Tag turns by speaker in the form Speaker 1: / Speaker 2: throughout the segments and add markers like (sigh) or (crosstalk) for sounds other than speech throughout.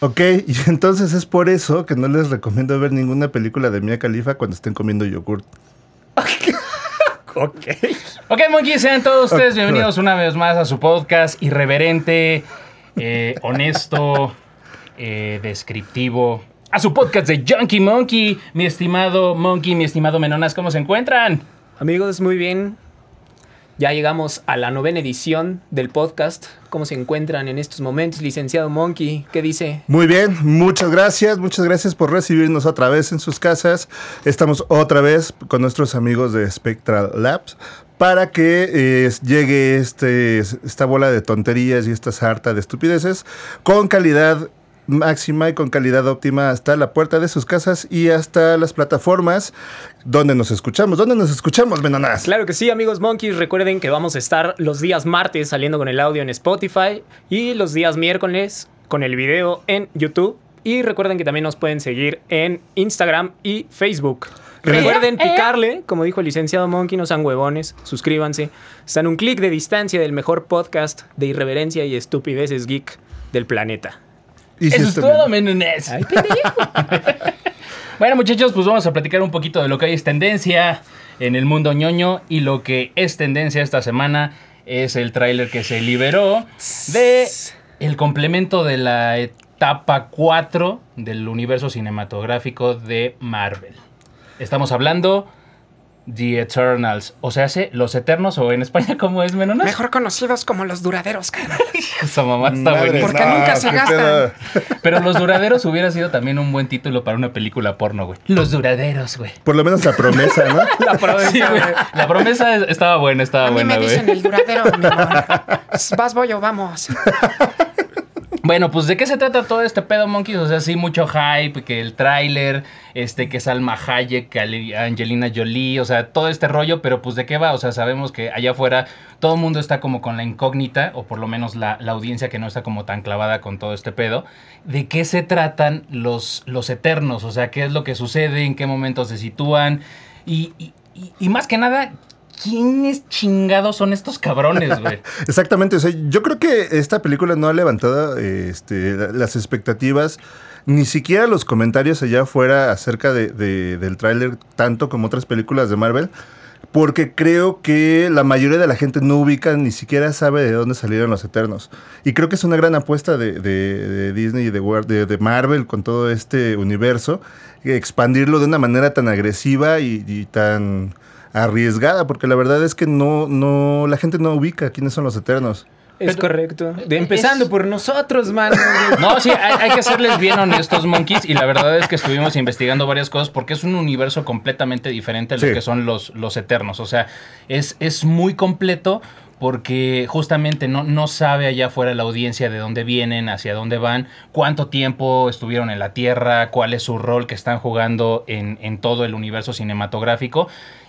Speaker 1: Ok, (laughs) y entonces es por eso que no les recomiendo ver ninguna película de Mia Khalifa cuando estén comiendo yogurt. ok.
Speaker 2: Ok, Monkey, sean todos ustedes bienvenidos una vez más a su podcast irreverente, eh, honesto, eh, descriptivo. A su podcast de Junkie Monkey, mi estimado Monkey, mi estimado Menonas, ¿cómo se encuentran?
Speaker 3: Amigos, muy bien. Ya llegamos a la novena edición del podcast. ¿Cómo se encuentran en estos momentos, licenciado Monkey? ¿Qué dice?
Speaker 1: Muy bien, muchas gracias, muchas gracias por recibirnos otra vez en sus casas. Estamos otra vez con nuestros amigos de Spectral Labs para que eh, llegue este, esta bola de tonterías y esta sarta de estupideces con calidad máxima y con calidad óptima hasta la puerta de sus casas y hasta las plataformas donde nos escuchamos. ¿Dónde nos escuchamos, Menonás?
Speaker 3: Claro que sí, amigos Monkeys. Recuerden que vamos a estar los días martes saliendo con el audio en Spotify y los días miércoles con el video en YouTube. Y recuerden que también nos pueden seguir en Instagram y Facebook. Recuerden picarle, como dijo el licenciado Monkey, no sean huevones, suscríbanse. Están un clic de distancia del mejor podcast de irreverencia y estupideces geek del planeta.
Speaker 1: Y si
Speaker 2: Eso es
Speaker 1: está
Speaker 2: todo,
Speaker 1: bien.
Speaker 2: Menonas. (laughs) bueno, muchachos, pues vamos a platicar un poquito de lo que hoy es tendencia en el mundo ñoño y lo que es tendencia esta semana es el tráiler que se liberó de el complemento de la etapa 4 del universo cinematográfico de Marvel. Estamos hablando The Eternals, o sea, ¿se- los eternos o en España cómo es menos
Speaker 4: (laughs) Mejor conocidos como los duraderos, carnal.
Speaker 2: Esa mamá está
Speaker 1: Madre,
Speaker 2: buenísima.
Speaker 4: Porque nunca se
Speaker 1: qué
Speaker 4: gastan.
Speaker 1: pedo.
Speaker 2: Pero Los Duraderos hubiera sido también un buen título para una película porno, güey. Los Duraderos, güey.
Speaker 1: Por lo menos la promesa, ¿no? (laughs)
Speaker 3: La promesa,
Speaker 2: Sí, güey.
Speaker 3: güey.
Speaker 2: La promesa es- estaba buena, estaba
Speaker 4: A mí
Speaker 2: buena,
Speaker 4: me
Speaker 2: güey.
Speaker 4: dicen el duradero, mi amor. Vas, voy o vamos.
Speaker 2: Bueno, pues ¿de qué se trata todo este pedo, Monkeys? O sea, sí, mucho hype, que el tráiler, este, que Salma Hayek, que Ali- Angelina Jolie, o sea, todo este rollo, pero pues ¿de qué va? O sea, sabemos que allá afuera todo el mundo está como con la incógnita, o por lo menos la, la audiencia que no está como tan clavada con todo este pedo. ¿De qué se tratan los, los eternos? O sea, ¿qué es lo que sucede? ¿En qué momento se sitúan? Y, y- y- y más que nada, ¿quiénes chingados son estos cabrones, güey?
Speaker 1: Exactamente, o sea, yo creo que esta película no ha levantado eh, este, la- las expectativas, ni siquiera los comentarios allá afuera acerca de- de- del tráiler, tanto como otras películas de Marvel, porque creo que la mayoría de la gente no ubica, ni siquiera sabe de dónde salieron los Eternos. Y creo que es una gran apuesta de, de- de Disney y de, War- de- de Marvel con todo este universo, eh, expandirlo de una manera tan agresiva y- y tan arriesgada, porque la verdad es que no, no, la gente no ubica quiénes son los eternos.
Speaker 3: Es
Speaker 2: Pero-
Speaker 3: correcto. De- empezando
Speaker 2: Es-
Speaker 3: por nosotros, mano.
Speaker 2: (laughs) No, sí, hay, hay que serles bien honestos, monkeys. Y la verdad es que estuvimos investigando varias cosas porque es un universo completamente diferente a lo
Speaker 1: Sí.
Speaker 2: que son los, los eternos. O sea, es, es muy completo porque justamente no, no sabe allá afuera la audiencia de dónde vienen, hacia dónde van, cuánto tiempo estuvieron en la Tierra, cuál es su rol que están jugando en, en todo el universo cinematográfico.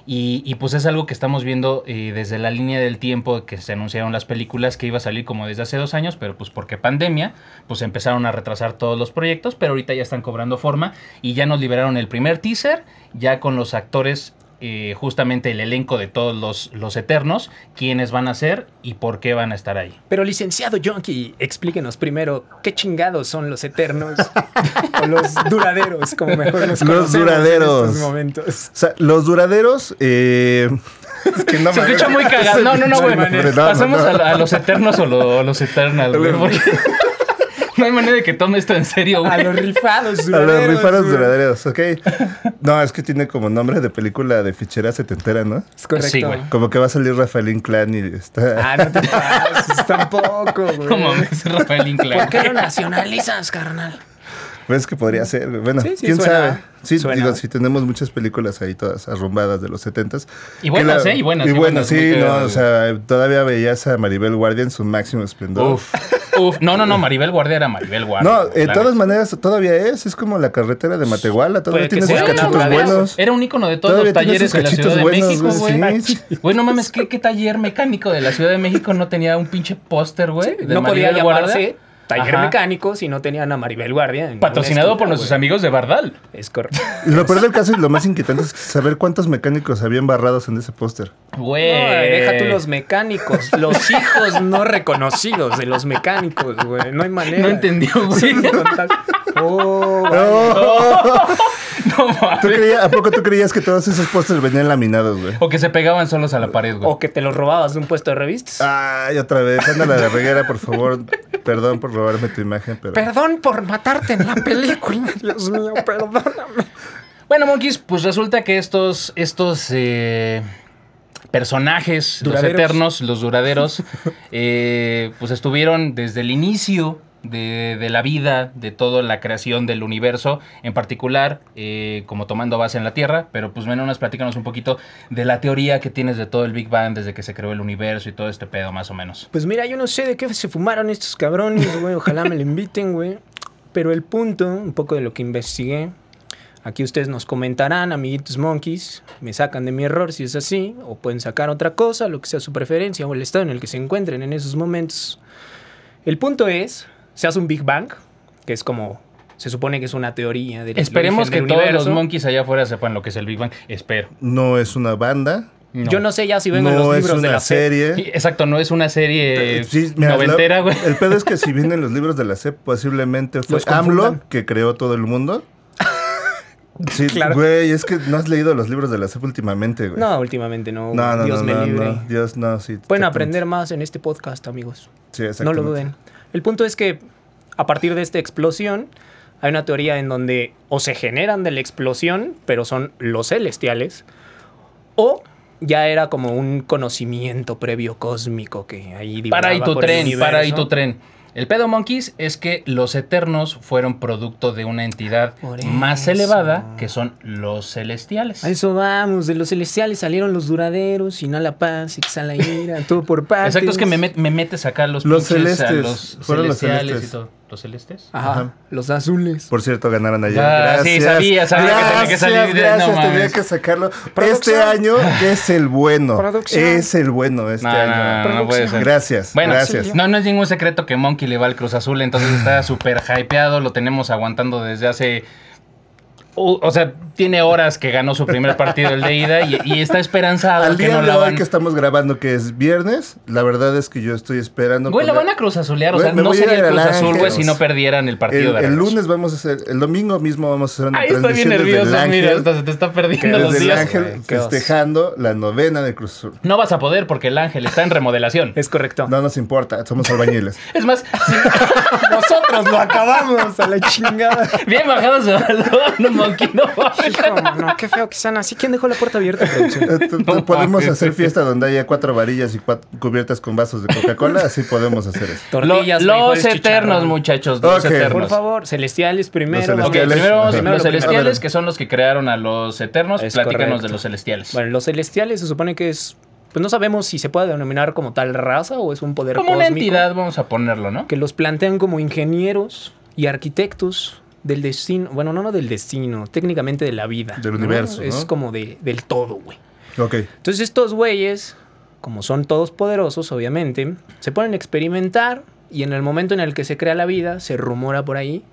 Speaker 2: Y, y, pues es algo que estamos viendo eh, desde la línea del tiempo que se anunciaron las películas que iba a salir como desde hace dos años, pero pues porque pandemia, pues empezaron a retrasar todos los proyectos, pero ahorita ya están cobrando forma y ya nos liberaron el primer teaser, ya con los actores, eh, justamente el elenco de todos los, los eternos, quiénes van a ser y por qué van a estar ahí.
Speaker 3: Pero licenciado Yonky, explíquenos primero qué chingados son
Speaker 1: (laughs)
Speaker 3: los eternos o los duraderos, como mejor nos
Speaker 1: Los
Speaker 3: conocemos
Speaker 1: duraderos.
Speaker 3: en estos momentos.
Speaker 1: O sea, los duraderos, eh, (laughs) es que no
Speaker 2: Se
Speaker 1: me-
Speaker 2: escucha (laughs) muy cagado. No, no, no, güey.
Speaker 1: No, no, no.
Speaker 2: Pasemos a, la- a los eternos o lo- los eternas, güey. porque (laughs) No hay manera de que tome esto en serio,
Speaker 3: A
Speaker 2: güey.
Speaker 3: los
Speaker 1: (laughs)
Speaker 3: rifados
Speaker 1: A
Speaker 3: duraderos.
Speaker 1: los rifaros
Speaker 3: güey.
Speaker 1: duraderos, ok. No, es que tiene como nombre de película de fichera setentera, ¿no?
Speaker 3: Es correcto.
Speaker 2: Sí, güey.
Speaker 1: Como que va a salir Rafael Inclán y está...
Speaker 3: Ah, no te
Speaker 2: (laughs)
Speaker 3: pases, tampoco, güey.
Speaker 2: No mames, Rafael Inclán.
Speaker 4: ¿Por qué lo nacionalizas, carnal?
Speaker 1: Ves que podría ser, güey. Bueno,
Speaker 3: Sí, sí,
Speaker 1: quién
Speaker 3: suena-
Speaker 1: sabe. Sí,
Speaker 3: suena.
Speaker 1: digo, si tenemos muchas películas ahí todas arrumbadas de los 70s.
Speaker 2: Y buenas,
Speaker 1: Que
Speaker 2: ¿eh? Y buenas,
Speaker 1: Y
Speaker 2: y
Speaker 1: buenas,
Speaker 2: buenas,
Speaker 1: sí,
Speaker 2: porque-
Speaker 1: no, o sea, todavía veías a Maribel Guardia en su máximo esplendor.
Speaker 2: Uf, uf. No, no, no, Maribel Guardia era Maribel Guardia.
Speaker 1: No,
Speaker 3: eh,
Speaker 1: de
Speaker 2: la
Speaker 1: todas
Speaker 2: neta.
Speaker 1: maneras, todavía es. Es como la carretera de Matehuala. Todavía
Speaker 3: Puede que
Speaker 1: tiene sus
Speaker 3: sea,
Speaker 2: Güey,
Speaker 1: cachitos
Speaker 2: todavía-
Speaker 1: buenos.
Speaker 2: Era un ícono de todos los
Speaker 1: Todavía tiene
Speaker 2: talleres
Speaker 1: sus
Speaker 2: de la
Speaker 1: cachitos
Speaker 2: Ciudad de
Speaker 1: buenos,
Speaker 2: México,
Speaker 1: güey,
Speaker 2: güey.
Speaker 1: sí, sí.
Speaker 2: Güey, no mames, ¿qué, qué taller mecánico de la Ciudad de México no tenía un pinche póster, güey? de
Speaker 3: no podía
Speaker 2: Maribel Guardia?
Speaker 3: llamarse taller
Speaker 2: Ajá.
Speaker 3: mecánico si no tenían a Maribel Guardia. en
Speaker 2: Patrocinado
Speaker 3: una
Speaker 2: por
Speaker 3: esquina,
Speaker 2: nuestros
Speaker 3: güey.
Speaker 2: amigos de Bardal.
Speaker 3: Es correcto.
Speaker 1: Lo peor del caso y lo más inquietante es saber cuántos mecánicos habían barrados en ese póster.
Speaker 2: Güey.
Speaker 3: No, deja tú los mecánicos, los hijos no reconocidos de los mecánicos, güey. No hay manera.
Speaker 2: No entendió, güey. (laughs)
Speaker 3: Sí, no, tal- Oh, vaya.
Speaker 2: No
Speaker 1: ¿Tú
Speaker 2: mames.
Speaker 1: creías- ¿A poco tú creías que todos esos pósters venían laminados, güey?
Speaker 2: O que se pegaban solos a la pared, güey.
Speaker 3: O que te los robabas de un puesto de revistas.
Speaker 1: Ay, otra vez, ándale a la reguera, por favor. Perdón por robarme tu imagen, pero...
Speaker 4: Perdón por matarte en la película. Dios mío, perdóname.
Speaker 2: Bueno, monkeys, pues resulta que estos, estos eh, personajes,
Speaker 3: Duraderos.
Speaker 2: los eternos,
Speaker 3: (laughs)
Speaker 2: los duraderos, eh, pues estuvieron desde el inicio de, de la vida, de toda la creación del universo, en particular, eh, como tomando base en la Tierra, pero pues menos nos platícanos un poquito de la teoría que tienes de todo el Big Bang desde que se creó el universo y todo este pedo, más o menos.
Speaker 3: Pues mira, yo no sé de qué se fumaron estos cabrones, güey. Ojalá me lo inviten, güey. Pero el punto, un poco de lo que investigué, aquí ustedes nos comentarán, amiguitos monkeys, me sacan de mi error si es así, o pueden sacar otra cosa, lo que sea su preferencia o el estado en el que se encuentren en esos momentos. El punto es, se hace un Big Bang, que es como, se supone que es una teoría del
Speaker 2: Esperemos
Speaker 3: origen
Speaker 2: que
Speaker 3: del
Speaker 2: todos los
Speaker 3: universo.
Speaker 2: monkeys allá afuera sepan lo que es el Big Bang. Espero.
Speaker 1: No es una banda,
Speaker 3: Yo no sé ya si vengo en
Speaker 1: no
Speaker 3: los
Speaker 1: es
Speaker 3: libros de
Speaker 1: una
Speaker 3: la serie.
Speaker 2: Sí,
Speaker 1: serie.
Speaker 2: Exacto, no es una serie
Speaker 1: Sí, mira,
Speaker 2: Eh, noventera,
Speaker 1: lo-
Speaker 2: güey.
Speaker 1: El pedo es que si vienen los libros de la SEP, posiblemente fue
Speaker 3: Los confundan.
Speaker 1: AMLO que creó todo el
Speaker 3: (laughs)
Speaker 1: mundo. Sí,
Speaker 3: Claro.
Speaker 1: güey, es que no has leído los libros de la SEP últimamente, güey.
Speaker 3: No, últimamente no.
Speaker 1: no, no,
Speaker 3: Dios
Speaker 1: no,
Speaker 3: me
Speaker 1: no,
Speaker 3: libre.
Speaker 1: no, Dios, no, sí.
Speaker 3: Pueden
Speaker 1: exactamente.
Speaker 3: aprender más en este podcast, amigos.
Speaker 1: Sí,
Speaker 3: No lo
Speaker 1: exactamente.
Speaker 3: duden. El punto es que a partir de esta explosión hay una teoría en donde o se generan de la explosión, pero son los celestiales, o ya era como un conocimiento previo cósmico que ahí divagaba
Speaker 2: Para y tu
Speaker 3: por el
Speaker 2: tren,
Speaker 3: universo.
Speaker 2: para ahí tu tren. El pedo monkeys es que los eternos fueron producto de una entidad
Speaker 3: Por
Speaker 2: más
Speaker 3: eso.
Speaker 2: elevada que son los celestiales.
Speaker 3: A eso vamos, de los celestiales salieron los duraderos, inhala paz, exhala ira, (laughs) todo por partes.
Speaker 2: Exacto, es que me, met- me metes acá los,
Speaker 1: Los
Speaker 2: pinches, a
Speaker 1: celestes,
Speaker 2: los
Speaker 1: fueron los
Speaker 2: celestiales
Speaker 1: celestes. Ah,
Speaker 2: y todo. ¿Los celestes?
Speaker 3: Ajá,
Speaker 1: Ajá.
Speaker 3: los azules.
Speaker 1: Por cierto, ganaron ayer.
Speaker 2: Ah,
Speaker 1: gracias.
Speaker 2: sí, sabía, sabía que tenía que
Speaker 1: Gracias,
Speaker 2: salir de-
Speaker 1: Gracias,
Speaker 2: no mames.
Speaker 1: tenía que sacarlo. Este
Speaker 4: Producción.
Speaker 1: año es el bueno.
Speaker 4: Producción.
Speaker 1: Es el bueno este
Speaker 2: No, no, no,
Speaker 1: año.
Speaker 2: no, no puede ser.
Speaker 1: Gracias,
Speaker 2: Bueno,
Speaker 1: gracias.
Speaker 2: no, no es ningún secreto que Monkey le va al Cruz Azul, entonces está súper hypeado, lo tenemos aguantando desde hace... O, o sea, tiene horas que ganó su primer partido el de ida y, y está esperanzado
Speaker 1: Al
Speaker 2: que
Speaker 1: día
Speaker 2: no
Speaker 1: de
Speaker 2: la
Speaker 1: hoy
Speaker 2: van...
Speaker 1: que estamos grabando, que es viernes, la verdad es que yo estoy esperando.
Speaker 2: Güey, la
Speaker 1: poner-
Speaker 2: van a cruzazulear, o
Speaker 1: Güey,
Speaker 2: sea,
Speaker 1: me
Speaker 2: no
Speaker 1: voy a
Speaker 2: sería
Speaker 1: ir
Speaker 2: el
Speaker 1: al
Speaker 2: Cruz Azul, güey,
Speaker 1: Ángeles.
Speaker 2: si no perdieran el
Speaker 1: el,
Speaker 2: partido de
Speaker 1: el
Speaker 2: regreso.
Speaker 1: lunes vamos a hacer, el domingo mismo vamos a hacer una
Speaker 2: Ay, estoy bien
Speaker 1: transmisión desde
Speaker 2: nervioso,
Speaker 1: el Ángel,
Speaker 2: mira, hasta se te está perdiendo
Speaker 1: desde
Speaker 2: los
Speaker 1: el
Speaker 2: días.
Speaker 1: Ángel
Speaker 3: güey, qué oso.
Speaker 1: festejando la novena de Cruz Azul.
Speaker 2: No vas a poder porque el Ángel está
Speaker 1: (laughs)
Speaker 2: en remodelación.
Speaker 3: Es correcto.
Speaker 1: No nos importa, somos albañiles.
Speaker 2: (laughs) Es más, si- (laughs)
Speaker 3: Nosotros lo acabamos a la chingada.
Speaker 2: bien bajado su balón, Monkey, no mames.
Speaker 4: Hijo, mano, qué feo que sean así.
Speaker 3: ¿Sí quién dejó la puerta abierta? producción?
Speaker 1: Entonces, Eh, podemos hacer fiesta donde haya cuatro varillas y cuatro cubiertas con vasos de Coca-Cola, así podemos hacer eso.
Speaker 2: Lo-
Speaker 3: Tortillas,
Speaker 2: los
Speaker 3: frijoles,
Speaker 2: eternos,
Speaker 3: chicharrón.
Speaker 2: muchachos, los
Speaker 1: Ok.
Speaker 2: eternos.
Speaker 3: Por favor, celestiales primero.
Speaker 1: Los
Speaker 2: Ok,
Speaker 1: celestiales.
Speaker 2: primero vamos
Speaker 1: Ajá.
Speaker 2: a los
Speaker 3: Primero,
Speaker 2: celestiales,
Speaker 3: primero.
Speaker 2: que son los que crearon a los eternos.
Speaker 3: Es
Speaker 2: Platícanos
Speaker 3: correcto.
Speaker 2: de los celestiales.
Speaker 3: Bueno, los celestiales se supone que es. Pues no sabemos si se puede denominar como tal raza o es un poder
Speaker 2: Como una
Speaker 3: cósmico
Speaker 2: entidad, vamos a ponerlo, ¿no?
Speaker 3: Que los plantean como ingenieros y arquitectos del destino. Bueno, no, no del destino, técnicamente de la vida.
Speaker 1: Del
Speaker 3: ¿no?
Speaker 1: universo,
Speaker 3: Es
Speaker 1: ¿no?
Speaker 3: como de, del todo, güey.
Speaker 1: Ok.
Speaker 3: Entonces estos güeyes, como son todos poderosos, obviamente, se ponen a experimentar y en el momento en el que se crea la vida, se rumora por ahí,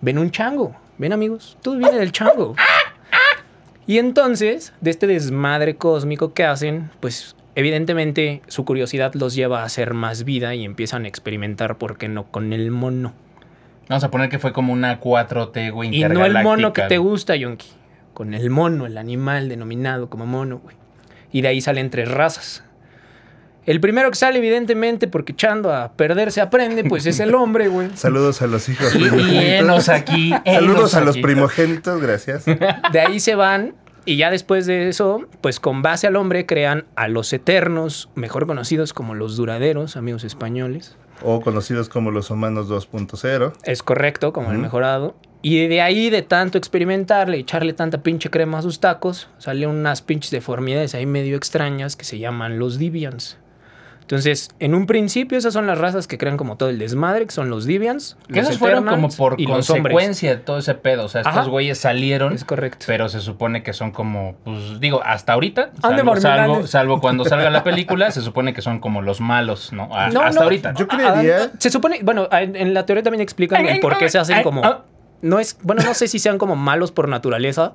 Speaker 3: ven un chango. Ven amigos, todo viene del chango. Y entonces, de este desmadre cósmico que hacen, pues evidentemente su curiosidad los lleva a hacer más vida y empiezan a experimentar, ¿por qué no? Con el mono.
Speaker 2: Vamos a poner que fue como una 4T, güey,
Speaker 3: Y no el mono que
Speaker 2: intergaláctica,
Speaker 3: te
Speaker 2: güey.
Speaker 3: gusta, Yonki. Con el mono, el animal denominado como mono, güey. Y de ahí salen tres razas. El primero que sale, evidentemente, porque echando a perder se aprende, pues es el hombre, güey.
Speaker 1: Saludos a los hijos.
Speaker 2: Y,
Speaker 1: (laughs)
Speaker 2: y enos
Speaker 1: primogénitos.
Speaker 2: aquí.
Speaker 1: Saludos
Speaker 2: enos
Speaker 1: a los
Speaker 2: aquí.
Speaker 1: primogénitos, gracias.
Speaker 3: De ahí se van. Y ya después de eso, pues con base al hombre crean a los eternos, mejor conocidos como los duraderos, amigos españoles.
Speaker 1: O conocidos como los humanos 2.0.
Speaker 3: Es correcto, como el
Speaker 1: Ujú.
Speaker 3: mejorado. Y de ahí, de tanto experimentarle, echarle tanta pinche crema a sus tacos, salen unas pinches deformidades ahí medio extrañas que se llaman los Deviants. Entonces, en un principio, esas son las razas que crean como todo el desmadre, que son los Deviants.
Speaker 2: Que
Speaker 3: los
Speaker 2: esos fueron como
Speaker 3: Eternals
Speaker 2: por
Speaker 3: y los hombres.
Speaker 2: consecuencia de todo ese pedo. O sea, estos
Speaker 3: Ajá.
Speaker 2: güeyes salieron.
Speaker 3: Es correcto.
Speaker 2: Pero se supone que son como, pues digo, hasta ahorita,
Speaker 3: Han de
Speaker 2: salvo,
Speaker 3: formidales.
Speaker 2: salvo- salvo cuando
Speaker 3: (laughs)
Speaker 2: salga la película, se supone que son como los malos, ¿no? A-
Speaker 3: No,
Speaker 2: hasta
Speaker 3: no.
Speaker 2: ahorita.
Speaker 1: Yo
Speaker 3: Ah,
Speaker 1: creería.
Speaker 3: Se supone, bueno, ah, en en la teoría también explican el por qué se hacen como. No es, bueno, no sé si sean como malos por naturaleza,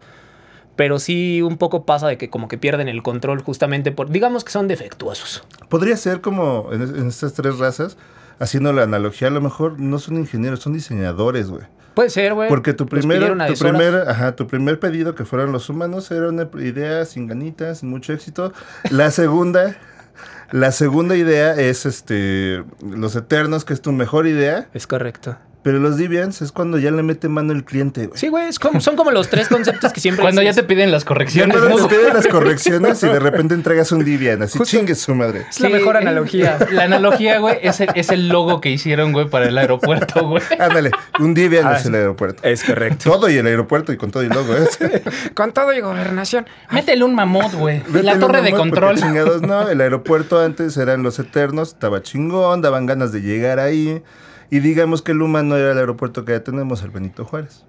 Speaker 3: pero sí un poco pasa de que como que pierden el control justamente por, digamos que son defectuosos.
Speaker 1: Podría ser como en, es- en estas tres razas, haciendo la analogía, a lo mejor no son ingenieros, son diseñadores, güey.
Speaker 3: Puede ser, güey.
Speaker 1: Porque tu
Speaker 3: Los
Speaker 1: primer,
Speaker 3: Pues, pidieron a
Speaker 1: tu
Speaker 3: deshoras.
Speaker 1: primer, ajá, tu primer pedido que fueron los humanos era una idea sin ganitas, sin mucho éxito. La segunda, (laughs) la segunda idea es este los eternos, que es tu mejor idea,
Speaker 3: Es correcto.
Speaker 1: pero los Deviants es cuando ya le mete mano el cliente, güey.
Speaker 3: Sí, güey, es como- son como los tres conceptos que siempre...
Speaker 2: Cuando ya
Speaker 3: dices.
Speaker 2: te piden las
Speaker 1: Ya
Speaker 2: correcciones,
Speaker 1: no
Speaker 2: (laughs) ¿no?
Speaker 1: te piden las correcciones y de repente entregas un Deviant, así chingue su madre.
Speaker 3: Es la mejor analogía.
Speaker 2: (laughs) La analogía, güey, es el, es el logo que hicieron, güey, para el aeropuerto, güey.
Speaker 1: (laughs) Ándale, un Deviant es el aeropuerto.
Speaker 3: Ah, Es correcto.
Speaker 1: Todo y el aeropuerto y con todo y logo,
Speaker 3: (laughs)
Speaker 1: ¿eh?
Speaker 4: Con todo y gobernación.
Speaker 2: Métele un mamut, güey. Y
Speaker 1: Vete
Speaker 2: la
Speaker 1: al
Speaker 2: torre
Speaker 1: Uno
Speaker 2: de
Speaker 1: Más porque
Speaker 2: control.
Speaker 1: chingados, no,
Speaker 3: (laughs)
Speaker 1: el aeropuerto antes eran los eternos, estaba chingón, daban ganas de llegar ahí. Y digamos que el humano era el aeropuerto que ya tenemos, el Benito Juárez.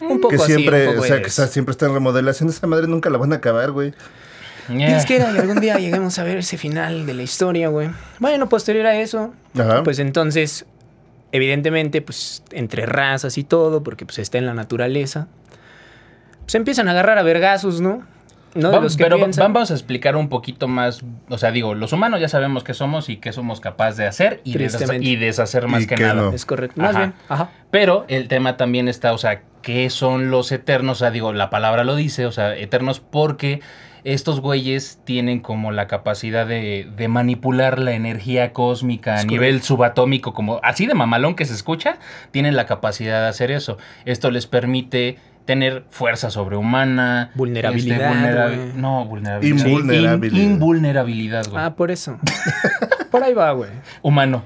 Speaker 3: Un poco
Speaker 1: Que
Speaker 3: así,
Speaker 1: siempre,
Speaker 3: un poco
Speaker 1: o sea, que
Speaker 3: eres.
Speaker 1: está- siempre está en remodelación. Esa madre nunca la van a acabar, güey.
Speaker 2: Yeah.
Speaker 3: Dios quiera y algún día lleguemos a ver ese final de la historia, güey. Bueno, posterior a eso,
Speaker 1: Ajá.
Speaker 3: Pues entonces, evidentemente, pues entre razas y todo, porque pues está en la naturaleza, pues empiezan a agarrar a vergazos, ¿no? No de
Speaker 2: Va-
Speaker 3: los que
Speaker 2: pero va-
Speaker 3: piensan.
Speaker 2: vamos a explicar un poquito más, o sea, digo, los humanos ya sabemos qué somos y qué somos capaces de hacer y, de
Speaker 3: Tristemente.
Speaker 2: y deshacer más
Speaker 1: Y
Speaker 2: que
Speaker 1: qué
Speaker 2: nada.
Speaker 1: no.
Speaker 3: Es correcto. Más
Speaker 2: Ajá.
Speaker 3: bien, ah, ajá.
Speaker 2: Pero el tema también está, o sea, ¿qué son los eternos? O sea, digo, la palabra lo dice, o sea, eternos porque estos güeyes tienen como la capacidad de, de manipular la energía cósmica a
Speaker 3: Es
Speaker 2: nivel subatómico, como así de mamalón que se escucha, tienen la capacidad de hacer eso. Esto les permite tener fuerza sobrehumana.
Speaker 3: Vulnerabilidad,
Speaker 2: vulnerabi-
Speaker 3: güey.
Speaker 2: no, vulnerabilidad.
Speaker 1: Invulnerabilidad.
Speaker 2: In- invulnerabilidad, güey.
Speaker 3: Ah, por eso. por ahí va, güey.
Speaker 2: Humano.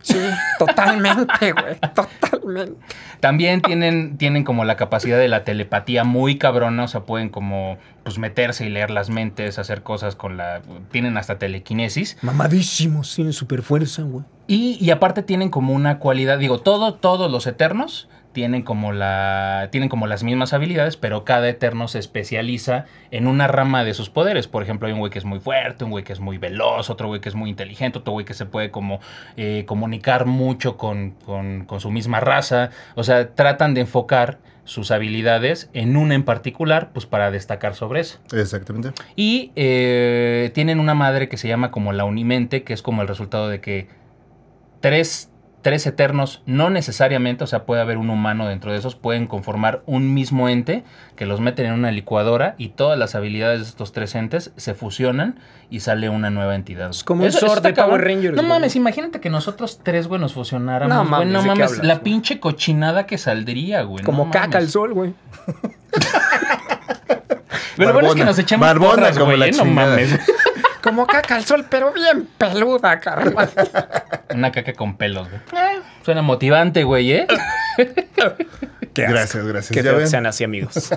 Speaker 4: Sí, totalmente, güey. Totalmente.
Speaker 2: También tienen, tienen como la capacidad de la telepatía muy cabrona, o sea, pueden como pues meterse y leer las mentes, hacer cosas con la... Tienen hasta telequinesis.
Speaker 3: Mamadísimos, sin super fuerza, güey.
Speaker 2: Y, y aparte tienen como una cualidad, digo, todo, todos los eternos tienen como, la, tienen como las mismas habilidades, pero cada eterno se especializa en una rama de sus poderes. Por ejemplo, hay un güey que es muy fuerte, un güey que es muy veloz, otro güey que es muy inteligente, otro güey que se puede como eh, comunicar mucho con, con- con su misma raza. O sea, tratan de enfocar sus habilidades en una en particular, pues para destacar sobre eso.
Speaker 1: Exactamente.
Speaker 2: Y eh, tienen una madre que se llama como la unimente, que es como el resultado de que tres, tres eternos, no necesariamente, o sea, puede haber un humano dentro de esos, pueden conformar un mismo ente que los meten en una licuadora y todas las habilidades de estos tres entes se fusionan y sale una nueva entidad.
Speaker 3: Es como un
Speaker 2: Eso-
Speaker 3: Zord
Speaker 2: eso está
Speaker 3: de Power
Speaker 2: cabrón.
Speaker 3: Rangers,
Speaker 2: No
Speaker 3: güey.
Speaker 2: mames, imagínate que nosotros tres, güey, nos fusionáramos.
Speaker 3: No
Speaker 2: güey,
Speaker 3: mames,
Speaker 2: no
Speaker 3: ¿de qué
Speaker 2: mames,
Speaker 3: hablas,
Speaker 2: la
Speaker 3: güey?
Speaker 2: pinche cochinada que saldría, güey. no
Speaker 3: Como caca
Speaker 2: mames.
Speaker 3: al sol, güey.
Speaker 2: Pero bueno es que
Speaker 1: Barbona.
Speaker 2: nos echamos
Speaker 1: Barbona
Speaker 2: porras,
Speaker 1: como
Speaker 2: güey,
Speaker 1: la
Speaker 2: ¿eh? no
Speaker 1: chingada.
Speaker 2: mames.
Speaker 4: Como caca al sol, pero bien peluda, carnal.
Speaker 2: Una caca con pelos, güey. Suena motivante, güey, ¿eh?
Speaker 1: Gracias, gracias.
Speaker 3: Que
Speaker 1: Ya ven.
Speaker 3: sean así, amigos.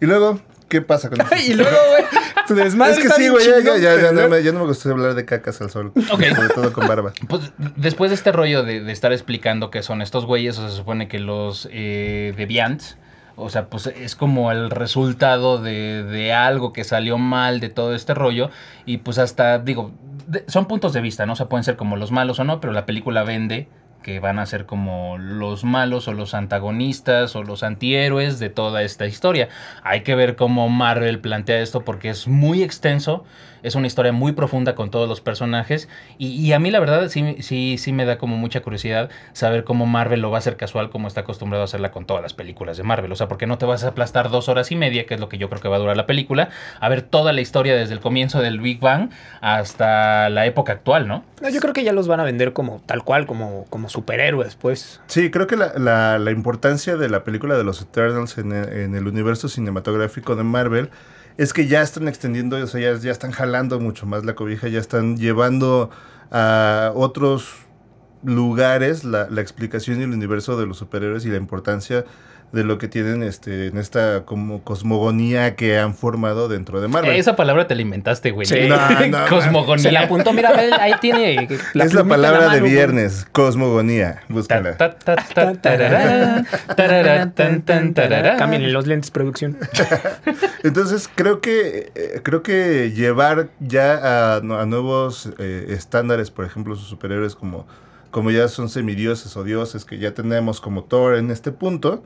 Speaker 1: Y luego, ¿qué pasa
Speaker 3: (laughs)
Speaker 1: con eso?
Speaker 3: y luego, güey, tu desmadre
Speaker 1: Es que
Speaker 3: está
Speaker 1: sí,
Speaker 3: bien
Speaker 1: güey, ya, ya,
Speaker 3: chingón,
Speaker 1: ya, ya no
Speaker 3: pero-
Speaker 1: me, ya no me gusta hablar de cacas al sol. Sobre todo con barba.
Speaker 2: Pues, después de este rollo de, de estar explicando qué son estos güeyes, o sea, se supone que los eh, Deviants, o sea, pues es como el resultado de, de algo que salió mal de todo este rollo. Y pues hasta, digo, de- son puntos de vista, ¿no? O sea, pueden ser como los malos o no, pero la película vende que van a ser como los malos o los antagonistas o los antihéroes de toda esta historia. Hay que ver cómo Marvel plantea esto porque es muy extenso, es una historia muy profunda con todos los personajes y, y a mí la verdad sí, sí, sí me da como mucha curiosidad saber cómo Marvel lo va a hacer casual como está acostumbrado a hacerla con todas las películas de Marvel. O sea, porque no te vas a aplastar dos horas y media, que es lo que yo creo que va a durar la película, a ver toda la historia desde el comienzo del Big Bang hasta la época actual, ¿no?
Speaker 3: No, yo creo que ya los van a vender como tal cual, como, como superhéroes, pues.
Speaker 1: Sí, creo que la, la- la importancia de la película de los Eternals en el, en el universo cinematográfico de Marvel es que ya están extendiendo, o sea, ya, ya están jalando mucho más la cobija, ya están llevando a otros lugares la, la explicación y el universo de los superhéroes y la importancia de lo que tienen este, en esta como cosmogonía que han formado dentro de Marvel.
Speaker 2: Eh, Esa palabra te la inventaste, güey. (laughs)
Speaker 3: Sí.
Speaker 1: No,
Speaker 3: (laughs)
Speaker 1: no,
Speaker 2: Cosmogonía.
Speaker 3: Se la apuntó, mira, Abel, ahí tiene.
Speaker 1: es
Speaker 3: plumita
Speaker 1: la
Speaker 3: en
Speaker 1: palabra de
Speaker 3: mano, güey.
Speaker 1: viernes, cosmogonía. Búscala.
Speaker 2: Ta, ta, ta, ta, tarará, tarará, tan, tan, tarará.
Speaker 3: Cámbienle los lentes, producción.
Speaker 1: Entonces creo que eh, creo que llevar ya a, nu- a nuevos eh, estándares, por ejemplo, sus superhéroes como, como ya son semidioses o dioses que ya tenemos como Thor en este punto.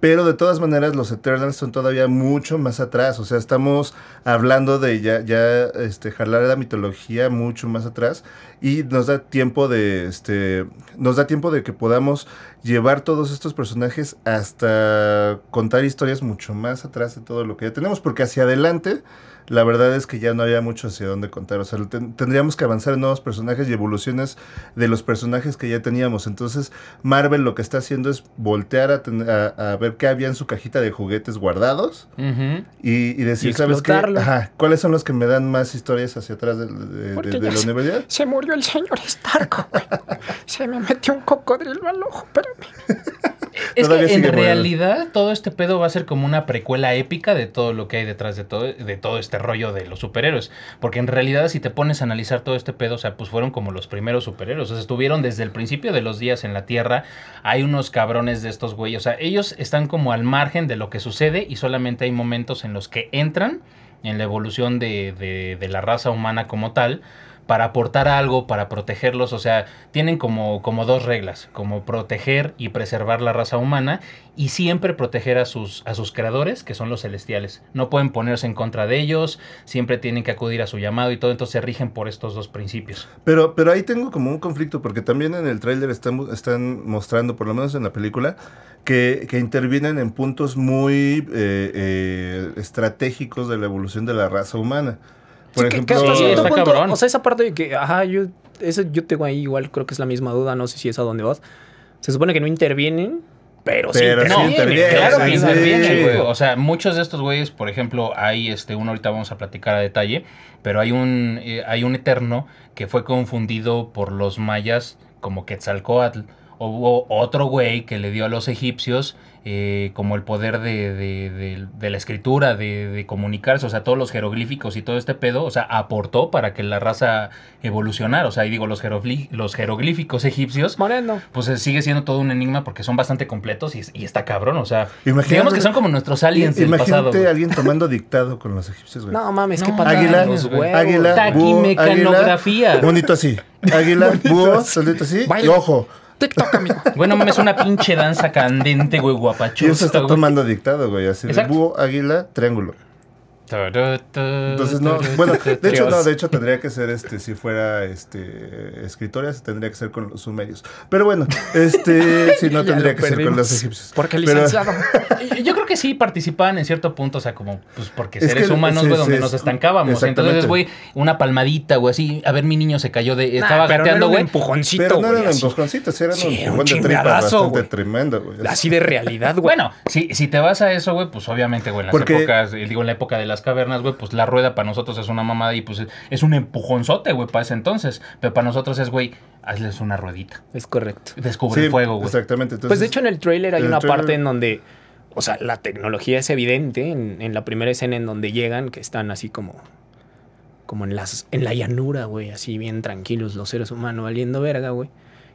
Speaker 1: Pero de todas maneras los Eternals son todavía mucho más atrás. O sea, estamos hablando de ya, ya este, jalar la mitología mucho más atrás. Y nos da tiempo de. Este. Nos da tiempo de que podamos llevar todos estos personajes hasta contar historias mucho más atrás de todo lo que ya tenemos. Porque hacia adelante, la verdad es que ya no había mucho hacia dónde contar. O sea, lo ten- tendríamos que avanzar en nuevos personajes y evoluciones de los personajes que ya teníamos. Entonces, Marvel lo que está haciendo es voltear a, ten- a- a ver qué había en su cajita de juguetes guardados
Speaker 2: Ujú.
Speaker 1: y, y decir,
Speaker 3: Y
Speaker 1: ¿sabes qué?
Speaker 3: explotarlo.
Speaker 1: Ajá, ¿Cuáles son los que me dan más historias hacia atrás de, de-
Speaker 4: Porque
Speaker 1: de- de
Speaker 4: ya
Speaker 1: la
Speaker 4: sé.
Speaker 1: universidad?
Speaker 4: Se murió el señor Stark, güey. Se me metió un cocodrilo al ojo, espérame.
Speaker 1: (laughs)
Speaker 2: Es
Speaker 1: Todavía
Speaker 2: que en
Speaker 1: sigue moviendo.
Speaker 2: realidad todo este pedo va a ser como una precuela épica de todo lo que hay detrás de todo, de todo este rollo de los superhéroes. Porque en realidad si te pones a analizar todo este pedo, o sea, pues fueron como los primeros superhéroes. O sea, estuvieron desde el principio de los días en la Tierra. Hay unos cabrones de estos güeyes. O sea, ellos están como al margen de lo que sucede y solamente hay momentos en los que entran en la evolución de, de- de la raza humana como tal para aportar algo, para protegerlos. O sea, tienen como, como dos reglas, como proteger y preservar la raza humana y siempre proteger a sus, a sus creadores, que son los celestiales. No pueden ponerse en contra de ellos, siempre tienen que acudir a su llamado y todo, entonces se rigen por estos dos principios.
Speaker 1: Pero, pero ahí tengo como un conflicto, porque también en el tráiler están, mu- están mostrando, por lo menos en la película, que, que intervienen en puntos muy eh, eh, estratégicos de la evolución de la raza humana. Por
Speaker 3: Sí, que- que
Speaker 1: ejemplo,
Speaker 3: hasta cierto
Speaker 2: está
Speaker 3: punto,
Speaker 2: cabrón.
Speaker 3: O sea, esa parte de que, ajá, yo, eso yo tengo ahí igual, creo que es la misma duda, no sé si es a dónde vas. Se supone que no intervienen, pero, sí
Speaker 1: Pero sí
Speaker 3: intervienen.
Speaker 1: intervienen,
Speaker 2: claro que
Speaker 1: sí.
Speaker 2: intervienen, güey. O sea, muchos de estos güeyes, por ejemplo, hay este, uno ahorita vamos a platicar a detalle, pero hay un, eh, hay un eterno que fue confundido por los mayas como Quetzalcoatl. Hubo otro güey que le dio a los egipcios eh, como el poder de, de- de- de la escritura, de, de comunicarse, o sea, todos los jeroglíficos y todo este pedo, o sea, aportó para que la raza evolucionara. O sea, y digo, los, jerogli- los jeroglíficos egipcios
Speaker 3: Moreno.
Speaker 2: pues eh, sigue siendo todo un enigma porque son bastante completos y, es- y está cabrón, o sea,
Speaker 1: Imagínate-
Speaker 2: digamos que son como nuestros aliens del pasado.
Speaker 1: imagínate a
Speaker 2: güey.
Speaker 1: alguien tomando dictado con los egipcios, güey.
Speaker 3: No mames, qué
Speaker 2: No,
Speaker 3: patada en
Speaker 1: águila,
Speaker 3: los huevos.
Speaker 1: águila, búho,
Speaker 2: Taquimecanografía.
Speaker 1: águila, bonito así. Águila, búho, solito así, y
Speaker 4: Baila.
Speaker 1: ojo.
Speaker 4: TikTok, amigo.
Speaker 2: Bueno, mames, una pinche danza candente, güey,
Speaker 1: Y eso
Speaker 2: guapachosa.
Speaker 1: está
Speaker 2: güey.
Speaker 1: tomando dictado, güey, así de
Speaker 2: Exacto.
Speaker 1: búho, águila, triángulo. Entonces
Speaker 3: (laughs)
Speaker 1: no, bueno, de hecho no, de hecho tendría que ser este, si fuera este escritora, se tendría que ser con los sumerios. Pero bueno,
Speaker 3: (laughs)
Speaker 1: este, si no
Speaker 3: Ya
Speaker 1: tendría
Speaker 3: lo
Speaker 1: que ser con
Speaker 3: perdimos.
Speaker 1: los egipcios.
Speaker 3: Porque
Speaker 1: Pero-
Speaker 3: licenciado.
Speaker 2: Y- Yo creo que sí participaban en cierto punto, o sea, como, pues porque
Speaker 1: Es
Speaker 2: seres
Speaker 1: que-
Speaker 2: humanos,
Speaker 1: sí,
Speaker 2: güey,
Speaker 1: sí,
Speaker 2: donde
Speaker 1: es-
Speaker 2: nos estancábamos. Entonces,
Speaker 1: exactamente.
Speaker 2: güey, una palmadita, güey, así, a ver, mi niño se cayó de, estaba
Speaker 3: Nah, pero no era
Speaker 2: gateando,
Speaker 3: un
Speaker 2: güey.
Speaker 3: empujoncito,
Speaker 1: Pero no
Speaker 3: güey,
Speaker 1: eran
Speaker 3: así.
Speaker 1: empujoncitos, sí eran
Speaker 3: Sí,
Speaker 1: un
Speaker 3: era un
Speaker 1: empujón de tripa
Speaker 3: chingadazo,
Speaker 1: bastante
Speaker 3: güey.
Speaker 1: tremendo, güey.
Speaker 3: Así de realidad, güey.
Speaker 2: Bueno, si, si te vas a eso, güey, pues obviamente, güey, en las
Speaker 1: Porque-
Speaker 2: épocas, eh, digo, en la época de las cavernas, güey, pues la rueda para nosotros es una mamada y pues es- es un empujonzote, güey, para ese entonces. Pero para nosotros es, güey, hazles una ruedita.
Speaker 3: es correcto.
Speaker 2: Descubre el fuego, güey.
Speaker 1: Exactamente. Entonces,
Speaker 3: Pues de hecho en el trailer hay
Speaker 1: en el
Speaker 3: una
Speaker 1: tráiler-
Speaker 3: parte en donde, o sea, la tecnología es evidente en, en la primera escena en donde llegan, que están así como, como en, las, en la llanura, güey, así bien tranquilos los seres humanos, valiendo verga, güey.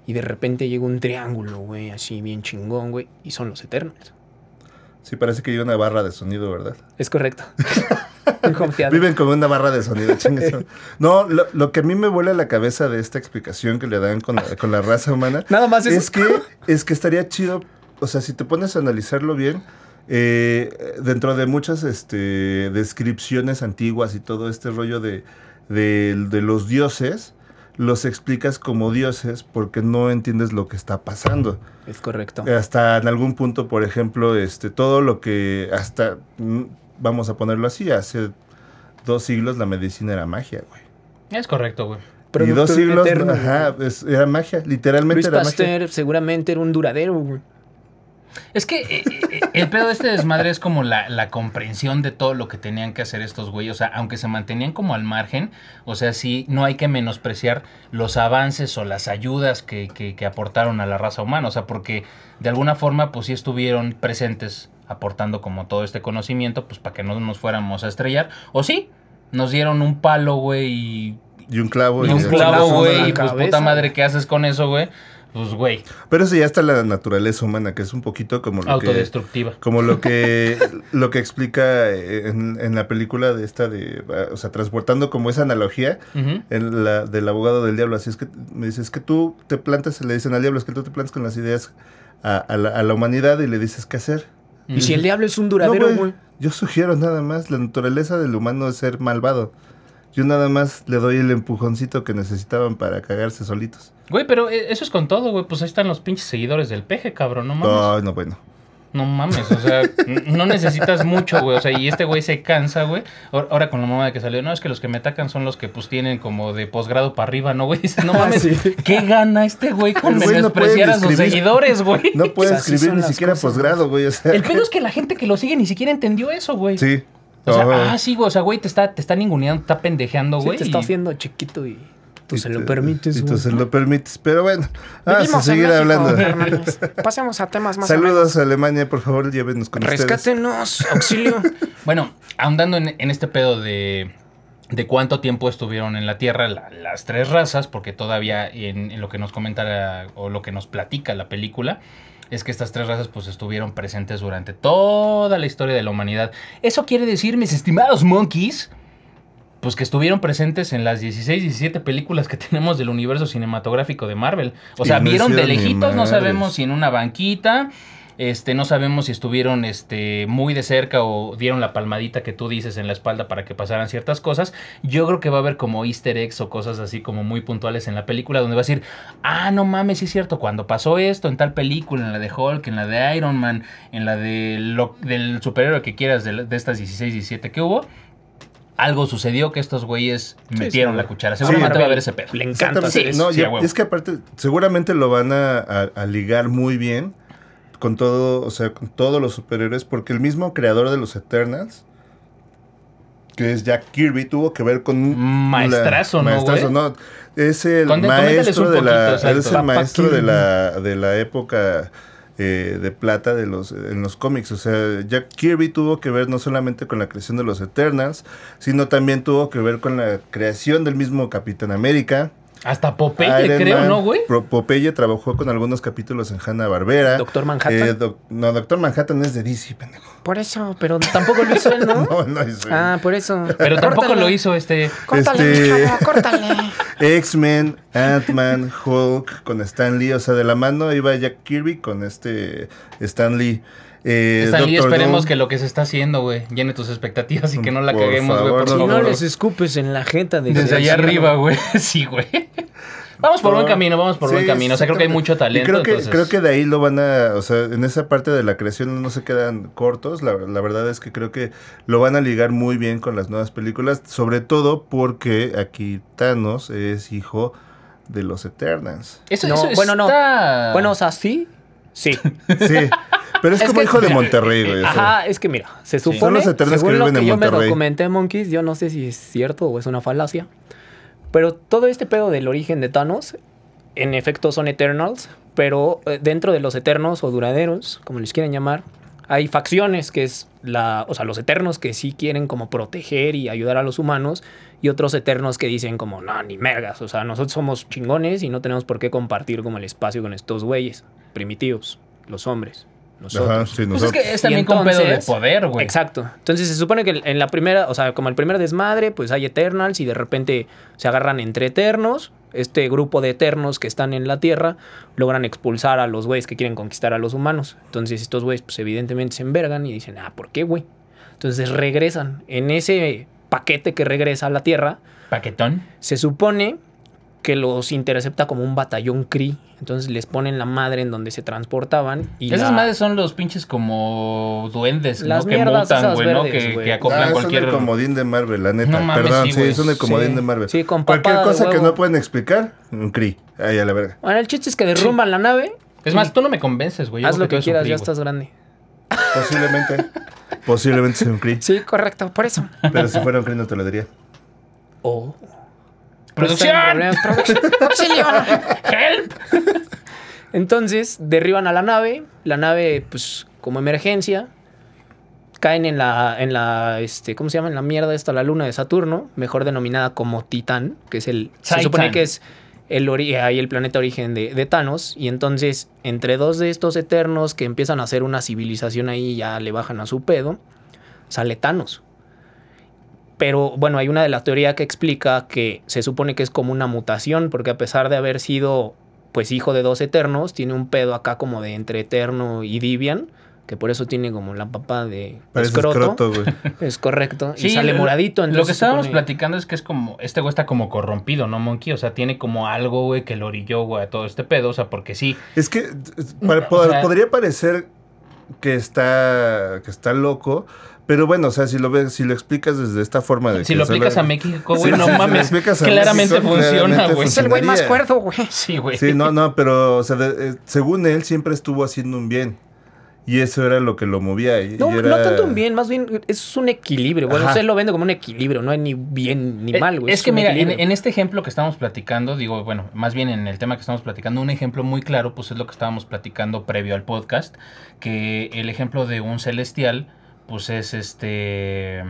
Speaker 3: Y de repente llega un triángulo, güey, así bien chingón, güey, y son los eternos.
Speaker 1: sí parece que hay una barra de sonido, ¿verdad? (laughs)
Speaker 3: Es correcto. Muy confiado.
Speaker 1: Viven como una barra de sonido.
Speaker 3: (laughs)
Speaker 1: chingue su- no, lo, lo que a mí me vuela la cabeza de esta explicación que le dan con la, con la raza humana
Speaker 3: Nada más es,
Speaker 1: es que, es que estaría chido, o sea, si te pones a analizarlo bien, eh, dentro de muchas este, descripciones antiguas y todo este rollo de, de- de los dioses, los explicas como dioses porque no entiendes lo que está pasando.
Speaker 3: es correcto.
Speaker 1: Hasta en algún punto, por ejemplo, este, todo lo que hasta, mm, vamos a ponerlo así, hace dos siglos la medicina era magia, güey.
Speaker 2: Es correcto, güey.
Speaker 1: Y
Speaker 3: Producto
Speaker 1: dos
Speaker 3: de un
Speaker 1: siglos,
Speaker 3: eterno,
Speaker 1: ajá,
Speaker 3: güey.
Speaker 1: es- era magia, literalmente
Speaker 3: Luis
Speaker 1: era magia.
Speaker 3: Pasteur seguramente era un duradero, güey.
Speaker 2: Es que eh, eh, el pedo de este desmadre es como la, la comprensión de todo lo que tenían que hacer estos güeyes. O sea, aunque se mantenían como al margen, o sea, sí, no hay que menospreciar los avances o las ayudas que, que- que aportaron a la raza humana. O sea, porque de alguna forma, pues sí estuvieron presentes aportando como todo este conocimiento, pues para que no nos fuéramos a estrellar. O sí, nos dieron un palo, güey, y
Speaker 1: Y un clavo.
Speaker 2: y
Speaker 1: y
Speaker 2: un
Speaker 1: ya.
Speaker 2: clavo,
Speaker 3: en
Speaker 2: güey,
Speaker 3: la
Speaker 2: y pues puta
Speaker 3: cabeza.
Speaker 2: madre, ¿qué haces con eso, güey? Pues, güey,
Speaker 1: Pero eso ya está en la naturaleza humana, que es un poquito como lo que...
Speaker 2: autodestructiva.
Speaker 1: Como lo que, (laughs) lo que explica eh, en, en la película de esta de... ah, O sea, transportando como esa analogía
Speaker 2: Ujú.
Speaker 1: en la, del abogado del diablo. Así es que me dices que tú te plantas, le dicen al diablo, es que tú te plantas con las ideas a, a la, a la humanidad y le dices qué hacer.
Speaker 3: Y si el diablo es un
Speaker 1: No,
Speaker 3: duradero,
Speaker 1: güey,
Speaker 3: güey.
Speaker 1: Yo sugiero nada más, la naturaleza del humano es ser malvado. Yo nada más le doy el empujoncito que necesitaban para cagarse solitos.
Speaker 2: Güey, pero eh, eso es con todo, güey. Pues ahí están los pinches seguidores del peje, cabrón. No
Speaker 1: Ay,
Speaker 2: mames.
Speaker 1: no, bueno.
Speaker 2: No mames. O sea, n- no necesitas mucho, güey. O sea, y este güey se cansa, güey. Ahora- Ahora con la mamá de que salió, no, es que los que me atacan son los que pues tienen como de posgrado para arriba, ¿no, güey? (laughs) Dices, no mames.
Speaker 3: Sí.
Speaker 2: ¿Qué gana este güey con
Speaker 1: Ah, El güey no puede
Speaker 2: menospreciar a sus
Speaker 1: describir-
Speaker 2: seguidores, güey?
Speaker 1: (laughs) No puede
Speaker 3: Pues así
Speaker 1: escribir
Speaker 3: son
Speaker 1: ni
Speaker 3: las
Speaker 1: siquiera
Speaker 3: cosas.
Speaker 1: posgrado, güey. O sea,
Speaker 2: El pedo es que la gente que lo sigue ni siquiera entendió eso, güey.
Speaker 1: sí.
Speaker 2: O sea,
Speaker 1: Ajá.
Speaker 2: ah, sí, güey. O sea, güey, te está, te está ninguneando, te está pendejeando,
Speaker 3: Sí,
Speaker 2: güey.
Speaker 3: te está
Speaker 2: y-
Speaker 3: haciendo chiquito y tú
Speaker 1: Y
Speaker 3: se
Speaker 1: te-
Speaker 3: lo permites,
Speaker 1: Y tú
Speaker 3: güey.
Speaker 1: se lo permites. Pero bueno, vamos a
Speaker 4: Vivimos en
Speaker 1: seguir
Speaker 4: México,
Speaker 1: Ah, hablando.
Speaker 4: hermanos. Pasemos a temas más
Speaker 1: Saludos a Alemania, por favor, llévenos con ustedes.
Speaker 4: Rescátenos, auxilio.
Speaker 2: Bueno, ahondando en, en este pedo de, de cuánto tiempo estuvieron en la Tierra la- las tres razas, porque todavía en, en lo que nos comenta la- o lo que nos platica la película, es que estas tres razas pues estuvieron presentes durante toda la historia de la humanidad. Eso quiere decir, mis estimados monkeys, pues que estuvieron presentes en las 16, 17 películas que (laughs) tenemos del universo cinematográfico de Marvel. O
Speaker 1: Y
Speaker 2: sea,
Speaker 1: no
Speaker 2: vieron de
Speaker 1: hicieron ni
Speaker 2: lejitos, no
Speaker 1: madres.
Speaker 2: sabemos si en una banquita, este, no sabemos si estuvieron este, muy de cerca o dieron la palmadita que tú dices en la espalda para que pasaran ciertas cosas. Yo creo que va a haber como easter eggs o cosas así como muy puntuales en la película donde va a decir, ah, no mames, sí es cierto, cuando pasó esto en tal película, en la de Hulk, en la de Iron Man, en la de lo- del superhéroe que quieras, de, la- de estas 16, 17 que hubo. Algo sucedió que estos güeyes metieron
Speaker 3: sí.
Speaker 2: la cuchara. Seguramente
Speaker 3: Marvel
Speaker 2: va a haber ese pedo.
Speaker 3: Le encanta hacer
Speaker 1: Exactamente.
Speaker 3: eso.
Speaker 1: No,
Speaker 2: Sí,
Speaker 1: y-
Speaker 2: a huevo.
Speaker 1: y es que aparte, seguramente lo van a, a- a ligar muy bien con todo, o sea, con todos los superhéroes, porque el mismo creador de los Eternals, que es Jack Kirby, tuvo que ver con
Speaker 2: Maestrazo, ¿no,
Speaker 1: Maestrazo,
Speaker 2: güey?
Speaker 1: no. Es el
Speaker 2: Conde- coméntales
Speaker 1: maestro
Speaker 2: un
Speaker 1: de la,
Speaker 2: poquito, exacto.
Speaker 1: es el
Speaker 3: Papá
Speaker 1: maestro de
Speaker 3: Kirby.
Speaker 1: la, de la época. eh, de plata de los en los cómics, o sea, Jack Kirby tuvo que ver no solamente con la creación de los Eternals, sino también tuvo que ver con la creación del mismo Capitán América,
Speaker 2: Hasta Popeye,
Speaker 1: Iron
Speaker 2: creo,
Speaker 1: Man,
Speaker 2: ¿no, güey?
Speaker 1: Pro- Popeye trabajó con algunos capítulos en Hanna Barbera. Eh,
Speaker 3: Doctor Manhattan.
Speaker 1: no, Doctor Manhattan es de DC, pendejo.
Speaker 4: Por eso, pero tampoco lo hizo él, ¿no?
Speaker 1: (laughs) No, no es-
Speaker 4: Ah, por eso.
Speaker 2: Pero tampoco
Speaker 4: Córtale.
Speaker 2: lo hizo este.
Speaker 4: Córtale,
Speaker 1: Este-
Speaker 4: chavo, córtale.
Speaker 1: X-Men, Ant-Man, Hulk, con Stan Lee. O sea, de la mano iba Jack Kirby con este Stan Lee. Eh,
Speaker 2: Stan Lee,
Speaker 1: Doctor
Speaker 2: esperemos
Speaker 1: Doom.
Speaker 2: que lo que se está haciendo, güey, llene tus expectativas y que no la
Speaker 1: Por
Speaker 2: caguemos, güey,
Speaker 1: favor,
Speaker 2: por
Speaker 1: no,
Speaker 3: Si
Speaker 2: favor.
Speaker 3: no
Speaker 1: no.
Speaker 3: les escupes en la jeta desde,
Speaker 2: Desde allá arriba, güey. (laughs) Sí, güey. Vamos por buen camino, vamos por
Speaker 1: Sí,
Speaker 2: buen camino. O sea, creo que hay mucho
Speaker 1: exactamente.
Speaker 2: talento.
Speaker 1: Y creo que,
Speaker 2: entonces-
Speaker 1: creo que de ahí lo van a, o sea, en esa parte de la creación no se quedan cortos. La, la verdad es que creo que lo van a ligar muy bien con las nuevas películas, sobre todo porque aquí Thanos es hijo de los Eternals.
Speaker 2: Eso,
Speaker 3: No,
Speaker 2: eso
Speaker 3: bueno, no.
Speaker 2: está- Pues
Speaker 3: Bueno, o sea, sí. Sí.
Speaker 2: (laughs)
Speaker 1: Sí, pero es,
Speaker 3: Es
Speaker 1: como
Speaker 3: que-
Speaker 1: hijo de
Speaker 3: mira,
Speaker 2: eh,
Speaker 1: Monterrey, güey. o sea.
Speaker 3: Ajá, es que mira, se
Speaker 2: Sí.
Speaker 1: Son
Speaker 3: supone.
Speaker 1: los eternos
Speaker 3: según
Speaker 1: que
Speaker 3: lo
Speaker 1: viven en
Speaker 3: yo me
Speaker 1: Monterrey.
Speaker 3: documenté, Monkeys, yo no sé si es cierto o es una falacia. Pero todo este pedo del origen de Thanos, en efecto son Eternals, pero eh, dentro de los Eternos o Duraderos, como les quieren llamar, hay facciones que es la, o sea, los Eternos que sí quieren como proteger y ayudar a los humanos y otros Eternos que dicen como, no, ni mergas, o sea, nosotros somos chingones y no tenemos por qué compartir como el espacio con estos güeyes primitivos, los hombres, nosotros.
Speaker 1: Ajá, sí,
Speaker 2: Pues es
Speaker 1: nosotros.
Speaker 2: que es
Speaker 3: Y
Speaker 2: también con pedo de
Speaker 3: entonces-
Speaker 2: poder, güey.
Speaker 3: Exacto. Entonces se supone que en la primera, o sea, como el primer desmadre, pues hay Eternals y de repente se agarran entre Eternos. Este grupo de Eternos que están en la Tierra logran expulsar a los güeyes que quieren conquistar a los humanos. Entonces estos güeyes, pues evidentemente se envergan y dicen, ah, ¿por qué, güey? Entonces regresan. En ese paquete que regresa a la Tierra,
Speaker 2: Paquetón.
Speaker 3: se supone que los intercepta como un batallón Kree. Entonces les ponen la madre en donde se transportaban. Y
Speaker 2: Esas
Speaker 3: la-
Speaker 2: madres son los pinches como duendes,
Speaker 3: Las
Speaker 2: ¿no? Que
Speaker 3: mierdas
Speaker 2: mutan,
Speaker 3: esas
Speaker 2: güey, ¿no?
Speaker 3: verdes,
Speaker 2: Que,
Speaker 3: güey.
Speaker 2: que
Speaker 1: Ah,
Speaker 2: acoplan
Speaker 1: son
Speaker 2: cualquier.
Speaker 1: el comodín de Marvel, la neta.
Speaker 2: No mames,
Speaker 1: Perdón,
Speaker 2: sí,
Speaker 1: sí,
Speaker 2: güey.
Speaker 1: son el comodín
Speaker 3: Sí.
Speaker 1: de Marvel.
Speaker 3: Sí, con
Speaker 1: Cualquier
Speaker 3: papada de
Speaker 1: cosa que
Speaker 3: huevo.
Speaker 1: no pueden explicar, un Cree. Ahí a la verga.
Speaker 3: Bueno, el chiste es que derrumban la nave Mm.
Speaker 2: Es más, tú no me convences, güey. Yo
Speaker 3: Haz
Speaker 2: creo
Speaker 3: lo que
Speaker 2: tú eres
Speaker 3: quieras,
Speaker 2: un
Speaker 3: ya
Speaker 2: free, güey.
Speaker 3: estás grande.
Speaker 2: (laughs)
Speaker 1: Posiblemente. posiblemente sea un Cree.
Speaker 4: (laughs) Sí, correcto, por eso.
Speaker 1: Pero si fuera un Cree no te lo diría.
Speaker 3: Oh.
Speaker 2: ¡Producción!
Speaker 4: ¡Auxilio!
Speaker 2: (laughs) ¡Help!
Speaker 3: (laughs) Entonces, derriban a la nave. La nave, pues, como emergencia. Caen en la, en la, este, ¿cómo se llama? En la mierda esta, la luna de Saturno, mejor denominada como Titán, que es el, se
Speaker 2: Titan.
Speaker 3: supone que es el ori- ahí el planeta origen de, de Thanos. Y entonces, entre dos de estos eternos que empiezan a hacer una civilización ahí, ya le bajan a su pedo, sale Thanos. Pero bueno, hay una de las teorías que explica que se supone que es como una mutación, porque a pesar de haber sido pues hijo de dos eternos, tiene un pedo acá como de entre eterno y Divian, que por eso tiene como la papa de
Speaker 1: Parece
Speaker 3: escroto.
Speaker 1: escroto, güey.
Speaker 3: (laughs) Es correcto. y
Speaker 2: Sí,
Speaker 3: sale
Speaker 2: lo-
Speaker 3: moradito.
Speaker 2: Lo
Speaker 3: entonces
Speaker 2: que
Speaker 3: se
Speaker 2: estábamos
Speaker 3: pone-
Speaker 2: platicando es que es como. Este güey está como corrompido, ¿no, Monkey? O sea, tiene como algo, güey, que lo orilló, güey, a todo este pedo. O sea, porque sí.
Speaker 1: Es que es- para-
Speaker 2: o
Speaker 1: pod-
Speaker 2: sea-
Speaker 1: podría parecer que está, que está loco, pero bueno, o sea, si lo ves, si lo explicas desde esta forma de
Speaker 2: Si
Speaker 1: que
Speaker 2: lo
Speaker 1: se habla-
Speaker 2: aplicas a México,
Speaker 1: (laughs)
Speaker 2: güey,
Speaker 1: Sí, sí,
Speaker 2: no
Speaker 1: si lo
Speaker 2: mames.
Speaker 1: explicas a
Speaker 2: claramente
Speaker 1: México,
Speaker 2: funciona,
Speaker 1: claramente
Speaker 2: güey.
Speaker 4: Es el güey más
Speaker 1: Funcionaría.
Speaker 4: cuerdo, güey.
Speaker 2: Sí, güey.
Speaker 1: Sí, no, no, pero o sea, de- eh, según él siempre estuvo haciendo un bien. Y eso era lo que lo movía. y-
Speaker 3: No,
Speaker 1: y era-
Speaker 3: no tanto un bien, más bien es un equilibrio. Bueno,
Speaker 1: Ajá.
Speaker 3: usted lo vende como un equilibrio, no hay ni bien ni
Speaker 2: Eh,
Speaker 3: mal, güey.
Speaker 2: Es que
Speaker 3: un
Speaker 2: mira, en,
Speaker 3: equilibrio.
Speaker 2: en este ejemplo que estamos platicando, digo, bueno, más bien en el tema que estamos platicando, un ejemplo muy claro, pues es lo que estábamos platicando previo al podcast, que el ejemplo de un celestial, pues es este, el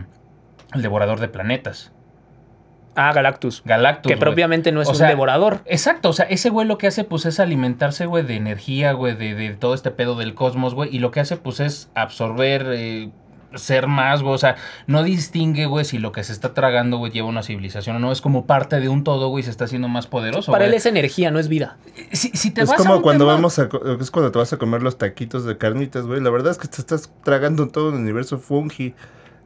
Speaker 2: devorador de planetas,
Speaker 3: Ah, Galactus.
Speaker 2: Galactus.
Speaker 3: que
Speaker 2: güey.
Speaker 3: propiamente no es
Speaker 2: O
Speaker 3: un
Speaker 2: sea,
Speaker 3: devorador.
Speaker 2: Exacto, o sea, ese güey lo que hace pues es alimentarse, güey, de energía, güey, de, de todo este pedo del cosmos, güey, y lo que hace pues es absorber, eh, ser más, güey, o sea, no distingue, güey, si lo que se está tragando, güey, lleva una civilización o no, es como parte de un todo, güey, y se está haciendo más poderoso,
Speaker 3: Para él
Speaker 2: güey.
Speaker 3: es energía, no es vida.
Speaker 2: Si, si te
Speaker 1: Es
Speaker 2: vas a
Speaker 1: como
Speaker 2: un
Speaker 1: cuando
Speaker 2: tema-
Speaker 1: vamos a co- es cuando te vas a comer los taquitos de carnitas, güey. La verdad es que te estás tragando todo el universo fungi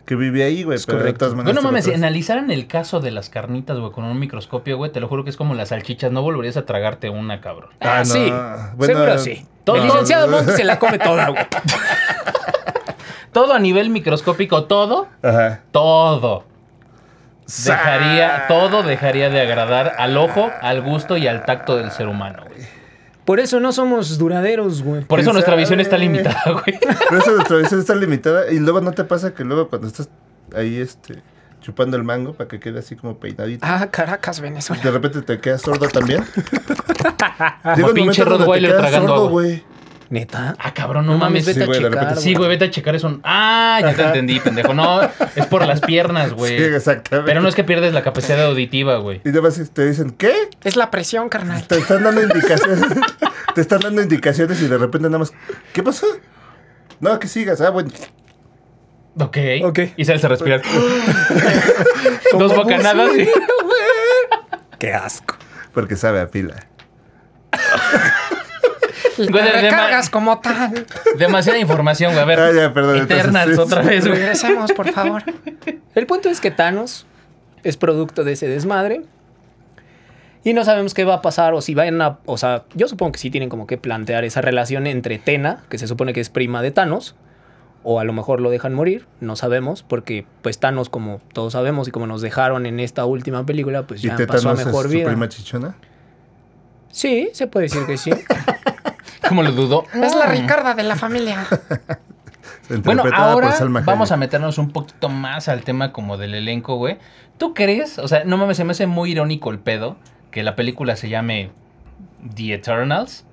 Speaker 1: que vive ahí, güey.
Speaker 3: Es
Speaker 1: Pero de
Speaker 3: correcto.
Speaker 1: todas
Speaker 2: Güey,
Speaker 1: maneras.
Speaker 2: no
Speaker 1: te lo
Speaker 2: mames, si
Speaker 1: traes.
Speaker 2: analizaran el caso de las carnitas, güey, con un microscopio, güey, te lo juro que es como las salchichas, no volverías a tragarte una, cabrón.
Speaker 1: Ah, no.
Speaker 3: sí.
Speaker 1: Bueno,
Speaker 3: Seguro sí. Todo,
Speaker 1: no.
Speaker 3: el licenciado Monk se la come toda, güey.
Speaker 2: Todo a nivel microscópico, todo,
Speaker 1: Ajá.
Speaker 2: todo. Dejaría,
Speaker 1: Sa-
Speaker 2: todo dejaría de agradar al ojo, al gusto y al tacto del ser humano, güey.
Speaker 3: Por eso no somos duraderos, güey.
Speaker 2: Por eso
Speaker 1: ¿Quién
Speaker 2: nuestra
Speaker 1: sabe?
Speaker 2: visión está limitada, güey.
Speaker 1: Pero eso nuestra visión está limitada. Y luego no te pasa que luego cuando estás ahí este, chupando el mango para que quede así como peinadito.
Speaker 4: Ah, Caracas, Venezuela.
Speaker 1: De repente te quedas sordo
Speaker 2: (laughs)
Speaker 1: también.
Speaker 2: Como
Speaker 1: el momento donde te
Speaker 2: pinche Rottweiler
Speaker 1: quedas
Speaker 2: tragando agua.
Speaker 1: güey.
Speaker 3: Neta.
Speaker 2: Ah, cabrón, no,
Speaker 3: No mames,
Speaker 2: mames.
Speaker 3: vete
Speaker 1: Sí, güey,
Speaker 3: a
Speaker 1: de
Speaker 3: checar.
Speaker 1: repente
Speaker 2: Sí, güey, vete a checar eso. Ah, ya te entendí, pendejo. No, es por las piernas,
Speaker 1: Sí,
Speaker 2: güey.
Speaker 1: exactamente.
Speaker 2: Pero no es que pierdes la capacidad auditiva, güey.
Speaker 1: Y además te dicen, ¿qué?
Speaker 4: Es la presión, carnal.
Speaker 1: Te están dando indicaciones. te están dando indicaciones y de repente nada más. ¿Qué pasó? No, que sigas. Ah, bueno.
Speaker 2: Ok.
Speaker 3: Ok.
Speaker 2: Y sales
Speaker 1: (laughs)
Speaker 2: a respirar. Dos
Speaker 1: Pues
Speaker 2: bocanadas. y-
Speaker 3: Qué asco.
Speaker 1: Porque sabe a pila.
Speaker 4: Te
Speaker 2: Güey, de- de-
Speaker 4: recargas como tal.
Speaker 2: Demasiada información, güey. A ver.
Speaker 1: Ah, ya, perdón, entonces,
Speaker 2: Eternas
Speaker 1: sí,
Speaker 2: otra
Speaker 1: sí.
Speaker 2: vez, güey.
Speaker 4: Regresemos, por favor.
Speaker 3: El punto es que Thanos es producto de ese desmadre. Y no sabemos qué va a pasar o si vayan a... O sea, yo supongo que sí tienen como que plantear esa relación entre Tena, que se supone que es prima de Thanos, o a lo mejor lo dejan morir, no sabemos, porque pues Thanos, como todos sabemos y como nos dejaron en esta última película, pues
Speaker 1: Y
Speaker 3: ya pasó a
Speaker 1: Tetanos es
Speaker 3: mejor
Speaker 1: tu
Speaker 3: vida.
Speaker 1: prima chichona.
Speaker 3: Sí, se puede decir que sí.
Speaker 1: (laughs)
Speaker 2: ¿Cómo lo dudó?
Speaker 4: Es la Ricarda de la familia.
Speaker 2: Bueno,
Speaker 1: Interpretada
Speaker 2: ahora
Speaker 1: por Salma
Speaker 2: vamos a
Speaker 1: Hayek.
Speaker 2: meternos un poquito más al tema como del elenco, güey. ¿Tú crees? O sea, no mames, se me hace muy irónico el pedo que la película se llame The Eternals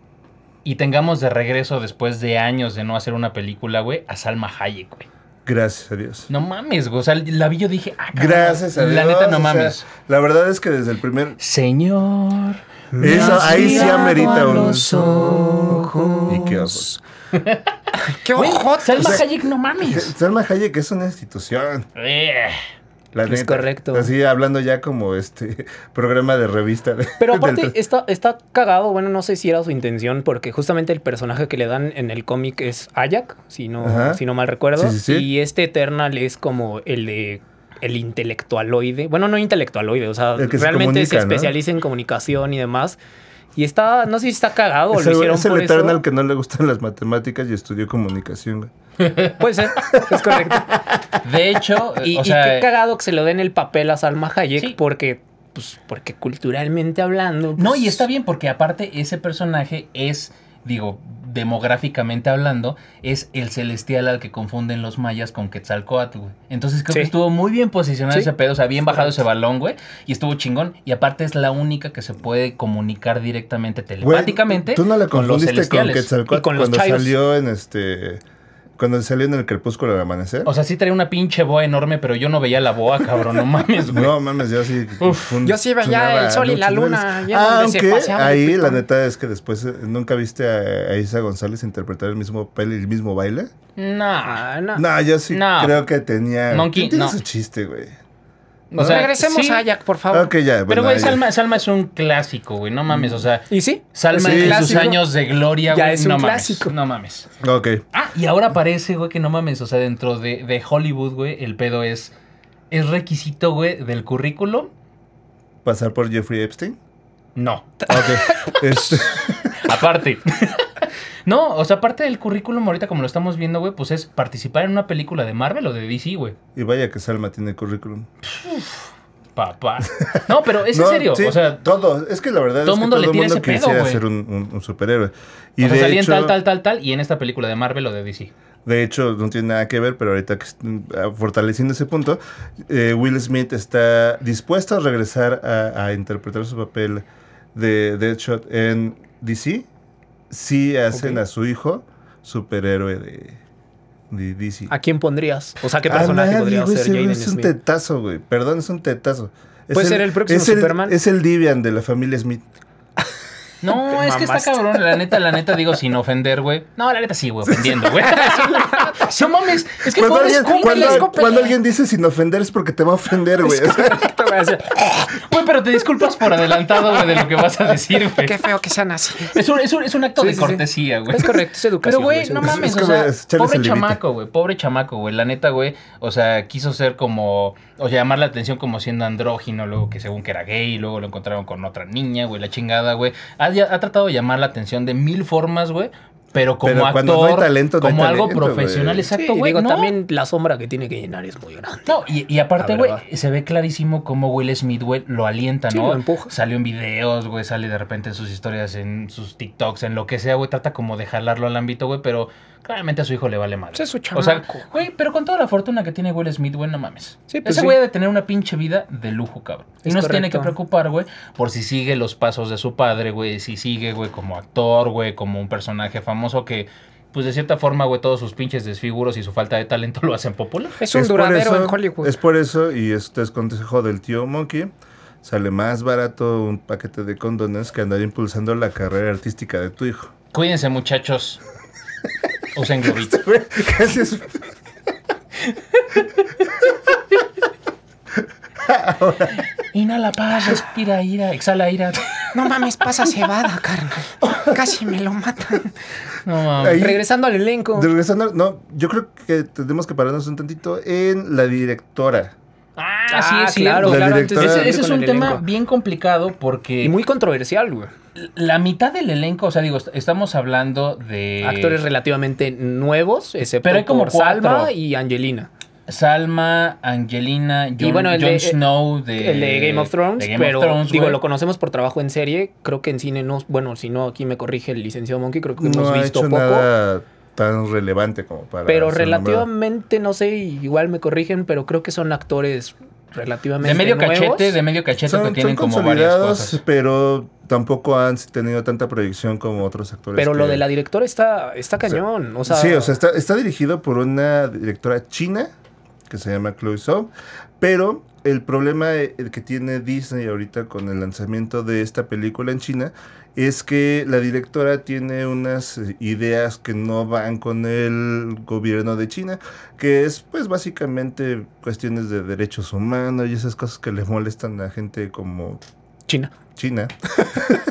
Speaker 2: y tengamos de regreso después de años de no hacer una película, güey, a Salma Hayek, güey.
Speaker 1: Gracias a Dios.
Speaker 2: No mames, güey. O sea, la vi yo dije, ah, cabrón,
Speaker 1: Gracias a Dios.
Speaker 2: La neta,
Speaker 1: o sea,
Speaker 2: no mames.
Speaker 1: la verdad es que desde el primer.
Speaker 2: Señor.
Speaker 3: Me
Speaker 1: Eso,
Speaker 3: has
Speaker 1: ahí sí
Speaker 3: mirado
Speaker 1: amerita
Speaker 3: a
Speaker 1: un-
Speaker 3: los ojos.
Speaker 1: Y qué ojos.
Speaker 4: ¡Qué ojotes!
Speaker 2: Salma Hayek,
Speaker 1: (laughs)
Speaker 2: no mames.
Speaker 1: Salma Hayek es una institución.
Speaker 2: Eh.
Speaker 1: La
Speaker 3: Es
Speaker 1: neta.
Speaker 3: correcto.
Speaker 1: Así hablando ya como este (laughs) programa de revista. de- (laughs)
Speaker 3: Pero
Speaker 1: del
Speaker 3: aparte
Speaker 1: tra-
Speaker 3: está, está cagado, bueno, no sé si era su intención, porque justamente el personaje que le dan en el cómic es Ayak, si no,
Speaker 1: Ajá.
Speaker 3: si no mal recuerdo.
Speaker 1: Sí, sí, sí.
Speaker 3: Y este Eternal es como el de el intelectualoide. Bueno, no intelectualoide, o sea,
Speaker 1: El que se
Speaker 3: realmente se,
Speaker 1: comunica, ¿no?
Speaker 3: especializa en comunicación y demás. Y está, no sé si está cagado, o
Speaker 1: es
Speaker 3: lo
Speaker 1: el,
Speaker 3: hicieron
Speaker 1: es el
Speaker 3: por eso.
Speaker 1: Eternal
Speaker 3: (laughs)
Speaker 1: que no le gustan las matemáticas y estudió comunicación. güey.
Speaker 3: Puede ser, es correcto.
Speaker 2: De hecho,
Speaker 3: Y,
Speaker 2: (laughs) o
Speaker 3: y
Speaker 2: sea,
Speaker 3: qué cagado que se le den el papel a Salma Hayek,
Speaker 2: Sí.
Speaker 3: porque, pues, porque culturalmente hablando.
Speaker 2: No,
Speaker 3: pues,
Speaker 2: y está bien porque aparte ese personaje es digo, demográficamente hablando, es el celestial al que confunden los mayas con Quetzalcoatl, güey. Entonces creo
Speaker 3: Sí.
Speaker 2: que estuvo muy bien posicionado
Speaker 3: Sí.
Speaker 2: ese pedo, o sea, bien bajado ese balón, güey, y estuvo chingón. Y aparte es la única que se puede comunicar directamente
Speaker 1: Güey,
Speaker 2: telepáticamente.
Speaker 1: Tú no la
Speaker 2: con los
Speaker 1: confundiste con,
Speaker 2: celestiales.
Speaker 1: Quetzalcóatl
Speaker 3: Y con los
Speaker 1: cuando
Speaker 3: chairos.
Speaker 1: salió en este. Cuando salió en el crepúsculo al amanecer.
Speaker 2: O sea, sí traía una pinche boa enorme, pero yo no veía la boa, cabrón, no mames, güey.
Speaker 1: no mames, yo sí. un-
Speaker 4: yo sí veía
Speaker 1: sonaba
Speaker 4: el sol y la
Speaker 1: Lucho
Speaker 4: luna,
Speaker 1: Neves.
Speaker 4: y en
Speaker 1: Ah,
Speaker 4: donde se
Speaker 1: aunque
Speaker 4: paseaba el
Speaker 1: ahí la
Speaker 4: pitón.
Speaker 1: neta es que después eh, nunca viste a, a Isa González interpretar el mismo papel y el mismo baile.
Speaker 2: Nah.
Speaker 3: Ah, (laughs) no.
Speaker 1: No, yo sí
Speaker 2: No.
Speaker 1: creo que tenía.
Speaker 2: Monkey,
Speaker 1: tiene
Speaker 2: no.
Speaker 1: su chiste, güey.
Speaker 2: O sea,
Speaker 4: Regresemos
Speaker 2: sí,
Speaker 4: a Ayak, por favor.
Speaker 1: Ok, ya.
Speaker 2: Pero,
Speaker 1: Eh, bueno,
Speaker 2: güey,
Speaker 1: ahí-
Speaker 2: Salma, Salma es un clásico, güey, no mames, o sea,
Speaker 3: ¿Y sí?
Speaker 2: Salma
Speaker 1: Sí.
Speaker 2: en sus
Speaker 3: Clásico.
Speaker 2: años de gloria,
Speaker 3: Ya
Speaker 2: güey,
Speaker 3: es
Speaker 2: no
Speaker 3: un
Speaker 2: mames,
Speaker 3: clásico.
Speaker 2: no mames.
Speaker 1: Ok.
Speaker 2: Ah, y ahora parece, güey, que no mames. O sea, dentro de, de Hollywood, güey, el pedo es. ¿Es requisito, güey, del currículum?
Speaker 1: Pasar por Jeffrey
Speaker 2: (laughs)
Speaker 1: Epstein.
Speaker 2: No.
Speaker 1: Ok. Este-
Speaker 2: Aparte. (laughs) no, o sea, aparte del currículum, ahorita como lo estamos viendo, güey, pues es participar en una película de Marvel o de DC, güey.
Speaker 1: y vaya que Salma tiene currículum.
Speaker 2: Papá. No, pero es
Speaker 1: (laughs) No,
Speaker 2: en serio.
Speaker 1: sí,
Speaker 2: o sea,
Speaker 1: todo. Es que la verdad
Speaker 2: todo
Speaker 1: es que
Speaker 2: mundo le
Speaker 1: todo el
Speaker 2: tira
Speaker 1: mundo
Speaker 2: ese pedo,
Speaker 1: quisiera
Speaker 2: güey.
Speaker 1: ser un, un- un superhéroe. Y
Speaker 2: o sea,
Speaker 1: de
Speaker 2: salía en
Speaker 1: hecho,
Speaker 2: tal, tal, tal, tal, y en esta película de Marvel o de DC.
Speaker 1: De hecho, no tiene nada que ver, pero ahorita que est- ah, fortaleciendo ese punto, eh, Will Smith está dispuesto a regresar a, a interpretar su papel de Deadshot en DC si hacen
Speaker 3: Ok.
Speaker 1: a su hijo superhéroe de, de DC.
Speaker 3: ¿A quién pondrías? O sea, Ah, ¿qué
Speaker 1: A
Speaker 3: personaje
Speaker 1: nadie,
Speaker 3: podría
Speaker 1: güey,
Speaker 3: ser
Speaker 1: ese güey
Speaker 3: Jaden
Speaker 1: Es un
Speaker 3: Smith?
Speaker 1: tetazo, güey. Perdón, es un tetazo. Es
Speaker 3: Puede ser el próximo
Speaker 1: es
Speaker 3: Superman.
Speaker 1: Es el Divian de la familia Smith.
Speaker 2: No,
Speaker 3: Te
Speaker 2: es que está
Speaker 3: mamaste.
Speaker 2: cabrón, la neta, la neta digo sin ofender, güey. No, la neta sí, güey, ofendiendo, güey. (laughs) no mames, es que
Speaker 1: Cuando
Speaker 2: pobres
Speaker 1: alguien,
Speaker 2: cumbres,
Speaker 1: cuando-
Speaker 2: güey.
Speaker 4: escúpele.
Speaker 1: cuando alguien dice sin ofender es porque te va a ofender, güey. O sea,
Speaker 3: Te voy a decir,
Speaker 2: Güey, pero te disculpas por adelantado, güey, de lo que vas a decir, güey.
Speaker 4: Qué feo que sean así.
Speaker 2: Es un, es un- es un acto
Speaker 3: Sí,
Speaker 2: de
Speaker 3: sí, sí.
Speaker 2: cortesía, güey.
Speaker 3: Es correcto, es educación.
Speaker 2: Pero, güey,
Speaker 3: es
Speaker 2: no
Speaker 3: educación.
Speaker 2: mames,
Speaker 1: Es
Speaker 2: o
Speaker 1: como
Speaker 2: sea,
Speaker 1: es- echarles
Speaker 2: pobre
Speaker 1: el limite.
Speaker 2: chamaco, güey, pobre chamaco, güey. La neta, güey, o sea, quiso ser como, o sea, llamar la atención como siendo andrógino, luego que según que era gay, luego lo encontraron con otra niña, güey, la chingada, güey. Ha, ya- ha tratado de llamar la atención de mil formas, güey, pero como
Speaker 1: Pero
Speaker 2: actor,
Speaker 1: cuando no hay talento, no hay
Speaker 2: como algo
Speaker 1: talento, güey.
Speaker 2: profesional, exacto,
Speaker 3: Sí,
Speaker 2: güey.
Speaker 3: digo,
Speaker 2: no.
Speaker 3: también la sombra que tiene que llenar es muy grande.
Speaker 2: No, y, y aparte,
Speaker 3: La
Speaker 2: güey,
Speaker 3: verdad.
Speaker 2: se ve clarísimo cómo Will Smith, güey, lo alienta,
Speaker 3: Sí,
Speaker 2: ¿no?
Speaker 3: lo empuja.
Speaker 2: Salió en videos, güey, sale de repente en sus historias, en sus TikToks, en lo que sea, güey, trata como de jalarlo al ámbito, güey, pero claramente a su hijo le vale mal.
Speaker 4: Sí, es su
Speaker 2: O sea,
Speaker 4: chamaco.
Speaker 2: güey, pero con toda la fortuna que tiene Will Smith, güey, no mames.
Speaker 3: Sí, pues
Speaker 2: Ese
Speaker 3: sí.
Speaker 2: güey ha de tener una pinche vida de lujo, cabrón. Y
Speaker 3: Es
Speaker 2: no se tiene que
Speaker 3: correcto.
Speaker 2: preocupar, güey, por si sigue los pasos de su padre, güey, si sigue, güey, como actor, güey, como un personaje famoso que... Pues de cierta forma, güey, todos sus pinches desfiguros y su falta de talento (laughs) lo hacen popular.
Speaker 4: Es un
Speaker 1: por
Speaker 4: duradero
Speaker 1: eso-
Speaker 4: en Hollywood.
Speaker 1: Es por eso, y este es consejo del tío Monkey, sale más barato un paquete de condones que andar impulsando la carrera artística de tu
Speaker 3: (laughs)
Speaker 1: hijo.
Speaker 2: Cuídense, muchachos.
Speaker 1: (laughs)
Speaker 2: Usen globito.
Speaker 1: Este Casi es-
Speaker 2: Inhala paz, respira ira, exhala ira.
Speaker 4: No mames, pasa cebada, carnal. Casi me lo matan.
Speaker 2: No mames.
Speaker 1: ahí-
Speaker 3: Regresando al elenco.
Speaker 1: de regresando, no, yo creo que tenemos que pararnos un tantito en la directora.
Speaker 2: Ah, sí, es
Speaker 3: claro,
Speaker 2: cierto.
Speaker 1: La
Speaker 3: claro, antes
Speaker 1: directora-
Speaker 3: de
Speaker 2: Ese,
Speaker 3: seguir
Speaker 2: ese es
Speaker 3: con
Speaker 2: un
Speaker 3: el
Speaker 2: tema
Speaker 3: elenco.
Speaker 2: bien complicado porque
Speaker 3: Y muy controversial, güey.
Speaker 2: la mitad del elenco, o sea, digo, est- estamos hablando de
Speaker 3: Actores relativamente nuevos, excepto
Speaker 2: Pero hay como
Speaker 3: por Salma
Speaker 2: cuatro.
Speaker 3: y Angelina.
Speaker 2: Salma, Angelina, Jon,
Speaker 3: bueno, el
Speaker 2: Jon
Speaker 3: de-
Speaker 2: Snow de,
Speaker 3: el de Game of Thrones,
Speaker 2: de Game of
Speaker 3: pero
Speaker 2: Thrones,
Speaker 3: digo,
Speaker 2: güey.
Speaker 3: lo conocemos por trabajo en serie. Creo que en cine no, bueno, si no, aquí me corrige el licenciado Monkey, creo que hemos
Speaker 1: No ha
Speaker 3: visto
Speaker 1: hecho
Speaker 3: poco.
Speaker 1: nada tan relevante como para.
Speaker 3: Pero
Speaker 1: ser nombrada.
Speaker 3: relativamente, no sé, igual me corrigen, pero creo que son actores relativamente
Speaker 2: de medio
Speaker 3: nuevos.
Speaker 2: cachete, de medio cachete
Speaker 1: Son,
Speaker 2: que tienen
Speaker 1: son
Speaker 2: como varias
Speaker 1: consolidados,
Speaker 2: cosas.
Speaker 1: pero tampoco han tenido tanta proyección como otros actores.
Speaker 3: Pero lo
Speaker 1: que-
Speaker 3: de la directora está, está cañón. O sea,
Speaker 1: este sí, o sea, está, está dirigido por una directora china que se llama Chloe Zhao, pero el problema eh, el que tiene Disney ahorita con el lanzamiento de esta película en China es que la directora tiene unas eh, ideas que no van con el gobierno de China, que es pues básicamente cuestiones de derechos humanos y esas cosas que le molestan a gente como
Speaker 3: China.
Speaker 1: China.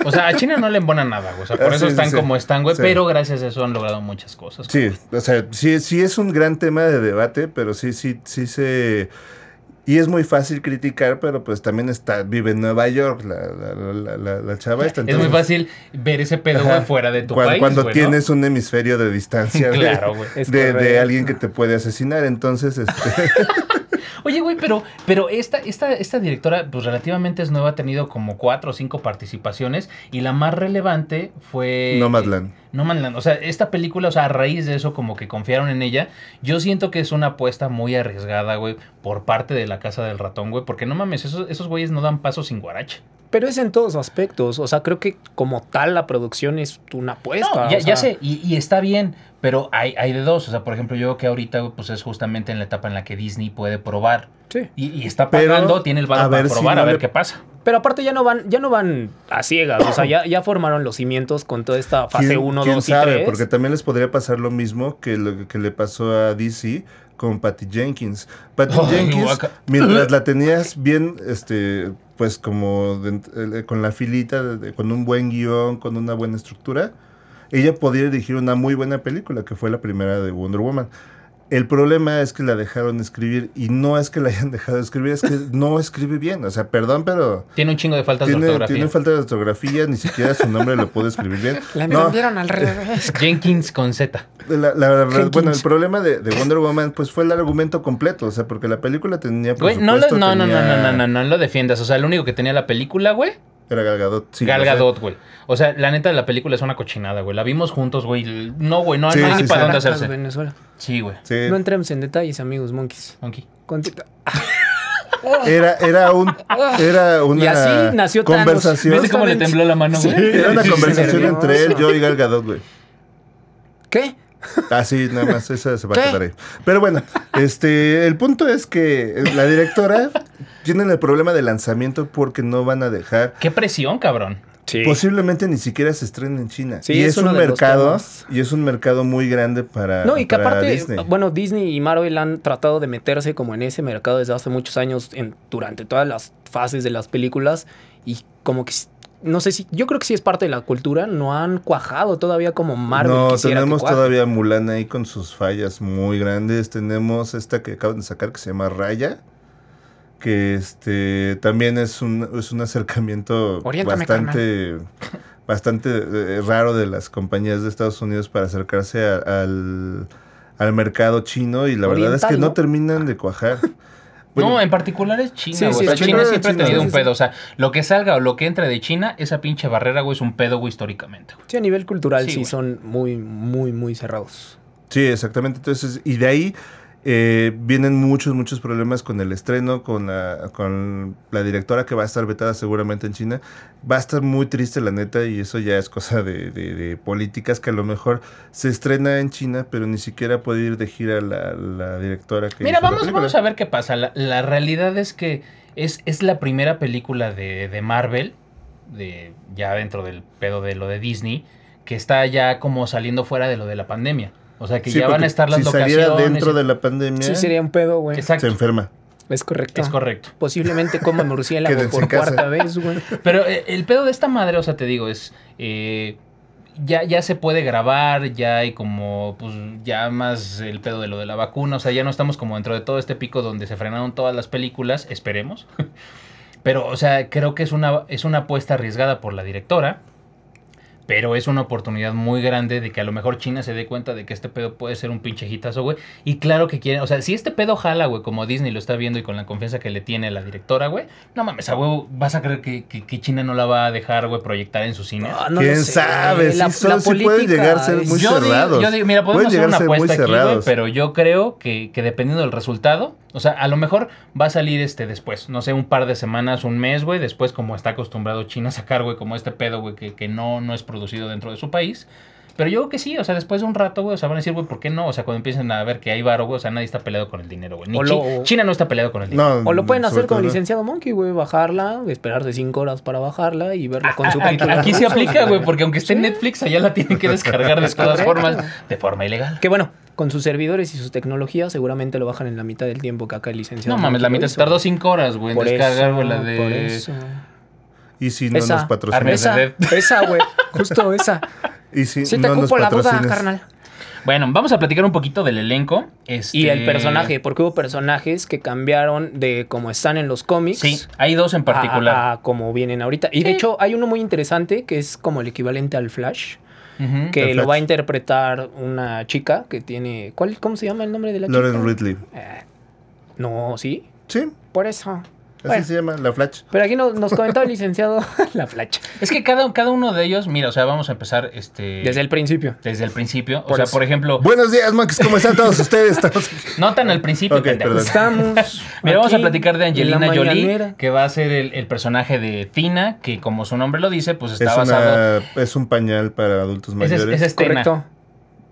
Speaker 2: O sea, a China no le embona nada, güey. O sea, por
Speaker 1: Ah,
Speaker 2: eso
Speaker 1: sí, sí,
Speaker 2: están
Speaker 1: sí.
Speaker 2: como están, güey.
Speaker 1: Sí.
Speaker 2: Pero gracias a eso han logrado muchas cosas.
Speaker 1: Sí, o sea, sí, sí es un gran tema de debate, pero sí, sí, sí se... Y es muy fácil criticar, pero pues también está, vive en Nueva York la, la, la, la- la chava esta.
Speaker 2: Es muy
Speaker 1: entonces,
Speaker 2: fácil ver ese pedo,
Speaker 1: ajá,
Speaker 2: güey, fuera de tu
Speaker 1: cuan-
Speaker 2: país.
Speaker 1: Cuando
Speaker 2: güey, ¿no?
Speaker 1: tienes un hemisferio
Speaker 2: (laughs)
Speaker 1: de distancia de, (laughs)
Speaker 2: Claro, güey.
Speaker 3: Es
Speaker 1: de, de
Speaker 3: correcto.
Speaker 2: (laughs)
Speaker 1: alguien que te puede asesinar, entonces... Este,
Speaker 2: Oye, güey, pero, pero esta, esta, esta directora, pues relativamente es nueva, ha tenido como cuatro o cinco participaciones y la más relevante fue...
Speaker 1: (laughs) Nomadland.
Speaker 2: No Man Land. O sea, esta película, o sea, a raíz de eso, como que confiaron en ella. Yo siento que es una apuesta muy arriesgada, güey, por parte de la Casa del Ratón, güey. Porque no mames, esos, esos güeyes no dan paso sin guarache.
Speaker 3: Pero es en todos aspectos. O sea, creo que como tal la producción es una apuesta.
Speaker 2: No, ya,
Speaker 3: o sea,
Speaker 2: ya sé, y, y está bien, pero hay, hay de dos. O sea, por ejemplo, yo que ahorita, güey, pues es justamente en la etapa en la que Disney puede probar.
Speaker 3: Sí.
Speaker 2: Y, y está
Speaker 1: Pero,
Speaker 2: pagando, tiene el
Speaker 1: a
Speaker 2: valor
Speaker 1: ver
Speaker 2: para
Speaker 1: si
Speaker 2: probar,
Speaker 1: no
Speaker 2: a ver
Speaker 1: le-
Speaker 2: qué pasa.
Speaker 3: Pero aparte ya no van, ya no van a ciegas. O sea, ya, ya formaron los cimientos con toda esta fase
Speaker 1: ¿Quién-
Speaker 3: 1,
Speaker 1: quién
Speaker 3: 2 y
Speaker 1: sabe?
Speaker 3: 3.
Speaker 1: Porque también les podría pasar lo mismo que lo que le pasó a DC con Patty Jenkins. Patty
Speaker 2: Ay,
Speaker 1: Jenkins,
Speaker 2: guaca. (laughs)
Speaker 1: mientras la tenías bien, este, pues como de- eh, con la filita, de- de- con un buen guión, con una buena estructura, ella podía dirigir una muy buena película, que fue la primera de Wonder Woman. El problema es que la dejaron escribir y no es que la hayan (laughs) dejado escribir, es que no escribe bien. O sea, perdón, pero
Speaker 2: Tiene un chingo de faltas de
Speaker 1: tiene,
Speaker 2: ortografía.
Speaker 1: tiene falta de ortografía, ni siquiera su nombre lo puede escribir bien.
Speaker 4: La
Speaker 1: No,
Speaker 4: entendieron al revés.
Speaker 2: (laughs) Jenkins con Z.
Speaker 1: la- la- la-
Speaker 4: Jenkins.
Speaker 1: bueno, el problema de, de Wonder Woman pues fue el argumento completo, o sea, porque la película tenía
Speaker 2: Güey, no, lo-
Speaker 1: presupuesto,
Speaker 2: no, no, no,
Speaker 1: tenía-
Speaker 2: no, no, no, no lo defiendas. O sea, lo único que tenía la película, güey,
Speaker 1: Era Gal Gadot. sí,
Speaker 2: Gal
Speaker 1: lo sé.
Speaker 2: Gadot, güey. O sea, la neta, la película es una cochinada, güey. La vimos juntos, güey. No, güey, no,
Speaker 1: Sí,
Speaker 2: no hay
Speaker 1: sí,
Speaker 2: ni
Speaker 1: sí.
Speaker 2: para dónde
Speaker 3: Ratas,
Speaker 2: hacerse.
Speaker 3: Venezuela.
Speaker 2: Sí, güey.
Speaker 1: Sí.
Speaker 3: No entremos en detalles, amigos monkeys.
Speaker 2: Monkey.
Speaker 3: Conti-
Speaker 1: Era, era un era una
Speaker 3: Y así nació Thanos.
Speaker 1: conversación.
Speaker 2: ¿Viste cómo le
Speaker 3: Justamente.
Speaker 2: tembló la mano, güey?
Speaker 1: Era una
Speaker 2: Sí, sí,
Speaker 1: conversación
Speaker 2: sí.
Speaker 4: nervioso.
Speaker 1: entre él, yo y Gal Gadot, güey.
Speaker 3: ¿Qué?
Speaker 1: Así, nada más, esa se va
Speaker 4: ¿Qué?
Speaker 1: a quedar ahí. Pero bueno, este, el punto es que la directora tiene el problema de lanzamiento porque no van a dejar
Speaker 2: Qué presión, cabrón.
Speaker 3: Sí.
Speaker 1: Pues Posiblemente ni siquiera se estrena en China.
Speaker 3: Sí,
Speaker 1: y
Speaker 3: es
Speaker 1: es,
Speaker 3: uno
Speaker 1: un
Speaker 3: de los
Speaker 1: mercado
Speaker 3: temas.
Speaker 1: y es un mercado muy grande para
Speaker 3: No, y que
Speaker 1: para
Speaker 3: aparte,
Speaker 1: Disney.
Speaker 3: bueno, Disney y Marvel han tratado de meterse como en ese mercado desde hace muchos años, en, durante todas las fases de las películas, y como que, s- no sé si, yo creo que sí es parte de la cultura, no han cuajado todavía como Marvel
Speaker 1: no,
Speaker 3: quisiera que
Speaker 1: tenemos
Speaker 3: cuaje.
Speaker 1: todavía Mulan ahí con sus fallas muy grandes. Tenemos esta que acaban de sacar que se llama Raya, que este también es un, es un acercamiento
Speaker 4: Oriéntame,
Speaker 1: bastante bastante eh, raro de las compañías de Estados Unidos para acercarse a- al, al mercado chino y la verdad es que
Speaker 3: Oriental,
Speaker 1: no,
Speaker 3: ¿no?
Speaker 1: terminan de
Speaker 3: (laughs)
Speaker 1: cuajar.
Speaker 2: no,
Speaker 1: Bueno,
Speaker 2: en particular es China,
Speaker 3: Sí,
Speaker 2: güey.
Speaker 3: sí,
Speaker 2: O sea,
Speaker 3: sí,
Speaker 2: China
Speaker 1: sí,
Speaker 2: siempre ha
Speaker 1: China,
Speaker 2: tenido
Speaker 3: sí,
Speaker 2: un
Speaker 3: sí.
Speaker 2: pedo. O sea, lo que salga o lo que entre de China, esa pinche barrera, güey, es un pedo, güey, históricamente. güey.
Speaker 3: Sí, a nivel cultural
Speaker 2: Sí,
Speaker 3: sí,
Speaker 2: güey.
Speaker 3: son muy, muy, muy cerrados.
Speaker 1: Sí, exactamente. Entonces, y de ahí eh, vienen muchos, muchos problemas con el estreno, con la, con la directora que va a estar vetada seguramente en China. Va a estar muy triste, la neta, y eso ya es cosa de, de- de políticas que a lo mejor se estrena en China, pero ni siquiera puede ir de gira la, la directora que.
Speaker 2: Mira,
Speaker 1: hizo la
Speaker 2: vamos,
Speaker 1: película.
Speaker 2: vamos a ver qué pasa. La, la realidad es que es, es la primera película de, de Marvel, de, ya dentro del pedo de lo de Disney, que está ya como saliendo fuera de lo de la pandemia. O sea, que
Speaker 1: Sí,
Speaker 2: ya van
Speaker 1: porque
Speaker 2: a estar las
Speaker 1: si
Speaker 2: locaciones.
Speaker 1: saliera dentro de la pandemia,
Speaker 3: Sí, sería un pedo, güey.
Speaker 2: Exacto,
Speaker 1: se enferma.
Speaker 3: Es correcto.
Speaker 2: es correcto.
Speaker 3: Posiblemente
Speaker 1: (laughs)
Speaker 3: como murciélago
Speaker 1: Quédense
Speaker 3: por
Speaker 1: en casa.
Speaker 3: cuarta vez, güey.
Speaker 2: Pero eh, el pedo de esta madre, o sea, te digo, es... eh, ya, ya se puede grabar, ya hay como, pues, ya más el pedo de lo de la vacuna, o sea, ya no estamos como dentro de todo este pico donde se frenaron todas las películas, esperemos. (laughs) Pero, o sea, creo que es una, es una apuesta arriesgada por la directora, pero es una oportunidad muy grande de que a lo mejor China se dé cuenta de que este pedo puede ser un pinche hitazo, güey. Y claro que quieren, o sea, si este pedo jala, güey, como Disney lo está viendo y con la confianza que le tiene la directora, güey, no mames, a huevo, vas a creer que, que- que China no la va a dejar, güey, proyectar en su cine.
Speaker 3: Ah, no lo
Speaker 1: ¿Quién
Speaker 3: sé,
Speaker 1: sabe?
Speaker 3: güey.
Speaker 1: Sí son- sí pueden
Speaker 3: política
Speaker 1: llegar a ser
Speaker 3: es-
Speaker 1: muy
Speaker 2: yo digo-
Speaker 1: cerrados.
Speaker 2: yo digo, mira, podemos
Speaker 1: Pueden
Speaker 2: hacer
Speaker 1: llegar
Speaker 2: una
Speaker 1: a ser muy
Speaker 2: apuesta aquí, güey,
Speaker 1: cerrados.
Speaker 2: pero yo creo que, que dependiendo del resultado, o sea, a lo mejor va a salir este después, no sé, un par de semanas, un mes, güey, después como está acostumbrado China a sacar, güey, como este pedo, güey, que, que no, no es producido dentro de su país. Pero yo creo que sí, o sea, después de un rato, güey, o sea, van a decir, güey, ¿por qué no? O sea, cuando empiecen a ver que hay varo, güey, o sea, nadie está peleado con el dinero, güey. Ni
Speaker 3: O
Speaker 2: Chi-
Speaker 3: lo-
Speaker 2: China no está peleado con el dinero.
Speaker 1: No,
Speaker 3: O lo pueden
Speaker 1: Mm, sobre
Speaker 3: hacer con
Speaker 1: todo
Speaker 3: el
Speaker 1: no.
Speaker 3: licenciado Monkey, güey, bajarla, esperarse cinco horas para bajarla y verla con su
Speaker 2: Aquí, aquí se aplica, güey, porque aunque esté en Netflix, allá la tienen
Speaker 3: (laughs)
Speaker 2: que descargar de todas formas, de forma ilegal.
Speaker 3: Que bueno, con sus servidores y sus tecnologías seguramente lo bajan en la mitad del tiempo que acá el licenciado.
Speaker 2: No mames, la
Speaker 3: Monkey lo
Speaker 2: mitad se
Speaker 3: hizo.
Speaker 2: tardó cinco horas, güey, en
Speaker 3: Por
Speaker 2: descargar,
Speaker 3: eso,
Speaker 2: güey, la
Speaker 3: por
Speaker 2: de.
Speaker 3: eso.
Speaker 1: Y si no nos patrocinan.
Speaker 2: Arnés.
Speaker 3: esa, esa, güey,
Speaker 1: (laughs)
Speaker 3: justo esa.
Speaker 1: Y si
Speaker 4: Sí te
Speaker 1: no nos
Speaker 4: cupo la duda,
Speaker 1: patrocinas.
Speaker 4: carnal.
Speaker 2: Bueno, vamos a platicar un poquito del elenco. este-
Speaker 3: Y el personaje, porque hubo personajes que cambiaron de como están en los cómics.
Speaker 2: Sí, hay dos en particular.
Speaker 3: A, a como vienen ahorita. Y de
Speaker 2: Sí.
Speaker 3: hecho hay uno muy interesante que es como el equivalente al Flash,
Speaker 2: Ujú.
Speaker 3: ah, que
Speaker 1: El
Speaker 3: lo
Speaker 1: Flash.
Speaker 3: va a interpretar una chica que tiene... ¿cuál, ¿Cómo se llama el nombre de la
Speaker 1: Lauren
Speaker 3: chica?
Speaker 1: Ridley.
Speaker 3: Eh, No, sí.
Speaker 1: Sí,
Speaker 4: Por eso.
Speaker 1: así
Speaker 3: Bueno.
Speaker 1: se llama, la Flash.
Speaker 3: Pero aquí no- nos comentó el licenciado (laughs) La Flacha.
Speaker 2: Es que cada, cada uno de ellos, mira, o sea, vamos a empezar este,
Speaker 3: Desde el principio.
Speaker 2: desde el principio.
Speaker 3: Por
Speaker 2: o sea,
Speaker 3: eso.
Speaker 2: por ejemplo,
Speaker 1: Buenos días, Max, ¿cómo están todos ustedes? Estamos-
Speaker 2: no tan al principio.
Speaker 1: Ok,
Speaker 2: pendejo.
Speaker 1: perdón.
Speaker 3: (laughs) Estamos.
Speaker 2: Mira, vamos a
Speaker 3: aquí
Speaker 2: platicar de
Speaker 3: en
Speaker 2: Angelina
Speaker 3: la
Speaker 2: Jolie,
Speaker 3: mañanera.
Speaker 2: que va a ser el, el personaje de Tina, que como su nombre lo dice, pues está
Speaker 1: Es,
Speaker 2: basado...
Speaker 1: una- es un pañal para adultos
Speaker 2: Ese es,
Speaker 1: mayores.
Speaker 2: ese es Tina.
Speaker 3: Correcto.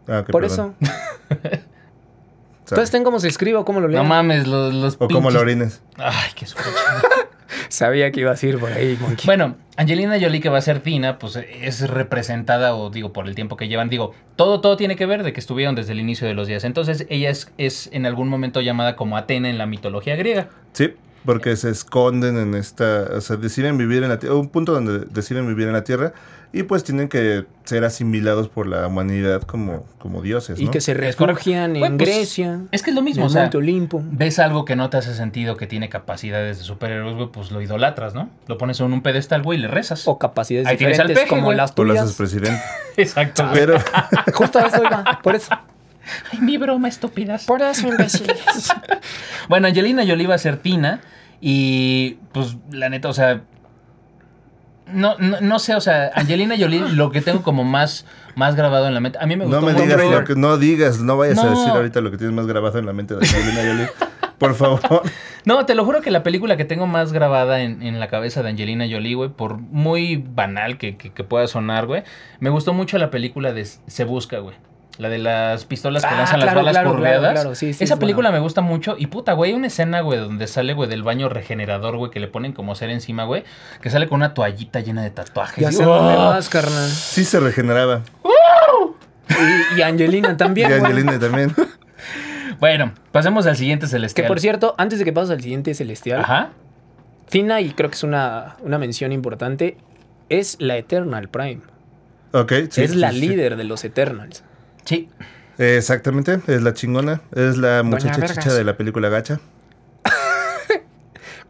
Speaker 1: Ah, ok,
Speaker 3: Por
Speaker 1: perdón.
Speaker 3: eso. Entonces, ¿ten cómo se escribe o cómo lo leo?
Speaker 2: No mames, los, los
Speaker 1: O como
Speaker 2: pinches-
Speaker 1: la orines.
Speaker 2: Ay, qué suerte.
Speaker 3: Sabía que ibas a ir por ahí, Monkey.
Speaker 2: Bueno, Angelina Jolie, que va a ser Tina, pues es representada, o digo, por el tiempo que llevan, digo, todo, todo tiene que ver de que estuvieron desde el inicio de los días. Entonces, ella es, es en algún momento llamada como Atena en la mitología griega.
Speaker 1: Sí, porque se esconden en esta, o sea, deciden vivir en la tierra, un punto donde deciden vivir en la tierra y pues tienen que ser asimilados por la humanidad como, como dioses,
Speaker 3: y
Speaker 1: Pues ¿no?
Speaker 3: que se
Speaker 2: Es correcto.
Speaker 3: refugian en
Speaker 2: Bueno, pues,
Speaker 3: Grecia.
Speaker 2: Es que es lo
Speaker 3: en el
Speaker 2: mismo, o sea, pues,
Speaker 3: Monte Olimpo.
Speaker 2: ves algo que no te hace sentido, que tiene capacidades de superhéroes, güey, pues lo idolatras, ¿no? Lo pones en un pedestal, güey, y le rezas.
Speaker 3: O capacidades
Speaker 2: Ahí tienes al
Speaker 3: diferentes
Speaker 2: peje,
Speaker 3: como
Speaker 2: güey.
Speaker 3: las
Speaker 1: Tú lo
Speaker 3: tuyas.
Speaker 1: haces presidente.
Speaker 2: (laughs) Exacto. güey.
Speaker 1: Pero
Speaker 3: Justo a eso iba, por eso.
Speaker 2: Ay, mi broma, estúpidas.
Speaker 4: Por eso, imbéciles.
Speaker 2: Bueno, Angelina Jolie va a ser Tina y pues la neta, o sea, no, no, no sé, o sea, Angelina Jolie lo que tengo como más, más grabado en la mente, a mí me
Speaker 1: no
Speaker 2: gustó
Speaker 1: me
Speaker 2: mucho-
Speaker 1: digas lo que no digas, no vayas a
Speaker 2: No.
Speaker 1: decir ahorita lo que tienes más grabado en la mente de Angelina Jolie. Por favor. (laughs)
Speaker 2: No, te lo juro que la película que tengo más grabada en, en la cabeza de Angelina Jolie, güey, por muy banal que, que- que pueda sonar, güey, me gustó mucho la película de Se Busca, güey. La de las pistolas que
Speaker 3: Ah,
Speaker 2: lanzan las
Speaker 3: claro,
Speaker 2: balas
Speaker 3: claro,
Speaker 2: curveadas.
Speaker 3: claro, claro, sí, sí,
Speaker 2: Esa
Speaker 3: es
Speaker 2: película
Speaker 3: buena.
Speaker 2: me gusta mucho. Y puta, güey, hay una escena, güey, donde sale, güey, del baño regenerador, güey, que le ponen como ser encima, güey, que sale con una toallita llena de tatuajes.
Speaker 3: Ya
Speaker 2: Y-
Speaker 3: sé dónde
Speaker 2: ¡Oh!
Speaker 3: vas, carnal.
Speaker 1: Sí se regeneraba.
Speaker 3: Y,
Speaker 1: (laughs)
Speaker 3: y Angelina
Speaker 1: Y
Speaker 3: también. güey.
Speaker 1: Angelina también.
Speaker 2: Bueno, pasemos al siguiente
Speaker 3: Que
Speaker 2: celestial.
Speaker 3: por cierto, ¿eh? antes de que pases al siguiente celestial,
Speaker 2: Ajá.
Speaker 3: Tina, y creo que es una, una mención importante, es la Eternal Prime.
Speaker 1: Ok, sí,
Speaker 3: es
Speaker 1: sí,
Speaker 3: la
Speaker 1: sí.
Speaker 3: líder de los Eternals.
Speaker 2: Sí.
Speaker 1: Eh, Exactamente, es la chingona. Es la muchacha
Speaker 4: Vergas.
Speaker 1: chicha de la película Gacha.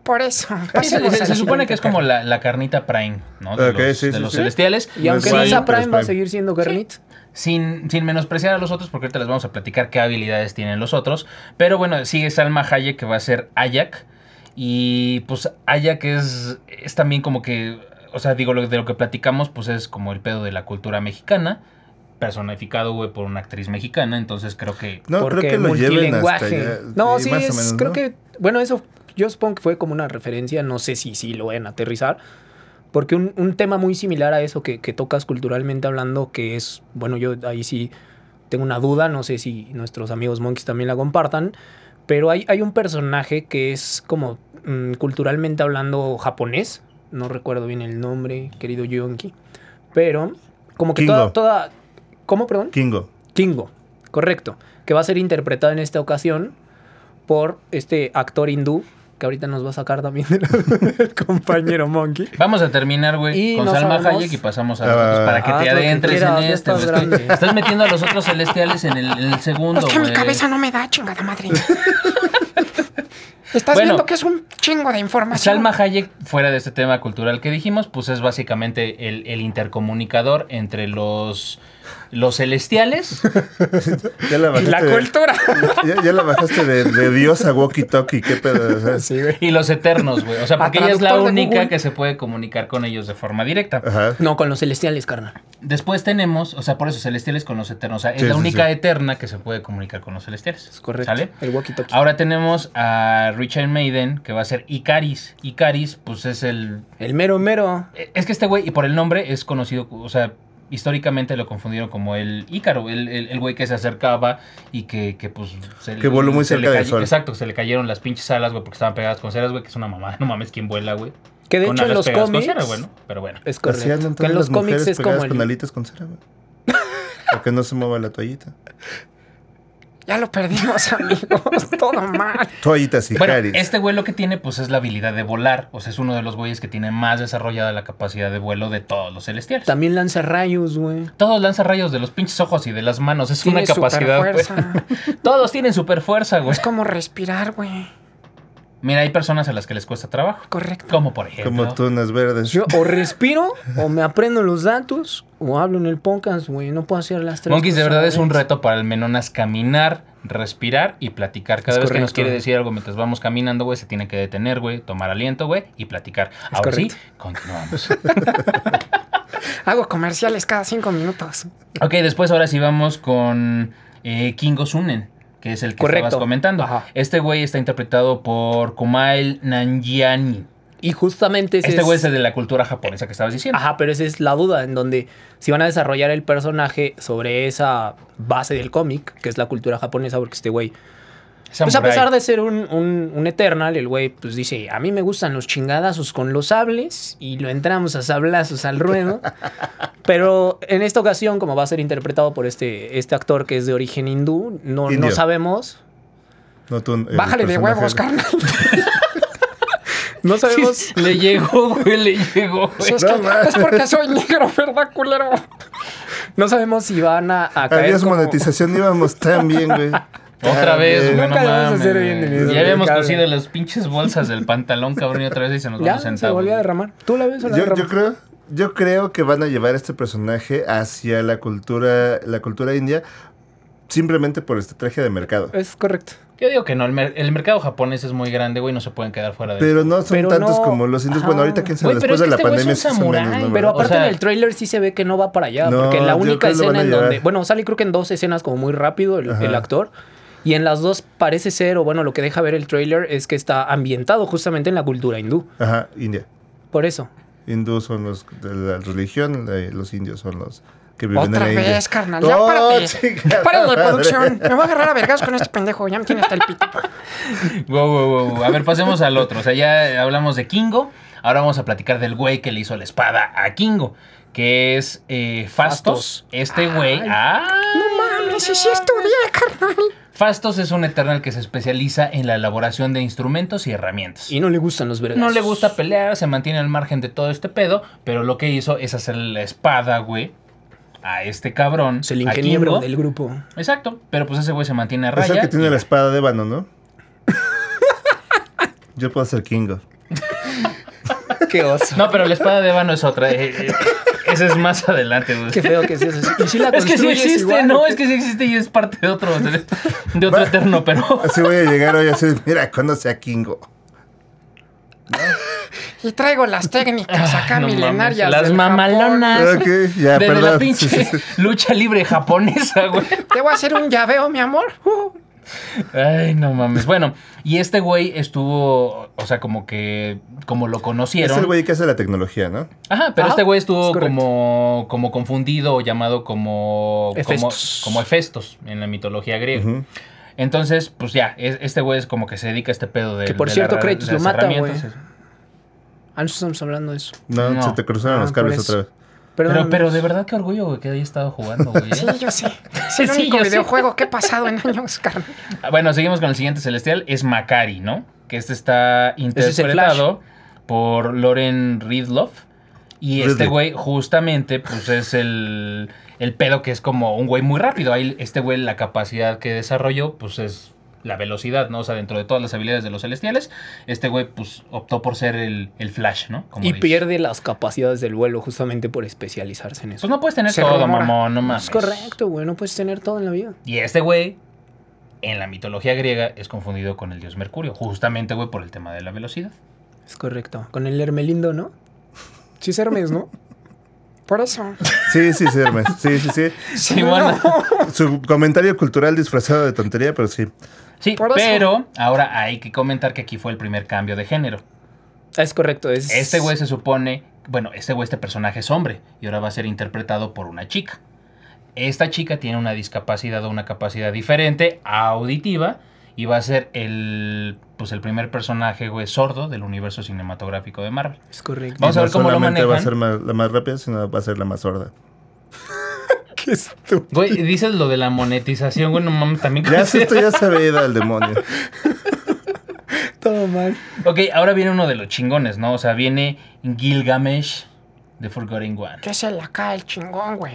Speaker 4: Por eso.
Speaker 2: (laughs) Se,
Speaker 4: Pasemos
Speaker 2: se-
Speaker 4: a
Speaker 2: se
Speaker 4: la
Speaker 2: supone que es
Speaker 4: siguiente.
Speaker 2: como la, la carnita prime, ¿no? De
Speaker 1: Ok,
Speaker 2: los,
Speaker 1: sí, sí,
Speaker 2: de los
Speaker 1: Pues sí.
Speaker 2: celestiales.
Speaker 3: Y
Speaker 1: No
Speaker 3: aunque
Speaker 1: es
Speaker 3: no
Speaker 1: Prime,
Speaker 3: sea
Speaker 1: pero
Speaker 3: Prime,
Speaker 1: es
Speaker 3: va a
Speaker 1: Prime.
Speaker 3: seguir siendo Garnet.
Speaker 2: sin, sin menospreciar a los otros, porque ahorita les vamos a platicar qué habilidades tienen los otros. Pero bueno, sigue Salma Hayek, que va a ser Ayak. Y pues Ayak es, es también como que, o sea, digo, lo- de lo que platicamos, pues es como el pedo de la cultura mexicana, personificado, güey, por una actriz mexicana. Entonces creo que...
Speaker 1: No, creo que lo lleven hasta allá.
Speaker 3: No, sí,
Speaker 1: más o
Speaker 3: es,
Speaker 1: menos,
Speaker 3: creo
Speaker 1: ¿no?
Speaker 3: que, bueno, eso yo supongo que fue como una referencia, no sé si sí lo en aterrizar, porque un, un tema muy similar a eso que, que tocas culturalmente hablando, que es, bueno, yo ahí sí tengo una duda, no sé si nuestros amigos monkeys también la compartan, pero hay, hay un personaje que es como mm, culturalmente hablando japonés, no recuerdo bien el nombre, querido Yonki, pero como que toda,
Speaker 1: Kingo.
Speaker 3: toda, ¿cómo, perdón?
Speaker 1: Kingo.
Speaker 3: Kingo, correcto, que va a ser interpretado en esta ocasión por este actor hindú, que ahorita nos va a sacar también de la- (laughs) del compañero Monkey.
Speaker 2: Vamos a terminar,
Speaker 3: Y
Speaker 2: güey, con
Speaker 3: no
Speaker 2: Salma
Speaker 3: sabemos-
Speaker 2: Hayek y pasamos a
Speaker 1: Ah,
Speaker 2: los
Speaker 1: va,
Speaker 2: otros
Speaker 1: va,
Speaker 2: para que
Speaker 3: va.
Speaker 2: te
Speaker 3: Haz lo que
Speaker 2: adentres
Speaker 3: quieras,
Speaker 2: en
Speaker 3: ya
Speaker 2: este.
Speaker 3: estás
Speaker 2: güey.
Speaker 3: grande.
Speaker 2: Estás metiendo a los otros celestiales en el, en el segundo,
Speaker 4: Es que mi
Speaker 2: güey.
Speaker 4: cabeza no me da, chingada madre. (laughs) Estás
Speaker 2: Bueno.
Speaker 4: viendo que es un chingo de información.
Speaker 2: Salma Hayek, fuera de este tema cultural que dijimos, pues es básicamente el, el intercomunicador entre los, los celestiales.
Speaker 1: Ya la bajaste.
Speaker 3: La
Speaker 1: de-
Speaker 3: cultura.
Speaker 1: (laughs) Ya, ya la bajaste de, de Dios a Walkie Talkie. ¿Qué pedo? O sea,
Speaker 3: Sí, güey.
Speaker 2: Y los eternos, güey. O sea,
Speaker 3: A
Speaker 2: porque ella es la
Speaker 3: traductor de
Speaker 2: única
Speaker 3: Google.
Speaker 2: que se puede comunicar con ellos de forma directa.
Speaker 1: Ajá.
Speaker 3: No, con los celestiales, carnal.
Speaker 2: Después tenemos, o sea, por eso celestiales con los eternos. O sea, es
Speaker 1: Sí,
Speaker 2: la
Speaker 1: sí,
Speaker 2: única
Speaker 1: sí.
Speaker 2: eterna que se puede comunicar con los celestiales.
Speaker 3: Es correcto.
Speaker 2: ¿Sale?
Speaker 3: El walkie-talkie.
Speaker 2: Ahora tenemos a Richard Maiden, que va a ser Icaris. Icaris, pues es el
Speaker 3: El mero mero.
Speaker 2: Es que este güey, y por el nombre, es conocido, o sea, históricamente lo confundieron como el Ícaro, el, el- el güey que se acercaba y que, que, pues... se-
Speaker 1: Que voló muy
Speaker 2: se le
Speaker 1: cerca del
Speaker 2: cayó-
Speaker 1: sol.
Speaker 2: Exacto, que se le cayeron las pinches alas, güey, porque estaban pegadas con ceras, güey, que es una mamá. (laughs) No mames, ¿quién vuela, güey?
Speaker 3: Que de
Speaker 2: Con
Speaker 3: hecho en
Speaker 2: alas
Speaker 3: los
Speaker 2: pegadas con
Speaker 3: cómics.
Speaker 2: ceras, güey, ¿no? Pero bueno.
Speaker 3: Es
Speaker 1: Así
Speaker 3: correcto.
Speaker 1: andan
Speaker 3: Que
Speaker 1: todas
Speaker 3: en los
Speaker 1: las mujeres
Speaker 3: cómics es
Speaker 1: pegadas
Speaker 3: como
Speaker 1: con
Speaker 3: el.
Speaker 1: alitas con cera, güey. Para que no se mueva la toallita.
Speaker 4: Ya lo perdimos, amigos. (laughs) Todo mal.
Speaker 1: Toallitas y
Speaker 2: Bueno,
Speaker 1: caries.
Speaker 2: este güey lo que tiene, pues, es la habilidad de volar. O sea, es uno de los güeyes que tiene más desarrollada la capacidad de vuelo de todos los celestiales.
Speaker 3: También lanza rayos, güey.
Speaker 2: todos lanza rayos de los pinches ojos y de las manos. Es
Speaker 4: Tiene
Speaker 2: una capacidad. güey.
Speaker 4: superfuerza.
Speaker 2: (laughs) Todos tienen super fuerza, güey.
Speaker 4: Es como respirar, güey.
Speaker 2: Mira, hay personas a las que les cuesta trabajo.
Speaker 4: Correcto.
Speaker 2: Como por ejemplo.
Speaker 1: Como tunas verdes.
Speaker 3: Yo o respiro, o me aprendo los datos, o hablo en el podcast, güey. No puedo hacer las tres.
Speaker 2: Monkeys, de
Speaker 3: cosas a
Speaker 2: verdad
Speaker 3: la
Speaker 2: es un
Speaker 3: vez.
Speaker 2: reto para el Menonas caminar respirar y platicar. Cada
Speaker 3: Es
Speaker 2: vez que nos
Speaker 3: correcto.
Speaker 2: quiere decir algo mientras vamos caminando, güey, se tiene que detener, güey, tomar aliento, güey, y platicar. Ahora sí, continuamos. (laughs)
Speaker 4: Hago comerciales cada cinco minutos.
Speaker 2: ok, después ahora sí vamos con eh, Kingo Sunen, que es el que
Speaker 3: Correcto.
Speaker 2: estabas comentando.
Speaker 3: Ajá.
Speaker 2: Este güey está interpretado por Kumail Nanjiani.
Speaker 3: Y justamente ese
Speaker 2: Este güey
Speaker 3: es-
Speaker 2: es el de la cultura japonesa que estabas diciendo.
Speaker 3: Ajá, pero esa es la duda en donde si van a desarrollar el personaje sobre esa base del cómic, que es la cultura japonesa, porque este güey, pues a
Speaker 2: Samurai.
Speaker 3: pesar de ser un, un, un Eternal, el güey pues dice, a mí me gustan los chingadazos con los sables y lo entramos a sablazos al ruedo. pero en esta ocasión, como va a ser interpretado por este, este actor que es de origen hindú, no, no
Speaker 1: Indio.
Speaker 3: sabemos.
Speaker 1: No, tú, el
Speaker 4: Bájale de
Speaker 1: personaje-
Speaker 4: huevos, carnal.
Speaker 3: No sabemos.
Speaker 2: (laughs) Le llegó, güey, le llegó, güey.
Speaker 4: Si es,
Speaker 1: No
Speaker 4: que-
Speaker 1: mames.
Speaker 4: es porque soy negro, ¿verdad, culero?
Speaker 3: (laughs) No sabemos si van a, a caer
Speaker 1: Adiós,
Speaker 3: como-
Speaker 1: monetización, íbamos tan bien, güey.
Speaker 2: Otra
Speaker 1: Tan
Speaker 2: vez,
Speaker 1: bien.
Speaker 2: güey, no
Speaker 3: Nunca le vamos a
Speaker 2: mames,
Speaker 3: hacer
Speaker 2: güey.
Speaker 3: bien, Emilio,
Speaker 2: Ya
Speaker 3: me
Speaker 2: habíamos
Speaker 3: cabe.
Speaker 2: cosido las pinches bolsas del pantalón, cabrón, y otra vez y se nos
Speaker 3: Ya
Speaker 2: vamos
Speaker 3: se
Speaker 2: sentados.
Speaker 3: volvió a derramar. ¿Tú la ves o la
Speaker 1: Yo,
Speaker 3: derramas?
Speaker 1: yo creo, yo creo que van a llevar a este personaje hacia la cultura, la cultura india, simplemente por estrategia de mercado.
Speaker 3: Es correcto.
Speaker 2: Yo digo que no, el, mer- el mercado japonés es muy grande, güey, no se pueden quedar fuera de
Speaker 1: Pero no son
Speaker 3: Pero
Speaker 1: tantos
Speaker 3: no-
Speaker 1: como los indios.
Speaker 3: ajá.
Speaker 1: Bueno, ahorita quién sabe,
Speaker 2: Güey, pero
Speaker 1: después de
Speaker 2: es que
Speaker 1: la
Speaker 2: este güey es
Speaker 1: pandemia
Speaker 2: un
Speaker 1: sí son
Speaker 2: samurái,
Speaker 1: menos, ¿no?
Speaker 3: Pero
Speaker 1: ¿Verdad?
Speaker 3: aparte
Speaker 2: O sea-
Speaker 3: en el tráiler sí se ve que no va para allá,
Speaker 1: No,
Speaker 3: porque en la
Speaker 1: yo
Speaker 3: única
Speaker 1: creo que lo
Speaker 3: escena
Speaker 1: van a
Speaker 3: en donde,
Speaker 1: llevar.
Speaker 3: bueno, sale creo que en dos escenas como muy rápido el,
Speaker 1: Ajá.
Speaker 3: el actor, y en las dos parece ser, o bueno, lo que deja ver el tráiler es que está ambientado justamente en la cultura hindú,
Speaker 1: Ajá, India.
Speaker 3: por eso.
Speaker 1: Hindú son los de la religión, la- los indios son los que viven
Speaker 4: Otra
Speaker 1: en la India.
Speaker 4: vez, carnal. Ya
Speaker 1: ¡Oh, (laughs)
Speaker 4: párate.
Speaker 1: chingada
Speaker 4: Párale la
Speaker 1: madre!
Speaker 4: producción. Me voy a agarrar a vergas con este pendejo. Ya me
Speaker 3: (laughs)
Speaker 4: tiene hasta el
Speaker 1: (laughs)
Speaker 4: pito.
Speaker 2: Wow, wow, wow. A ver, pasemos al otro. O sea, ya hablamos de Kingo. Ahora vamos a platicar del güey que le hizo la espada a Kingo, que es eh, Fastos.
Speaker 3: Fastos.
Speaker 2: Este güey. ¡Ah!
Speaker 4: Mames, si sí estudié, carnal.
Speaker 2: Fastos es un Eternal que se especializa en la elaboración de instrumentos y herramientas.
Speaker 3: Y no le gustan los vergas.
Speaker 2: No le gusta pelear, se mantiene al margen de todo este pedo, pero lo que hizo es hacer la espada, güey, a este cabrón.
Speaker 3: Es el
Speaker 2: a
Speaker 3: ingeniero
Speaker 2: Kingo.
Speaker 3: del grupo.
Speaker 2: Exacto, pero pues ese güey se mantiene a
Speaker 1: Es
Speaker 2: raya.
Speaker 1: el que tiene
Speaker 2: y-
Speaker 1: la espada de Ébano,
Speaker 4: (laughs)
Speaker 1: ¿no? Yo puedo ser Kingo.
Speaker 3: Qué (laughs) oso.
Speaker 2: No, pero la espada de Ébano es otra. eh, eh, Esa es más adelante, güey.
Speaker 3: Qué feo que es eso. Y si la
Speaker 2: (laughs) Es que sí
Speaker 3: construyes
Speaker 2: existe,
Speaker 3: igual,
Speaker 2: no,
Speaker 3: ¿o
Speaker 2: es
Speaker 3: qué?
Speaker 2: que sí existe y es parte de otro, de otro eterno, pero...
Speaker 1: (laughs) Así voy a llegar hoy así, mira, conoce a Kingo.
Speaker 4: Y Pues traigo las técnicas acá
Speaker 2: Ah, No mames,
Speaker 4: milenarias.
Speaker 2: Las
Speaker 4: del
Speaker 2: mamalonas.
Speaker 1: Ok, ya,
Speaker 2: Ah, de, de la
Speaker 1: perdón.
Speaker 2: pinche
Speaker 1: Sí, sí,
Speaker 2: lucha libre japonesa, güey.
Speaker 4: Japón. Te voy a hacer un llaveo, mi amor. Uh,
Speaker 2: Ay, no mames. Bueno, y este güey estuvo, o sea, como que, como lo conocieron.
Speaker 1: Es el güey que hace la tecnología, ¿no?
Speaker 2: Ajá, pero
Speaker 3: Ajá,
Speaker 2: este
Speaker 3: Ah,
Speaker 2: güey
Speaker 3: es
Speaker 2: estuvo
Speaker 3: correcto.
Speaker 2: como, como confundido o llamado como
Speaker 3: Hefestos.
Speaker 2: como como Hefestos en la mitología griega.
Speaker 1: Ujú.
Speaker 2: Entonces, pues ya, es- este güey es como que se dedica a este pedo de
Speaker 3: Que, por
Speaker 2: de
Speaker 3: cierto,
Speaker 2: la-
Speaker 3: Kratos
Speaker 2: de
Speaker 3: lo
Speaker 2: las
Speaker 3: mata, güey.
Speaker 2: herramientas.
Speaker 3: Ah, no estamos hablando de eso.
Speaker 1: No,
Speaker 2: No. pues.
Speaker 1: se te cruzaron
Speaker 3: Ah,
Speaker 1: los cables
Speaker 3: por eso.
Speaker 1: otra vez.
Speaker 2: Pero,
Speaker 3: Perdón,
Speaker 2: pero
Speaker 3: amigos.
Speaker 2: de verdad, qué orgullo, güey, que haya estado jugando, güey. ¿eh?
Speaker 4: Sí, yo sé. Es el
Speaker 2: (laughs) Sí,
Speaker 4: único
Speaker 2: yo sé.
Speaker 4: videojuego que he pasado en años, carnal.
Speaker 2: Ah, Bueno, seguimos con el siguiente celestial. Es Macari, ¿no? Que este está
Speaker 3: Ese es el Flash.
Speaker 2: interpretado por Loren Ridloff. Y este
Speaker 1: Ridley.
Speaker 2: güey, justamente, pues es el, el pedo que es como un güey muy rápido. Ahí este güey, la capacidad que desarrolló, pues es la velocidad, ¿no? O sea, dentro de todas las habilidades de los celestiales, este güey, pues optó por ser el, el Flash, ¿no? Como
Speaker 3: Y
Speaker 2: dices.
Speaker 3: pierde las capacidades del vuelo justamente por especializarse en eso.
Speaker 2: Pues no puedes tener
Speaker 4: Se
Speaker 2: todo,
Speaker 4: rumora.
Speaker 2: mamón, no mames.
Speaker 3: Es correcto, güey. No puedes tener todo en la vida.
Speaker 2: Y este güey, en la mitología griega, es confundido con el dios Mercurio, justamente, güey, por el tema de la velocidad.
Speaker 3: Es correcto. Con el Hermelindo, ¿no? Sí es Hermes, (laughs) ¿no?
Speaker 4: Por eso.
Speaker 1: Sí, sí, sí, Hermes. Sí, sí, sí.
Speaker 2: Simón.
Speaker 1: Su comentario cultural disfrazado de tontería, pero sí.
Speaker 2: Sí,
Speaker 4: Por eso.
Speaker 2: pero ahora hay que comentar que aquí fue el primer cambio de género.
Speaker 3: Ah, Es correcto. Es...
Speaker 2: Este güey se supone, bueno, este güey, este personaje es hombre y ahora va a ser interpretado por una chica. Esta chica tiene una discapacidad o una capacidad diferente, auditiva, y va a ser el, pues, el primer personaje, güey, sordo del universo cinematográfico de Marvel.
Speaker 3: Es correcto.
Speaker 2: Vamos a
Speaker 1: No
Speaker 2: ver cómo lo
Speaker 1: solamente va a
Speaker 2: manejan.
Speaker 1: ser más- la más rápida, sino va a ser la más sorda.
Speaker 3: (laughs) Qué estúpido.
Speaker 2: Güey, dices lo de la monetización, güey, no mames, también.
Speaker 1: Ya sí, esto ya se había ido al
Speaker 2: (laughs)
Speaker 1: demonio.
Speaker 3: Todo mal.
Speaker 2: Ok, ahora viene uno de los chingones, ¿no? O sea, viene Gilgamesh de Forgotten One.
Speaker 4: Que se la cae el chingón, güey.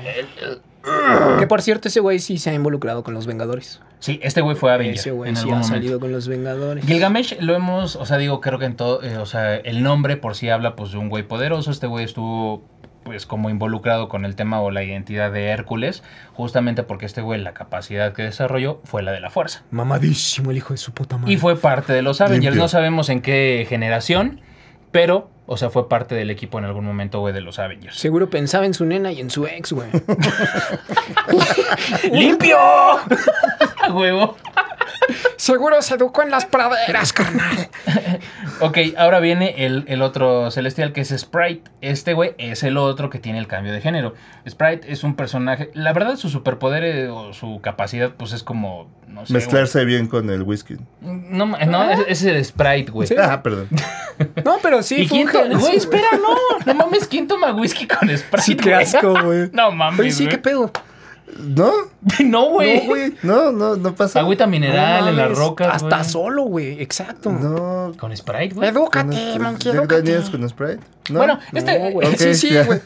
Speaker 3: Que por cierto, ese güey sí se ha involucrado con los Vengadores.
Speaker 2: Sí, este güey fue Avenger
Speaker 3: Ese
Speaker 2: en
Speaker 3: güey sí
Speaker 2: algún
Speaker 3: ha
Speaker 2: momento.
Speaker 3: salido con los Vengadores.
Speaker 2: Gilgamesh lo hemos, o sea, digo, creo que en todo, eh, o sea, el nombre por sí habla pues de un güey poderoso, este güey estuvo pues como involucrado con el tema o la identidad de Hércules, justamente porque este güey la capacidad que desarrolló fue la de la fuerza.
Speaker 3: Mamadísimo el hijo de su puta madre.
Speaker 2: Y fue parte de los Avengers,
Speaker 1: Limpio.
Speaker 2: no sabemos en qué generación, pero, o sea, fue parte del equipo en algún momento, güey, de los Avengers.
Speaker 3: Seguro pensaba en su nena y en su ex, güey.
Speaker 2: (laughs) ¡Limpio! (laughs) A huevo.
Speaker 4: Seguro se educó en las praderas, carnal.
Speaker 2: Ok, ahora viene el, el otro celestial que es Sprite. Este güey es el otro que tiene el cambio de género. Sprite es un personaje. La verdad, su superpoder eh, o su capacidad, pues es como. No sé,
Speaker 1: Mezclarse bien con el whisky.
Speaker 2: güey. No, ma- no es, es el Sprite, güey.
Speaker 3: Ah. Sí.
Speaker 1: Ah, perdón.
Speaker 3: (laughs) No, pero sí.
Speaker 2: ¿Y
Speaker 3: fue un
Speaker 2: quién to-
Speaker 3: gen-
Speaker 2: Güey, espera, no. No mames, ¿quién toma whisky con
Speaker 3: (laughs)
Speaker 2: Sprite?
Speaker 3: Sí, qué
Speaker 2: güey?
Speaker 3: asco, güey.
Speaker 2: (laughs) No mames.
Speaker 3: Oye, sí,
Speaker 2: güey.
Speaker 3: qué pedo.
Speaker 1: ¿No?
Speaker 2: (laughs) No,
Speaker 1: No,
Speaker 2: güey.
Speaker 1: güey. No, no, no pasa.
Speaker 2: Agüita mineral
Speaker 3: No
Speaker 2: en las
Speaker 3: mames,
Speaker 2: rocas.
Speaker 3: Hasta
Speaker 2: güey.
Speaker 3: solo, güey. Exacto.
Speaker 1: No.
Speaker 2: Con Sprite, (laughs) güey.
Speaker 4: Edúcate,
Speaker 1: Con-
Speaker 4: monkey,
Speaker 1: Jack
Speaker 4: edúcate.
Speaker 1: Daniels con Sprite. No.
Speaker 2: Bueno, este.
Speaker 3: güey.
Speaker 1: Ok,
Speaker 4: sí, sí,
Speaker 1: ya.
Speaker 4: güey.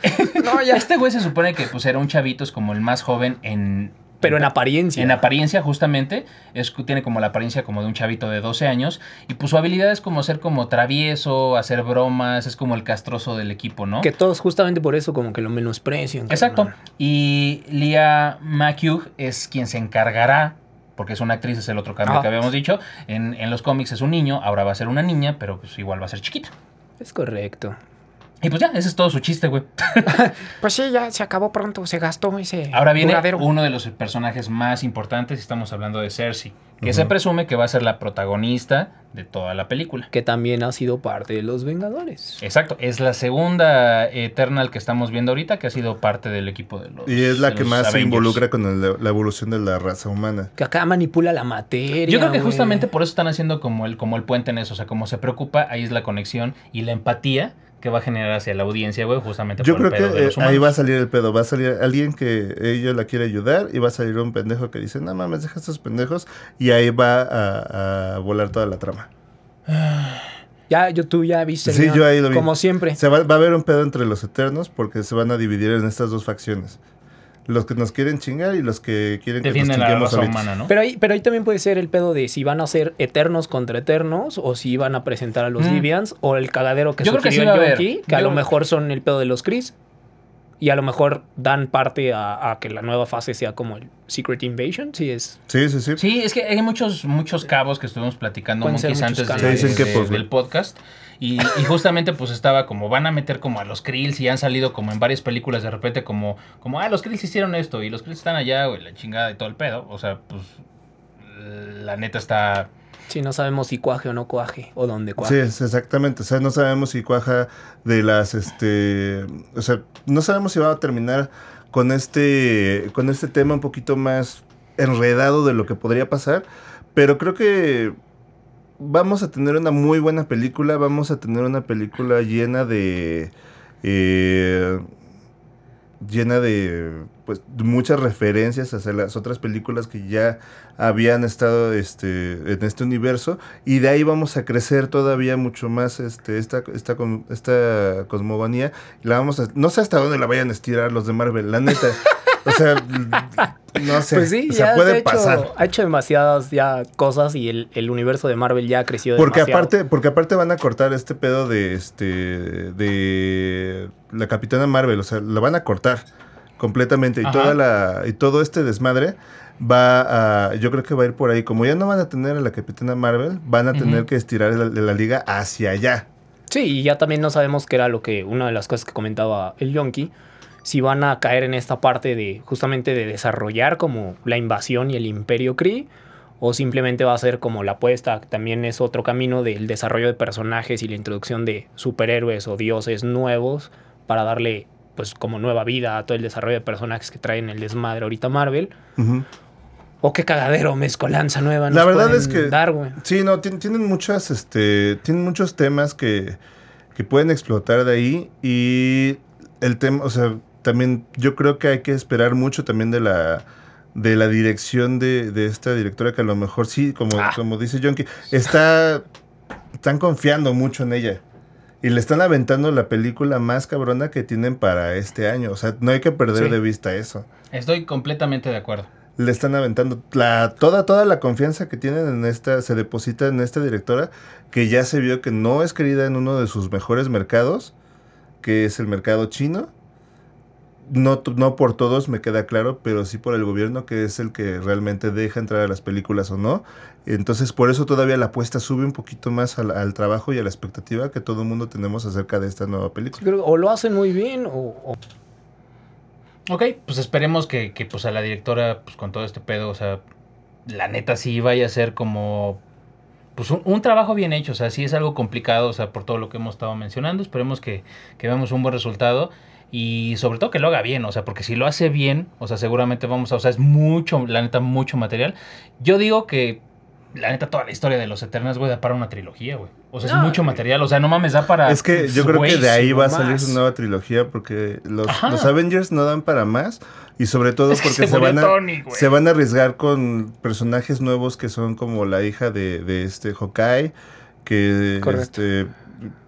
Speaker 4: No, ya.
Speaker 2: Este güey se supone que pues era un chavito, es como el más joven en...
Speaker 3: Pero en apariencia.
Speaker 2: En apariencia, justamente, es, tiene como la apariencia como de un chavito de 12 años. Y pues su habilidad es como ser como travieso, hacer bromas, es como el castroso del equipo, ¿no?
Speaker 3: Que todos justamente por eso como que lo menosprecian.
Speaker 2: Exacto.
Speaker 3: carnal.
Speaker 2: Y Lia McHugh es quien se encargará, porque es una actriz, es el otro cambio
Speaker 3: Ah.
Speaker 2: que habíamos dicho. En, en los cómics es un niño, ahora va a ser una niña, pero pues igual va a ser chiquita.
Speaker 3: Es correcto.
Speaker 2: Y pues ya, ese es todo su chiste, güey.
Speaker 4: Pues sí, ya se acabó pronto, se gastó ese
Speaker 2: Ahora viene
Speaker 4: duradero.
Speaker 2: uno de los personajes más importantes, estamos hablando de Cersei, que
Speaker 1: Ujú.
Speaker 2: se presume que va a ser la protagonista de toda la película.
Speaker 3: Que también ha sido parte de los Vengadores.
Speaker 2: Exacto, es la segunda Eternal que estamos viendo ahorita, que ha sido parte del equipo de los
Speaker 1: Y es la
Speaker 2: de
Speaker 1: que
Speaker 2: los
Speaker 1: más se
Speaker 2: Avengers.
Speaker 1: involucra con el- la evolución de la raza humana.
Speaker 3: Que acá manipula la materia.
Speaker 2: Yo creo que
Speaker 3: güey.
Speaker 2: justamente por eso están haciendo como el, como el puente en eso, o sea, como se preocupa, ahí es la conexión y la empatía que va a generar hacia la audiencia, güey, justamente
Speaker 1: Yo
Speaker 2: por
Speaker 1: creo
Speaker 2: el pedo
Speaker 1: que
Speaker 2: de
Speaker 1: eh,
Speaker 2: los humanos.
Speaker 1: ahí va a salir el pedo. Va a salir alguien que ella la quiere ayudar y va a salir un pendejo que dice, no mames, deja estos pendejos. Y ahí va a, a volar toda la trama.
Speaker 3: Ya, yo tú ya viste. el
Speaker 1: Sí,
Speaker 3: guión,
Speaker 1: yo ahí lo vi.
Speaker 3: Como siempre.
Speaker 1: Se va, va a haber un pedo entre los eternos porque se van a dividir en estas dos facciones. Los que nos quieren chingar y los que quieren que nos
Speaker 2: Defienden la
Speaker 1: chinguemos
Speaker 2: raza
Speaker 1: solitos.
Speaker 2: humana, ¿no?
Speaker 3: Pero ahí, pero ahí también puede ser el pedo de si van a ser eternos contra eternos o si van a presentar a los
Speaker 2: Mm.
Speaker 3: Livians o el cagadero que
Speaker 2: Yo creo que
Speaker 3: sugirió
Speaker 2: sí va a
Speaker 3: el
Speaker 2: haber.
Speaker 3: Yonki, que
Speaker 2: Yo-
Speaker 3: a lo mejor son el pedo de los Chris y a lo mejor dan parte a, a que la nueva fase sea como el Secret Invasion, si es
Speaker 1: Sí, sí, sí.
Speaker 2: Sí, es que hay muchos, muchos cabos que estuvimos platicando
Speaker 3: Pueden ser
Speaker 2: monkeys,
Speaker 3: muchos
Speaker 2: antes
Speaker 3: cabos.
Speaker 2: de-
Speaker 1: Sí, dicen que,
Speaker 2: de-
Speaker 1: pues,
Speaker 2: del podcast. Y, y justamente pues estaba como van a meter como a los Krills y han salido como en varias películas de repente como, como ah, los Krills hicieron esto y los Krills están allá, güey, la chingada y todo el pedo. O sea, pues la neta está...
Speaker 3: si no sabemos si cuaje o no cuaje o dónde
Speaker 1: Sí,
Speaker 3: cuaje.
Speaker 1: es exactamente. O sea, no sabemos si cuaja de las, este, o sea, no sabemos si va a terminar con este, con este tema un poquito más enredado de lo que podría pasar, pero creo que vamos a tener una muy buena película, vamos a tener una película llena de, eh, llena de, pues, de muchas referencias hacia las otras películas que ya habían estado, este, en este universo y de ahí vamos a crecer todavía mucho más este esta esta con- esta cosmogonía la vamos a, no sé hasta dónde la vayan a estirar los de Marvel la
Speaker 3: (laughs)
Speaker 1: neta o sea l- no sé
Speaker 3: Pues sí,
Speaker 1: o
Speaker 3: ya
Speaker 1: sea,
Speaker 3: se ha
Speaker 1: puede
Speaker 3: hecho-
Speaker 1: pasar
Speaker 3: ha hecho demasiadas ya cosas y el, el universo de Marvel ya ha crecido
Speaker 1: porque
Speaker 3: demasiado.
Speaker 1: aparte porque aparte van a cortar este pedo de este de la Capitana Marvel o sea la van a cortar completamente y
Speaker 2: Ajá.
Speaker 1: toda la y todo este desmadre va a yo creo que va a ir por ahí como ya no van a tener a la Capitana Marvel van a
Speaker 2: Ujú.
Speaker 1: tener que estirar la, la liga hacia allá
Speaker 3: Sí, y ya también no sabemos qué era lo que, una de las cosas que comentaba el Yonki, si van a caer en esta parte de justamente de desarrollar como la invasión y el imperio Kree, o simplemente va a ser como la apuesta, que también es otro camino del desarrollo de personajes y la introducción de superhéroes o dioses nuevos para darle pues como nueva vida a todo el desarrollo de personajes que traen el desmadre ahorita Marvel.
Speaker 1: Ujú.
Speaker 3: O qué cagadero, mezcolanza nueva.
Speaker 1: La
Speaker 3: nos
Speaker 1: verdad
Speaker 3: pueden
Speaker 1: es que-
Speaker 3: dar, güey.
Speaker 1: Sí, no, tien- tienen muchas, este, tienen muchos temas que, que pueden explotar de ahí y el tema, o sea, también yo creo que hay que esperar mucho también de la de la dirección de, de esta directora que a lo mejor sí, como, como dice Jonky, está están confiando mucho en ella y le están aventando la película más cabrona que tienen para este año, o sea, no hay que perder
Speaker 3: Sí.
Speaker 1: de vista eso.
Speaker 2: Estoy completamente de acuerdo.
Speaker 1: Le están aventando la, toda, toda la confianza que tienen en esta, se deposita en esta directora, que ya se vio que no es querida en uno de sus mejores mercados, que es el mercado chino, no, t- no por todos me queda claro, pero sí por el gobierno, que es el que realmente deja entrar a las películas o no. Entonces, por eso todavía la apuesta sube un poquito más al, al trabajo y a la expectativa que todo el mundo tenemos acerca de esta nueva película.
Speaker 3: Creo- O lo hacen muy bien, o, o-
Speaker 2: Ok, pues esperemos que, que, pues a la directora, pues con todo este pedo, o sea, la neta sí vaya a ser como, pues un, un trabajo bien hecho, o sea, sí es algo complicado, o sea, por todo lo que hemos estado mencionando, esperemos que, que veamos un buen resultado y sobre todo que lo haga bien, o sea, porque si lo hace bien, o sea, seguramente vamos a, o sea, es mucho, la neta, mucho material. Yo digo que, la neta, toda la historia de los Eternas, güey, da para una trilogía, güey. O sea,
Speaker 3: No,
Speaker 2: es mucho material, o sea, no mames, da para...
Speaker 1: Es
Speaker 2: (laughs)
Speaker 1: que yo creo que
Speaker 2: Ah, Güey,
Speaker 1: de ahí va a
Speaker 3: más.
Speaker 1: salir su nueva trilogía porque los,
Speaker 2: Ajá.
Speaker 1: los Avengers no dan para más y sobre todo
Speaker 2: Es que
Speaker 1: porque
Speaker 2: se
Speaker 1: se,
Speaker 2: murió
Speaker 1: van a,
Speaker 2: Tony, güey.
Speaker 1: se van a arriesgar con personajes nuevos que son como la hija de, de este Hawkeye, que
Speaker 3: Correcto.
Speaker 1: este,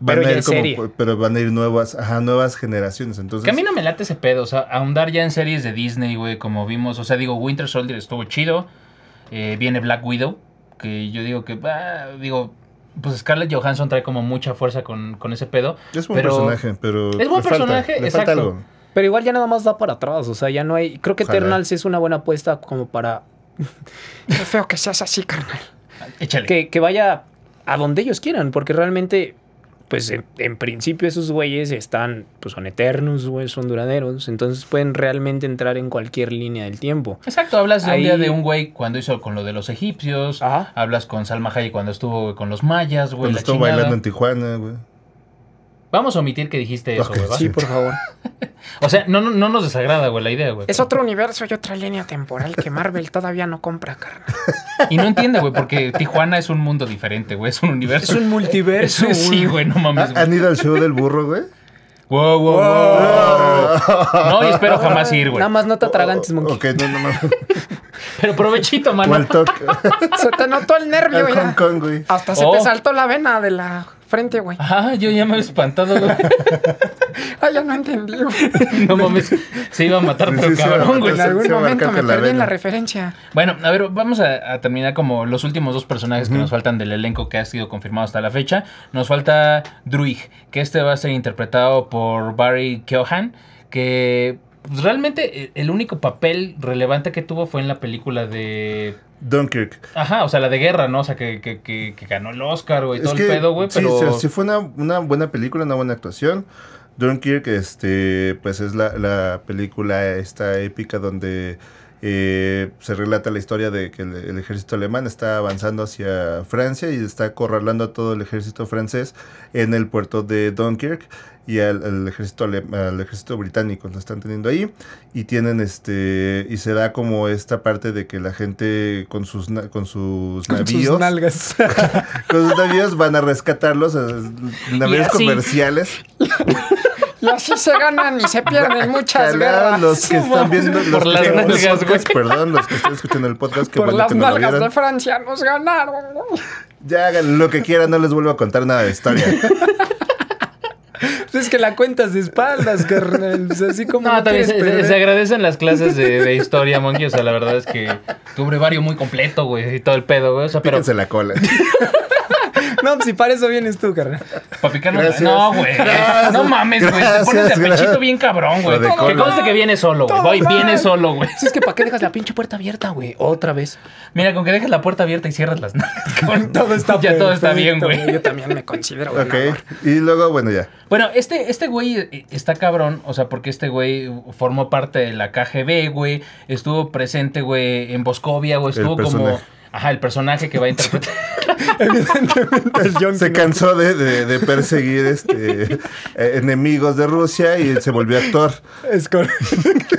Speaker 3: Pero
Speaker 1: van
Speaker 3: ya
Speaker 1: a ir
Speaker 3: en serie.
Speaker 1: como, pero van a ir nuevas, ajá, nuevas generaciones. Entonces,
Speaker 2: Que a mí no me late ese pedo, o sea, ahondar ya en series de Disney, güey, como vimos. O sea, digo, Winter Soldier estuvo chido. eh, viene Black Widow, que yo digo que, bah, digo, pues Scarlett Johansson trae como mucha fuerza con, con ese pedo.
Speaker 1: es buen
Speaker 2: pero-
Speaker 1: personaje, pero
Speaker 2: Es buen
Speaker 1: le falta,
Speaker 2: personaje,
Speaker 1: le
Speaker 2: exacto.
Speaker 1: falta algo.
Speaker 3: Pero igual ya nada más da para atrás, o sea, ya no hay... Creo que
Speaker 1: Ojalá.
Speaker 3: Eternals es una buena apuesta como para
Speaker 4: Qué feo que seas así, carnal.
Speaker 2: Échale.
Speaker 3: que, que vaya a donde ellos quieran, porque realmente, pues en, en principio esos güeyes están, pues son eternos, güey, son duraderos, entonces pueden realmente entrar en cualquier línea del tiempo.
Speaker 2: Exacto, hablas de un
Speaker 3: Ahí- Ah.
Speaker 2: día de un güey cuando hizo con lo de los egipcios.
Speaker 3: Ajá.
Speaker 2: Hablas con Salma Hayek cuando estuvo con los mayas, güey.
Speaker 1: Cuando
Speaker 2: la
Speaker 1: estuvo
Speaker 2: chingada.
Speaker 1: bailando en Tijuana, güey.
Speaker 2: Vamos a omitir que dijiste eso,
Speaker 1: Ok,
Speaker 2: güey. ¿va?
Speaker 3: Sí, por favor.
Speaker 2: O sea, no, no, no nos desagrada, güey, la idea, güey.
Speaker 4: Es otro universo y otra línea temporal que Marvel todavía no compra, carnal. (laughs)
Speaker 2: Y no entiende, güey, porque Tijuana es un mundo diferente, güey. Es un universo. (laughs) Es
Speaker 3: (laughs)
Speaker 2: un multiverso. (laughs) sí, güey, no mames.
Speaker 1: ¿Ha-
Speaker 2: güey.
Speaker 1: ¿Han ido al show del burro,
Speaker 2: (laughs)
Speaker 1: güey?
Speaker 2: Wow, wow, wow. No, y espero jamás ir, güey.
Speaker 3: Nada más no te atragantes, monkey.
Speaker 1: Oh,
Speaker 3: (laughs)
Speaker 1: Ok, no, no,
Speaker 2: (laughs)
Speaker 1: no.
Speaker 2: Pero provechito,
Speaker 1: O
Speaker 2: mano.
Speaker 1: al
Speaker 2: (laughs)
Speaker 1: toque.
Speaker 4: Se te notó el nervio,
Speaker 1: al Hong
Speaker 4: ya.
Speaker 1: Kong, güey.
Speaker 4: Hasta se
Speaker 2: Oh.
Speaker 4: te saltó la vena de la frente, güey.
Speaker 2: Ah, yo ya me he espantado, güey.
Speaker 4: Ah, ya no entendí. (laughs) güey.
Speaker 2: No mames. Se iba a matar,
Speaker 1: Sí,
Speaker 2: pero
Speaker 1: sí, se
Speaker 2: cabrón,
Speaker 1: mató,
Speaker 2: güey.
Speaker 4: En
Speaker 1: se-
Speaker 4: algún
Speaker 1: se va a
Speaker 4: momento me
Speaker 1: marcar la
Speaker 4: perdí en
Speaker 1: vena.
Speaker 4: la referencia.
Speaker 2: Bueno, a ver, vamos a, a terminar como los últimos dos personajes que nos faltan del elenco que ha sido confirmado hasta la fecha. Nos falta Druig, que este va a ser interpretado por Barry Keoghan, que pues, realmente eh, el único papel relevante que tuvo fue en la película de...
Speaker 1: Dunkirk.
Speaker 2: Ajá, o sea, la de guerra, ¿no? O sea, que, que- que- que ganó el Oscar, güey, todo
Speaker 1: que,
Speaker 2: el pedo, güey,
Speaker 1: sí,
Speaker 2: pero...
Speaker 1: sí, sí fue una, una buena película, una buena actuación. Dunkirk, este, pues es la, la película esta épica donde eh, se relata la historia de que el, el ejército alemán está avanzando hacia Francia y está acorralando a todo el ejército francés en el puerto de Dunkirk y al, al ejército alem- al ejército británico lo están teniendo ahí y tienen este y se da como esta parte de que la gente con sus na- con sus navíos
Speaker 4: (laughs)
Speaker 3: nalgas.
Speaker 1: (laughs) con sus navíos van a rescatarlos, eh, navíos
Speaker 2: Y así-
Speaker 1: comerciales.
Speaker 4: Y así se ganan y se pierden muchas
Speaker 1: Ojalá
Speaker 4: guerras.
Speaker 1: los que están viendo los
Speaker 2: Por
Speaker 1: que
Speaker 2: las
Speaker 1: están viendo el
Speaker 2: nalgas, güey.
Speaker 1: podcast, perdón, los que están escuchando el podcast, que
Speaker 4: Por
Speaker 1: bueno
Speaker 4: las
Speaker 1: que no lo
Speaker 4: nalgas de
Speaker 1: vieron.
Speaker 4: Francia nos ganaron. güey.
Speaker 1: Ya hagan lo que quieran, no les vuelvo a contar nada de
Speaker 2: (laughs)
Speaker 1: historia.
Speaker 3: Pues es que la cuentas de espaldas,
Speaker 4: (laughs)
Speaker 3: carnal. pues, así como
Speaker 2: No,
Speaker 3: no
Speaker 2: también
Speaker 3: quieres
Speaker 2: se,
Speaker 3: perder.
Speaker 2: se agradecen las clases de, de historia, Monkey. O sea, la verdad es que tu brevario muy completo, güey, y todo el pedo, güey. O sea, pero
Speaker 1: Píquense la
Speaker 2: (laughs)
Speaker 1: cola.
Speaker 3: No, pues si para eso vienes tú, carnal.
Speaker 2: para picarnos.
Speaker 1: Gracias.
Speaker 2: No, güey.
Speaker 1: Gracias.
Speaker 2: No mames, güey. Te pones de
Speaker 1: Gracias,
Speaker 2: pechito
Speaker 1: gracias.
Speaker 2: bien cabrón, güey.
Speaker 1: Lo de
Speaker 2: Que
Speaker 1: cola.
Speaker 2: conste que viene solo, güey.
Speaker 3: Todo
Speaker 2: Voy,
Speaker 3: mal.
Speaker 2: viene solo, güey.
Speaker 3: Si es que para qué dejas la pinche puerta abierta, güey. Otra vez.
Speaker 2: Mira, con que dejes la puerta abierta y cierras las nalgas,
Speaker 1: (laughs)
Speaker 2: cabrón,
Speaker 3: Todo está
Speaker 2: Ya todo está
Speaker 3: perfecto,
Speaker 2: bien, güey.
Speaker 4: Yo también me considero
Speaker 1: Ok.
Speaker 4: ganador.
Speaker 1: Y luego, bueno, ya.
Speaker 2: Bueno, este, este güey eh, está cabrón, o sea, porque este güey formó parte de la KGB, güey, estuvo presente, güey, en Boscovia, güey,
Speaker 1: El
Speaker 2: estuvo como...
Speaker 1: personaje.
Speaker 2: Ajá, el personaje que va a interpretar.
Speaker 1: Se cansó de, de- de perseguir este eh, enemigos de Rusia y se volvió actor.
Speaker 3: Es correcto.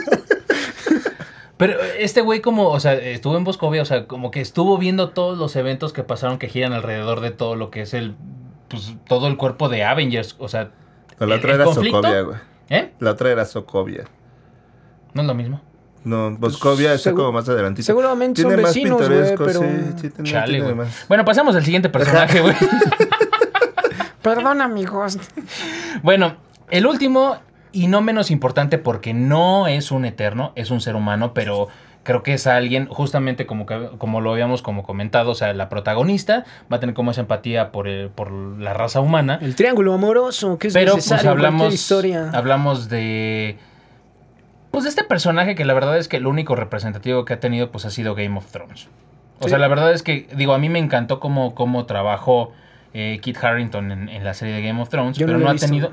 Speaker 2: Pero este güey como, o sea, estuvo en Boscovia, o sea, como que estuvo viendo todos los eventos que pasaron que giran alrededor de todo lo que es el, pues, todo el cuerpo de Avengers, o sea,
Speaker 1: No, la
Speaker 2: ¿El-
Speaker 1: otra
Speaker 2: el
Speaker 1: era
Speaker 2: conflicto?
Speaker 1: Sokovia, güey.
Speaker 2: ¿eh?
Speaker 1: La otra era Sokovia.
Speaker 2: No es lo mismo.
Speaker 1: No, Boscovia está
Speaker 3: segu-
Speaker 1: como más adelantito.
Speaker 3: seguramente son vecinos, güey,
Speaker 1: pintoresco,
Speaker 3: pero-
Speaker 1: Sí, sí, tiene,
Speaker 2: Chale,
Speaker 1: tiene
Speaker 2: güey.
Speaker 1: más.
Speaker 2: Bueno, pasamos al siguiente personaje, güey.
Speaker 4: Perdón, amigos.
Speaker 2: Bueno, el último y no menos importante porque no es un eterno, es un ser humano, pero creo que es alguien justamente como, que- como lo habíamos como comentado, o sea, la protagonista va a tener como esa empatía por, el- por la raza humana.
Speaker 3: El triángulo amoroso, que es
Speaker 2: Pero pues
Speaker 3: necesario en cualquier
Speaker 2: hablamos,
Speaker 3: historia.
Speaker 2: hablamos de pues de este personaje que la verdad es que lo único representativo que ha tenido pues ha sido Game of Thrones. O sea, la verdad es que, digo, a mí me encantó cómo, cómo trabajó eh, Kit Harrington en, en la serie de Game of Thrones,
Speaker 3: Yo no
Speaker 2: pero
Speaker 3: lo he
Speaker 2: no, ha
Speaker 3: visto.
Speaker 2: tenido...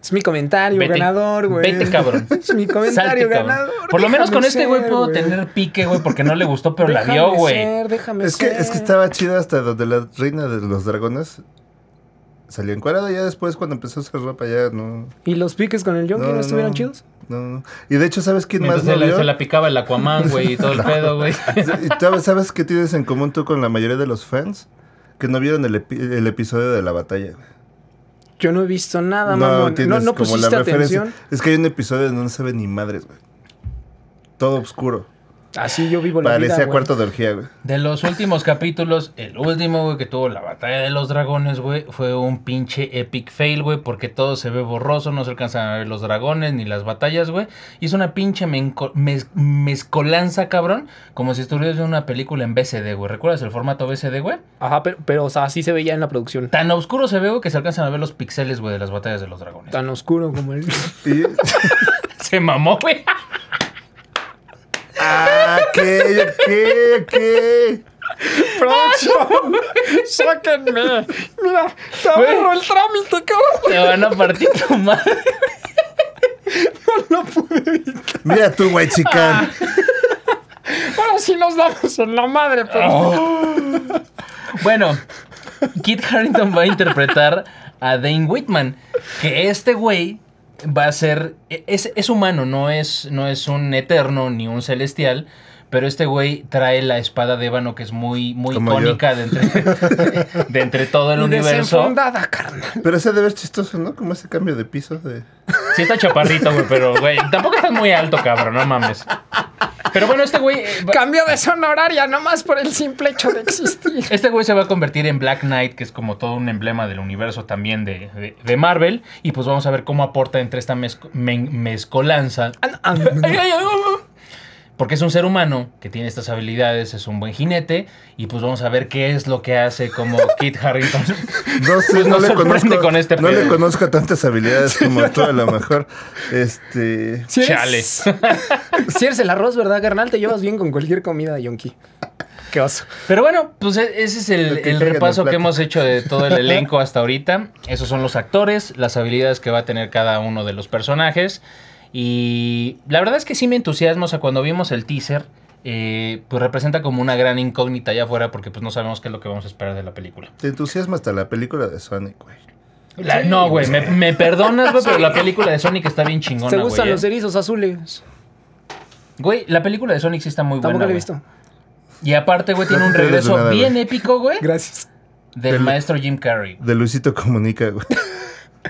Speaker 3: Es mi comentario
Speaker 2: Vete.
Speaker 3: ganador, güey.
Speaker 2: Vete, cabrón.
Speaker 3: (laughs) Es mi
Speaker 2: Salte,
Speaker 3: comentario
Speaker 2: cabrón.
Speaker 3: ganador.
Speaker 2: Por lo menos
Speaker 3: Déjame
Speaker 2: con este güey
Speaker 3: ser,
Speaker 2: puedo tener pique, güey, porque no le gustó, pero la
Speaker 3: Déjame
Speaker 2: vio, güey.
Speaker 3: ser, déjame
Speaker 1: Es que,
Speaker 3: ser.
Speaker 1: es que estaba chida hasta donde la reina de los dragones salió encuadrada. Ya después, cuando empezó a usar ropa, ya no.
Speaker 3: ¿Y los piques con el Joker no,
Speaker 1: no,
Speaker 3: estuvieron
Speaker 1: no.
Speaker 3: chidos?
Speaker 1: No, no. Y de hecho, ¿sabes quién
Speaker 2: Mientras
Speaker 1: más
Speaker 2: se
Speaker 1: no
Speaker 2: la,
Speaker 1: vio?
Speaker 2: se la picaba el Aquaman, güey, y
Speaker 1: (laughs)
Speaker 2: todo el pedo, güey.
Speaker 1: ¿Y sabes, sabes qué tienes en común tú con la mayoría de los fans? Que no vieron el, epi- el episodio de la batalla. güey.
Speaker 3: Yo no he visto nada, Ah, mamón. No,
Speaker 1: tienes
Speaker 3: no
Speaker 1: como
Speaker 3: pusiste
Speaker 1: la referencia.
Speaker 3: atención.
Speaker 1: Es que hay un episodio donde no se ve ni madres, güey. Todo oscuro.
Speaker 3: Así yo vivo la vida,
Speaker 1: Parecía
Speaker 3: güey.
Speaker 1: cuarto de orgía, güey.
Speaker 2: De los últimos capítulos, el último, güey, que tuvo la batalla de los dragones, güey, fue un pinche epic fail, güey, porque todo se ve borroso, no se alcanzan a ver los dragones ni las batallas, güey. Y es una pinche menco- mez- mezcolanza, cabrón, como si estuvieras viendo una película en BCD, güey. ¿Recuerdas el formato BCD, güey?
Speaker 3: Ajá, pero, pero, o sea, así se veía en la producción.
Speaker 2: Tan oscuro se ve, güey, que se alcanzan a ver los pixeles, güey, de las batallas de los dragones.
Speaker 3: Tan oscuro como el...
Speaker 1: Y- (laughs)
Speaker 2: Se mamó, güey.
Speaker 1: Ah, ok, ok, ok.
Speaker 3: ¡Procho! ¡Sáquenme! ¡Mira! ¡Te agarro el trámite, cabrón!
Speaker 2: Te van a partir tu madre.
Speaker 1: Mira tú, güey,
Speaker 2: Ah.
Speaker 1: chican.
Speaker 3: Ahora sí nos damos en la madre, pero...
Speaker 2: (laughs) Bueno, Kit Harrington va a interpretar a Dane Whitman, que este güey va a ser, es, es humano, no es, no es un eterno ni un celestial. Pero este güey trae la espada de Ébano que es muy, muy
Speaker 1: Como yo.
Speaker 2: icónica de entre, (laughs) de entre todo el
Speaker 3: Y
Speaker 2: universo.
Speaker 3: desenfundada, carnal.
Speaker 1: Pero ese debe ver chistoso, ¿no? Como ese cambio de piso. De...
Speaker 2: Sí está chaparrito, güey, pero güey, tampoco estás muy alto, cabrón, no mames. Pero bueno, este güey... eh, va-
Speaker 3: Cambió de zona horaria nomás por el simple hecho de existir.
Speaker 2: Este güey se va a convertir en Black Knight, que es como todo un emblema del universo también de, de- de Marvel. Y pues vamos a ver cómo aporta entre esta mezco- men- mezcolanza.
Speaker 3: Ah,
Speaker 2: Porque es un ser humano que tiene estas habilidades, es un buen jinete. Y pues vamos a ver qué es lo que hace como Kit Harrington.
Speaker 1: No sé,
Speaker 2: Pues
Speaker 1: no,
Speaker 2: nos
Speaker 1: le
Speaker 2: sorprende
Speaker 1: conozco,
Speaker 2: con este
Speaker 1: no
Speaker 2: pedo.
Speaker 1: le conozco tantas habilidades como tú, a lo mejor. Este.
Speaker 3: Si eres-
Speaker 2: Chale.
Speaker 3: (laughs) Si eres el arroz, ¿verdad, carnal? Te llevas bien con cualquier comida, Yonki. Qué oso.
Speaker 2: Pero bueno, pues e- ese es el,
Speaker 1: Lo que
Speaker 2: el
Speaker 1: caiga en el
Speaker 2: repaso que
Speaker 1: plato.
Speaker 2: hemos hecho de todo
Speaker 1: (laughs)
Speaker 2: el elenco hasta ahorita. Esos son los actores, las habilidades que va a tener cada uno de los personajes. Y la verdad es que sí me entusiasma, o sea, cuando vimos el teaser, eh, pues representa como una gran incógnita allá afuera porque pues no sabemos qué es lo que vamos a esperar de la película.
Speaker 1: Te entusiasma hasta la película de Sonic, güey.
Speaker 2: La- no, güey, me, me perdonas,
Speaker 3: (laughs)
Speaker 2: güey, pero la película de Sonic está bien chingona,
Speaker 3: ¿Te
Speaker 2: güey.
Speaker 3: gustan
Speaker 2: eh.
Speaker 3: los e-, erizos azules?
Speaker 2: Güey, la película de Sonic sí está muy
Speaker 3: Tampoco
Speaker 2: buena.
Speaker 3: lo he
Speaker 2: güey.
Speaker 3: visto.
Speaker 2: Y aparte, güey, tiene
Speaker 1: No
Speaker 2: un
Speaker 1: te pierdes
Speaker 2: regreso
Speaker 1: nada, güey.
Speaker 2: bien épico, güey,
Speaker 3: Gracias.
Speaker 2: del
Speaker 1: Del-
Speaker 2: maestro Jim Carrey.
Speaker 1: De Luisito Comunica, güey.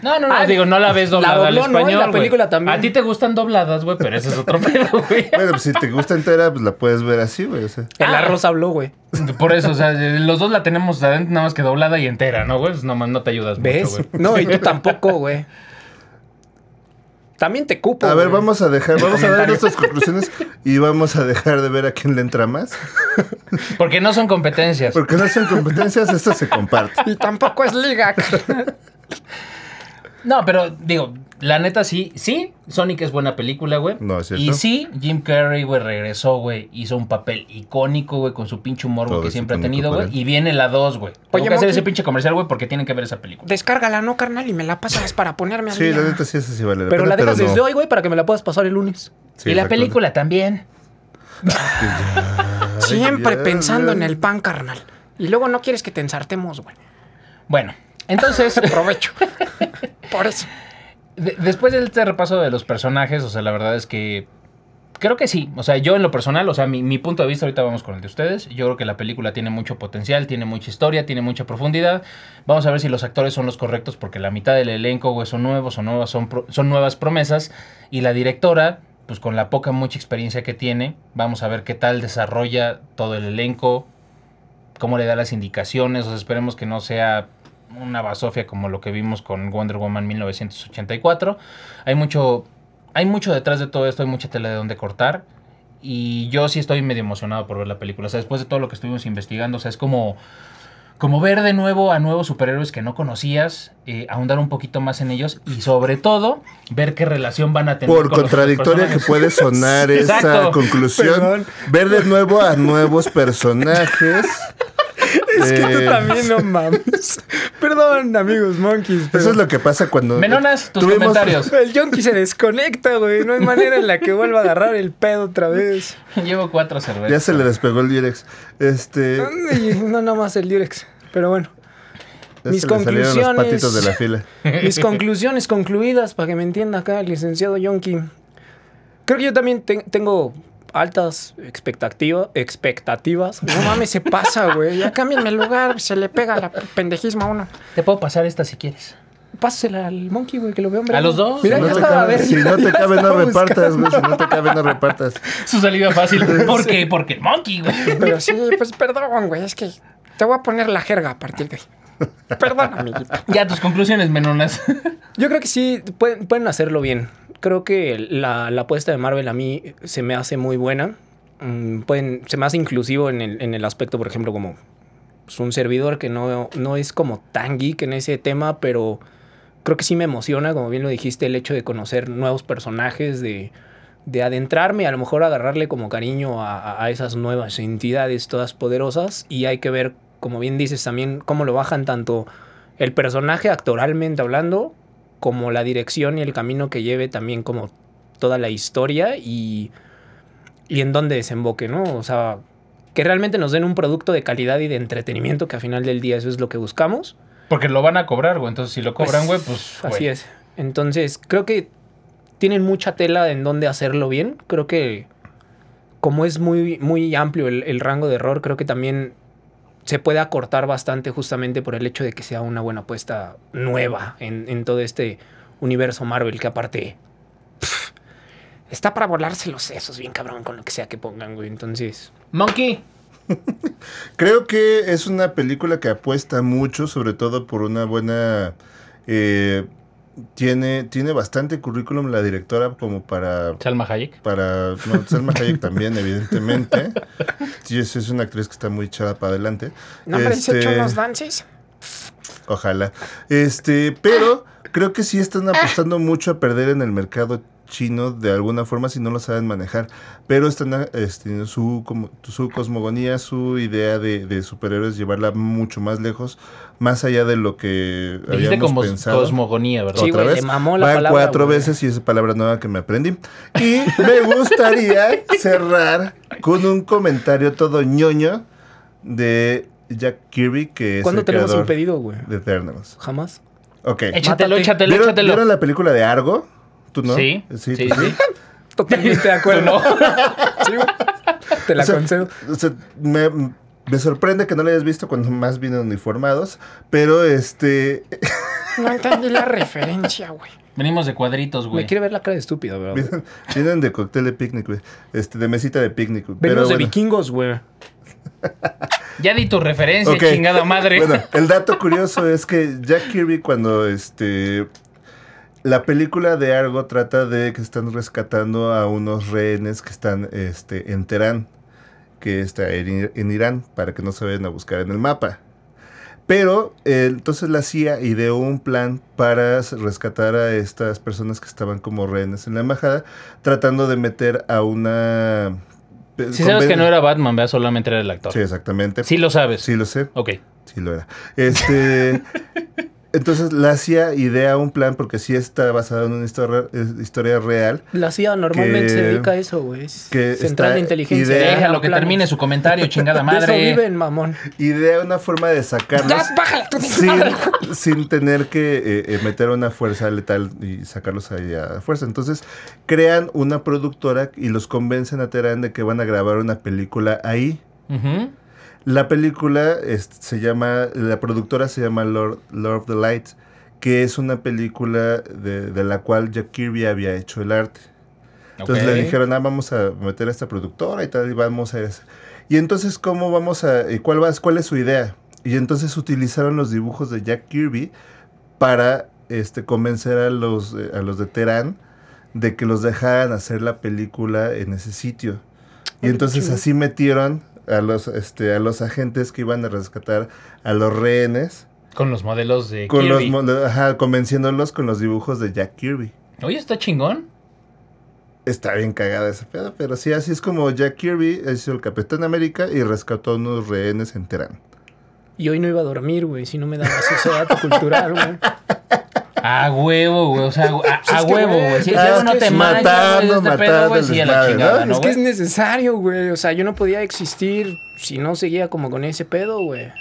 Speaker 2: No, no, no,
Speaker 3: Ah,
Speaker 2: digo, no la ves doblada
Speaker 3: la
Speaker 2: al
Speaker 3: dobló, ¿no? Y
Speaker 2: español,
Speaker 3: la
Speaker 2: güey.
Speaker 3: película también.
Speaker 2: A ti te gustan dobladas, güey, pero ese es otro (laughs) pedo, güey.
Speaker 1: Bueno, pues si te gusta entera, pues la puedes ver así, güey. o sea.
Speaker 3: El
Speaker 2: Ah.
Speaker 3: arroz habló, güey.
Speaker 2: Por eso, o sea, los dos la tenemos adentro nada más que doblada y entera, ¿no, güey? Pues no, no te ayudas
Speaker 3: ¿Ves?
Speaker 2: mucho, güey.
Speaker 3: no, y tú tampoco, güey. También te cupo.
Speaker 1: A ver,
Speaker 3: güey.
Speaker 1: vamos a dejar, vamos a dar
Speaker 2: Comentario.
Speaker 1: nuestras conclusiones y vamos a dejar de ver a quién le entra más.
Speaker 2: Porque no son competencias.
Speaker 1: Porque no son competencias, esto se comparte.
Speaker 3: Y tampoco es liga, carnal.
Speaker 2: No, pero digo, la neta sí, sí, Sonic es buena película, güey.
Speaker 1: No, es cierto.
Speaker 2: Y sí, Jim Carrey, güey, regresó, güey. Hizo un papel icónico, güey, con su pinche humor, güey,
Speaker 1: Todo
Speaker 2: que
Speaker 1: es
Speaker 2: siempre ha
Speaker 1: icónico
Speaker 2: tenido,
Speaker 1: para
Speaker 2: güey.
Speaker 1: él.
Speaker 2: Y viene la 2, güey. Tengo
Speaker 3: Oye,
Speaker 2: que hacer
Speaker 3: Monty.
Speaker 2: ese pinche comercial, güey, porque tienen que ver esa película.
Speaker 3: Descárgala, ¿no, carnal? Y me la pasas para ponerme a
Speaker 1: Sí, la neta sí, esa sí vale la
Speaker 3: Pero
Speaker 1: pena,
Speaker 3: la dejas
Speaker 1: no.
Speaker 3: desde hoy, güey, para que me la puedas pasar el lunes.
Speaker 1: Sí,
Speaker 2: y la
Speaker 1: exacto.
Speaker 2: película también.
Speaker 1: (laughs)
Speaker 3: Siempre
Speaker 1: ya, ya.
Speaker 3: pensando en el pan, carnal. Y luego no quieres que te ensartemos, güey.
Speaker 2: Bueno,
Speaker 3: (laughs)
Speaker 2: entonces...
Speaker 3: Provecho. Por eso.
Speaker 2: De- después de este repaso de los personajes, o sea, la verdad es que creo que sí. O sea, yo en lo personal, o sea, mi, mi punto de vista, ahorita vamos con el de ustedes. Yo creo que la película tiene mucho potencial, tiene mucha historia, tiene mucha profundidad. Vamos a ver si los actores son los correctos, porque la mitad del elenco, güey, son nuevos, son nuevas, son, pro- son nuevas promesas. Y la directora, pues con la poca, mucha experiencia que tiene, vamos a ver qué tal desarrolla todo el elenco, cómo le da las indicaciones. O sea, esperemos que no sea una basofia como lo que vimos con Wonder Woman 1984. Hay mucho, hay mucho detrás de todo esto, hay mucha tela de donde cortar. Y yo sí estoy medio emocionado por ver la película. O sea, después de todo lo que estuvimos investigando, o sea, es como, como ver de nuevo a nuevos superhéroes que no conocías, eh, ahondar un poquito más en ellos y sobre todo ver qué relación van a tener.
Speaker 1: Por
Speaker 2: con los otros
Speaker 1: contradictoria que
Speaker 2: personajes.
Speaker 1: puede
Speaker 3: (laughs)
Speaker 1: sonar esa
Speaker 2: Exacto.
Speaker 1: conclusión,
Speaker 3: Perdón.
Speaker 1: ver de nuevo a nuevos personajes.
Speaker 3: (laughs) Es que tú
Speaker 1: Eh, (laughs)
Speaker 3: también no mames. Perdón, amigos monkeys. Pero
Speaker 1: Eso es lo que pasa cuando.
Speaker 2: Menonas, tus
Speaker 1: tuvimos-
Speaker 2: comentarios.
Speaker 3: El yonki se desconecta, güey. No hay manera en la que vuelva a agarrar el pedo otra vez.
Speaker 2: Llevo cuatro
Speaker 1: (laughs) Ya
Speaker 2: cervezas.
Speaker 1: se le despegó el Direx. Este.
Speaker 3: Ay, No, nada más el Durex. Pero bueno.
Speaker 1: ya
Speaker 3: Mis
Speaker 1: se le salieron los
Speaker 3: conclusiones.
Speaker 1: patitos de la fila. (laughs)
Speaker 3: Mis conclusiones concluidas, para que me entienda acá el licenciado Yonki. Creo que yo también te- tengo altas expectativa, expectativas.
Speaker 4: No mames, se pasa, güey. Ya cámbienme el lugar, se le pega la pendejismo a uno.
Speaker 2: Te puedo pasar esta si quieres.
Speaker 3: Pásela al monkey, güey, que lo veo hombre.
Speaker 2: ¿A los dos?
Speaker 3: Mira,
Speaker 1: Si no
Speaker 3: ya
Speaker 1: te
Speaker 3: estaba, a
Speaker 1: cabe,
Speaker 3: ver,
Speaker 1: si
Speaker 3: ya-
Speaker 1: no te
Speaker 3: ya
Speaker 1: cabe, no
Speaker 3: estaba
Speaker 1: repartas,
Speaker 3: buscando.
Speaker 1: güey. Si no te cabe, no repartas.
Speaker 2: Su
Speaker 1: (laughs)
Speaker 2: salida fácil. ¿Por qué? Porque el monkey, güey.
Speaker 4: Pero sí, pues perdón, güey. Es que te voy a poner la jerga a partir de ahí. Perdón, amiguito.
Speaker 2: Ya, tus conclusiones, menonas.
Speaker 3: Yo creo que sí, pueden, pueden hacerlo bien. Creo que la, la apuesta de Marvel a mí se me hace muy buena. Mm, pueden, se me hace inclusivo en el, en el aspecto, por ejemplo, como pues, un servidor que no, no es como tan geek en ese tema, pero creo que sí me emociona, como bien lo dijiste, el hecho de conocer nuevos personajes, de, de adentrarme, a lo mejor agarrarle como cariño a, a- a esas nuevas entidades todas poderosas. Y hay que ver, como bien dices también, cómo lo bajan tanto el personaje actoralmente hablando, como la dirección y el camino que lleve también como toda la historia y, y en dónde desemboque, ¿no? O sea, que realmente nos den un producto de calidad y de entretenimiento, que al final del día eso es lo que buscamos.
Speaker 2: Porque lo van a cobrar, güey. Entonces, si lo cobran, güey, pues.
Speaker 3: Así es. Entonces, creo que tienen mucha tela en donde hacerlo bien. Creo que como es muy, muy amplio el, el rango de error, creo que también se puede acortar bastante justamente por el hecho de que sea una buena apuesta nueva en, en todo este universo Marvel que aparte pf, está para volarse los sesos bien cabrón con lo que sea que pongan, güey. Entonces,
Speaker 2: Monkey.
Speaker 1: Creo que es una película que apuesta mucho, sobre todo por una buena... eh, tiene, tiene bastante currículum la directora como para...
Speaker 2: Salma Hayek.
Speaker 1: Para no, Salma Hayek también,
Speaker 4: (laughs)
Speaker 1: evidentemente. Sí, es, es una actriz que está muy echada para adelante.
Speaker 4: No, hombre, dice
Speaker 1: Este,
Speaker 4: hecho unos dances.
Speaker 1: Ojalá. Este, pero creo que sí están apostando mucho a perder en el mercado chino de alguna forma si no lo saben manejar. Pero están ah, este, su, como- su cosmogonía, su idea de, de superhéroes, llevarla mucho más lejos, más allá de lo que
Speaker 2: Dijiste
Speaker 1: habíamos
Speaker 2: como
Speaker 1: pensado.
Speaker 2: cosmogonía, ¿verdad?
Speaker 3: Sí,
Speaker 1: Otra
Speaker 3: güey,
Speaker 1: vez.
Speaker 3: le mamó la
Speaker 1: Van
Speaker 3: palabra,
Speaker 1: cuatro
Speaker 3: güey.
Speaker 1: veces y esa palabra nueva que me aprendí. Y me
Speaker 3: (laughs)
Speaker 1: gustaría cerrar con un comentario todo ñoño de Jack Kirby, que es
Speaker 3: ¿cuándo
Speaker 1: el
Speaker 3: tenemos un
Speaker 1: creador
Speaker 3: pedido, güey?
Speaker 1: de Eternals.
Speaker 3: ¿Jamás?
Speaker 1: Ok.
Speaker 2: Échatelo,
Speaker 3: Mátate.
Speaker 2: échatelo,
Speaker 1: ¿Vieron,
Speaker 2: échatelo.
Speaker 1: vieron la película de Argo? ¿Tú no?
Speaker 2: Sí,
Speaker 1: Sí,
Speaker 2: sí,
Speaker 1: tú sí.
Speaker 2: sí.
Speaker 3: Totalmente de (laughs) acuerdo.
Speaker 2: No.
Speaker 3: Sí, güey. Te
Speaker 1: (laughs)
Speaker 3: la
Speaker 1: O sea,
Speaker 3: concedo.
Speaker 1: o sea, me, me sorprende que no la hayas visto cuando más vienen uniformados, pero este... (laughs)
Speaker 4: No entendí la referencia, güey.
Speaker 2: Venimos de cuadritos,
Speaker 3: Me
Speaker 2: güey.
Speaker 3: quiere ver la cara de estúpido, bro.
Speaker 1: Vienen, vienen de cóctel de picnic, güey. Este, de mesita de picnic. güey. Pero
Speaker 3: Venimos de
Speaker 1: bueno.
Speaker 3: vikingos, güey.
Speaker 2: Ya di tu
Speaker 1: (laughs)
Speaker 2: referencia,
Speaker 1: Ok.
Speaker 2: (laughs) chingada madre.
Speaker 1: Bueno, el dato curioso es que Jack Kirby cuando este la película de Argo trata de que están rescatando a unos rehenes que están este, en Teherán, que está en, I- en Irán, para que no se vayan a buscar en el mapa. Pero eh, entonces la CIA ideó un plan para s- rescatar a estas personas que estaban como rehenes en la embajada, tratando de meter a una... eh,
Speaker 2: Si sabes que no era Batman, vea, solamente era el actor.
Speaker 1: Sí,
Speaker 2: Sí,
Speaker 1: exactamente.
Speaker 2: lo sabes.
Speaker 1: sí Eh, lo sé.
Speaker 2: Ok.
Speaker 1: Sí lo era. Este. (laughs) Entonces la CIA idea un plan porque sí está basado en una historia, eh, historia real.
Speaker 3: La CIA normalmente
Speaker 1: Que-
Speaker 3: se dedica a eso, güey. Es
Speaker 1: que
Speaker 3: Central
Speaker 1: está
Speaker 3: de inteligencia.
Speaker 1: idea-
Speaker 2: Déjalo que
Speaker 3: Planes.
Speaker 2: termine su comentario,
Speaker 1: (laughs)
Speaker 2: chingada
Speaker 3: De eso
Speaker 2: madre.
Speaker 3: viven, mamón.
Speaker 1: Idea una forma de
Speaker 4: Ya,
Speaker 1: sacarlos
Speaker 4: bájala, tú dices,
Speaker 1: sin,
Speaker 4: bájala.
Speaker 1: (laughs) sin tener que eh, eh, meter una fuerza letal y sacarlos ahí a fuerza. Entonces crean una productora y los convencen a Terán de que van a grabar una película ahí.
Speaker 2: Ujú.
Speaker 1: La película es- se llama, la productora se llama Lord, Lord of the Light, que es una película de, de la cual Jack Kirby había hecho el arte. Entonces
Speaker 2: Ok.
Speaker 1: le dijeron, ah, vamos a meter a esta productora y tal, y vamos a hacer. Y entonces, ¿cómo vamos a, y cuál, va, cuál es su idea? Y entonces utilizaron los dibujos de Jack Kirby para este, convencer a los, eh, a los de Terán de que los dejaran hacer la película en ese sitio. Y entonces así metieron a los, este, a los agentes que iban a rescatar a los rehenes,
Speaker 2: Con los modelos de
Speaker 1: con los,
Speaker 2: Kirby.
Speaker 1: mo- ajá, convenciéndolos con los dibujos de Jack Kirby.
Speaker 2: Oye, está chingón.
Speaker 1: Está bien cagada esa pedo, pero sí, así es como Jack Kirby hizo el Capitán América y rescató a unos rehenes en Terán.
Speaker 4: Y hoy no iba a dormir, güey, si no me dabas ese dato cultural, (laughs) güey.
Speaker 2: A huevo, güey. O sea,
Speaker 1: (laughs)
Speaker 2: a, a
Speaker 3: es que,
Speaker 2: huevo,
Speaker 3: güey,
Speaker 2: güey. Si
Speaker 1: ah,
Speaker 2: eso
Speaker 1: es
Speaker 2: no
Speaker 1: que
Speaker 2: te
Speaker 1: es
Speaker 2: mata,
Speaker 1: matando,
Speaker 2: güey, este pedo,
Speaker 1: matando
Speaker 2: güey,
Speaker 1: el
Speaker 2: sí, a la
Speaker 1: desmadre,
Speaker 2: chingada,
Speaker 1: ¿no?
Speaker 2: ¿no,
Speaker 3: es que es
Speaker 2: güey?
Speaker 3: necesario, güey.
Speaker 4: O sea, yo no podía existir si no seguía como con ese pedo, güey.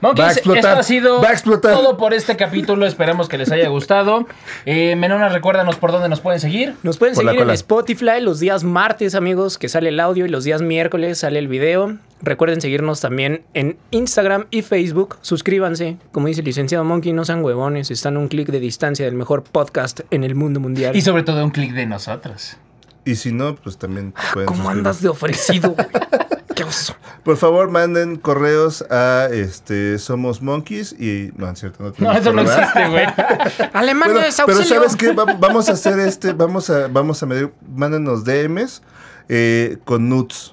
Speaker 2: Monkeys,
Speaker 1: Va a explotar,
Speaker 2: esto ha sido
Speaker 1: va a explotar.
Speaker 2: todo por este capítulo. Esperamos que les haya gustado. Eh, Menona, recuérdanos por dónde nos pueden seguir.
Speaker 4: Nos pueden
Speaker 1: Hola,
Speaker 4: seguir en
Speaker 1: hola.
Speaker 4: Spotify los días martes, amigos, que sale el audio y los días miércoles sale el video. Recuerden seguirnos también en Instagram y Facebook. Suscríbanse. Como dice el licenciado Monkey, no sean huevones. Están a un clic de distancia del mejor podcast en el mundo mundial.
Speaker 2: Y sobre todo un clic de nosotros.
Speaker 1: Y si no, pues también
Speaker 2: Ah,
Speaker 1: pueden
Speaker 4: ¿Cómo
Speaker 1: suscribirse.
Speaker 4: andas de ofrecido, (laughs) güey? Qué oso.
Speaker 1: Por favor, manden correos a este Somos Monkeys y no, es cierto, no
Speaker 2: No,
Speaker 1: tenemos
Speaker 2: eso no
Speaker 1: correo, ¿verdad?
Speaker 2: existe,
Speaker 1: (laughs)
Speaker 2: güey.
Speaker 3: Alemania
Speaker 1: Bueno,
Speaker 3: es
Speaker 1: pero
Speaker 3: auxilio.
Speaker 1: sabes qué, Va- vamos a hacer este, vamos a, vamos a medir, mándenos DMs eh, con nudes.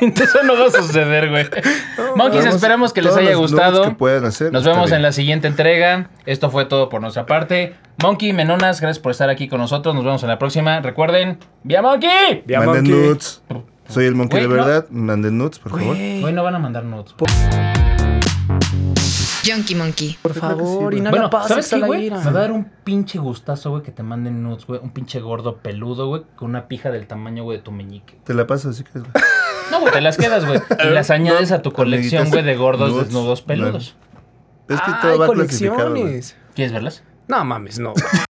Speaker 2: Eso no va a suceder, güey. Monkeys,
Speaker 1: Vamos-
Speaker 2: esperamos que les
Speaker 1: todos
Speaker 2: haya
Speaker 1: los nudes que
Speaker 2: gustado.
Speaker 1: puedan hacer,
Speaker 2: Nos
Speaker 1: está
Speaker 2: vemos
Speaker 1: bien.
Speaker 2: en la siguiente entrega. Esto fue todo por nuestra parte. Monkey, Menonas, gracias por estar aquí con nosotros. Nos vemos en la próxima. Recuerden, ¡Vía Monkey!
Speaker 4: Ya,
Speaker 1: Manden
Speaker 4: Monkey.
Speaker 1: nudes. Soy el monkey
Speaker 2: Güey,
Speaker 1: de
Speaker 2: no.
Speaker 1: verdad. Manden nudes, por favor.
Speaker 4: Güey,
Speaker 2: Hoy no van a mandar nudes.
Speaker 4: Pues,
Speaker 5: Junkie Monkey.
Speaker 4: por favor,
Speaker 1: güey.
Speaker 4: y no la
Speaker 2: Bueno,
Speaker 4: pases
Speaker 2: ¿sabes
Speaker 4: a
Speaker 2: qué,
Speaker 4: la
Speaker 2: güey?
Speaker 4: ira.
Speaker 2: Me va a dar un pinche gustazo, güey, que te manden nudes, güey. Un pinche gordo peludo, güey, con una pija del tamaño, güey, de tu meñique.
Speaker 1: Te la paso, así que. güey.
Speaker 2: No, güey, te las quedas,
Speaker 1: (laughs)
Speaker 2: güey. Y las añades a tu colección,
Speaker 1: amiguitas,
Speaker 2: güey, de gordos
Speaker 1: nudes,
Speaker 2: desnudos
Speaker 1: no.
Speaker 2: peludos.
Speaker 1: Es que
Speaker 4: Ay,
Speaker 3: Ah,
Speaker 1: todo va clasificado. güey.
Speaker 4: colecciones.
Speaker 2: ¿Quieres verlas?
Speaker 4: No mames, no. güey.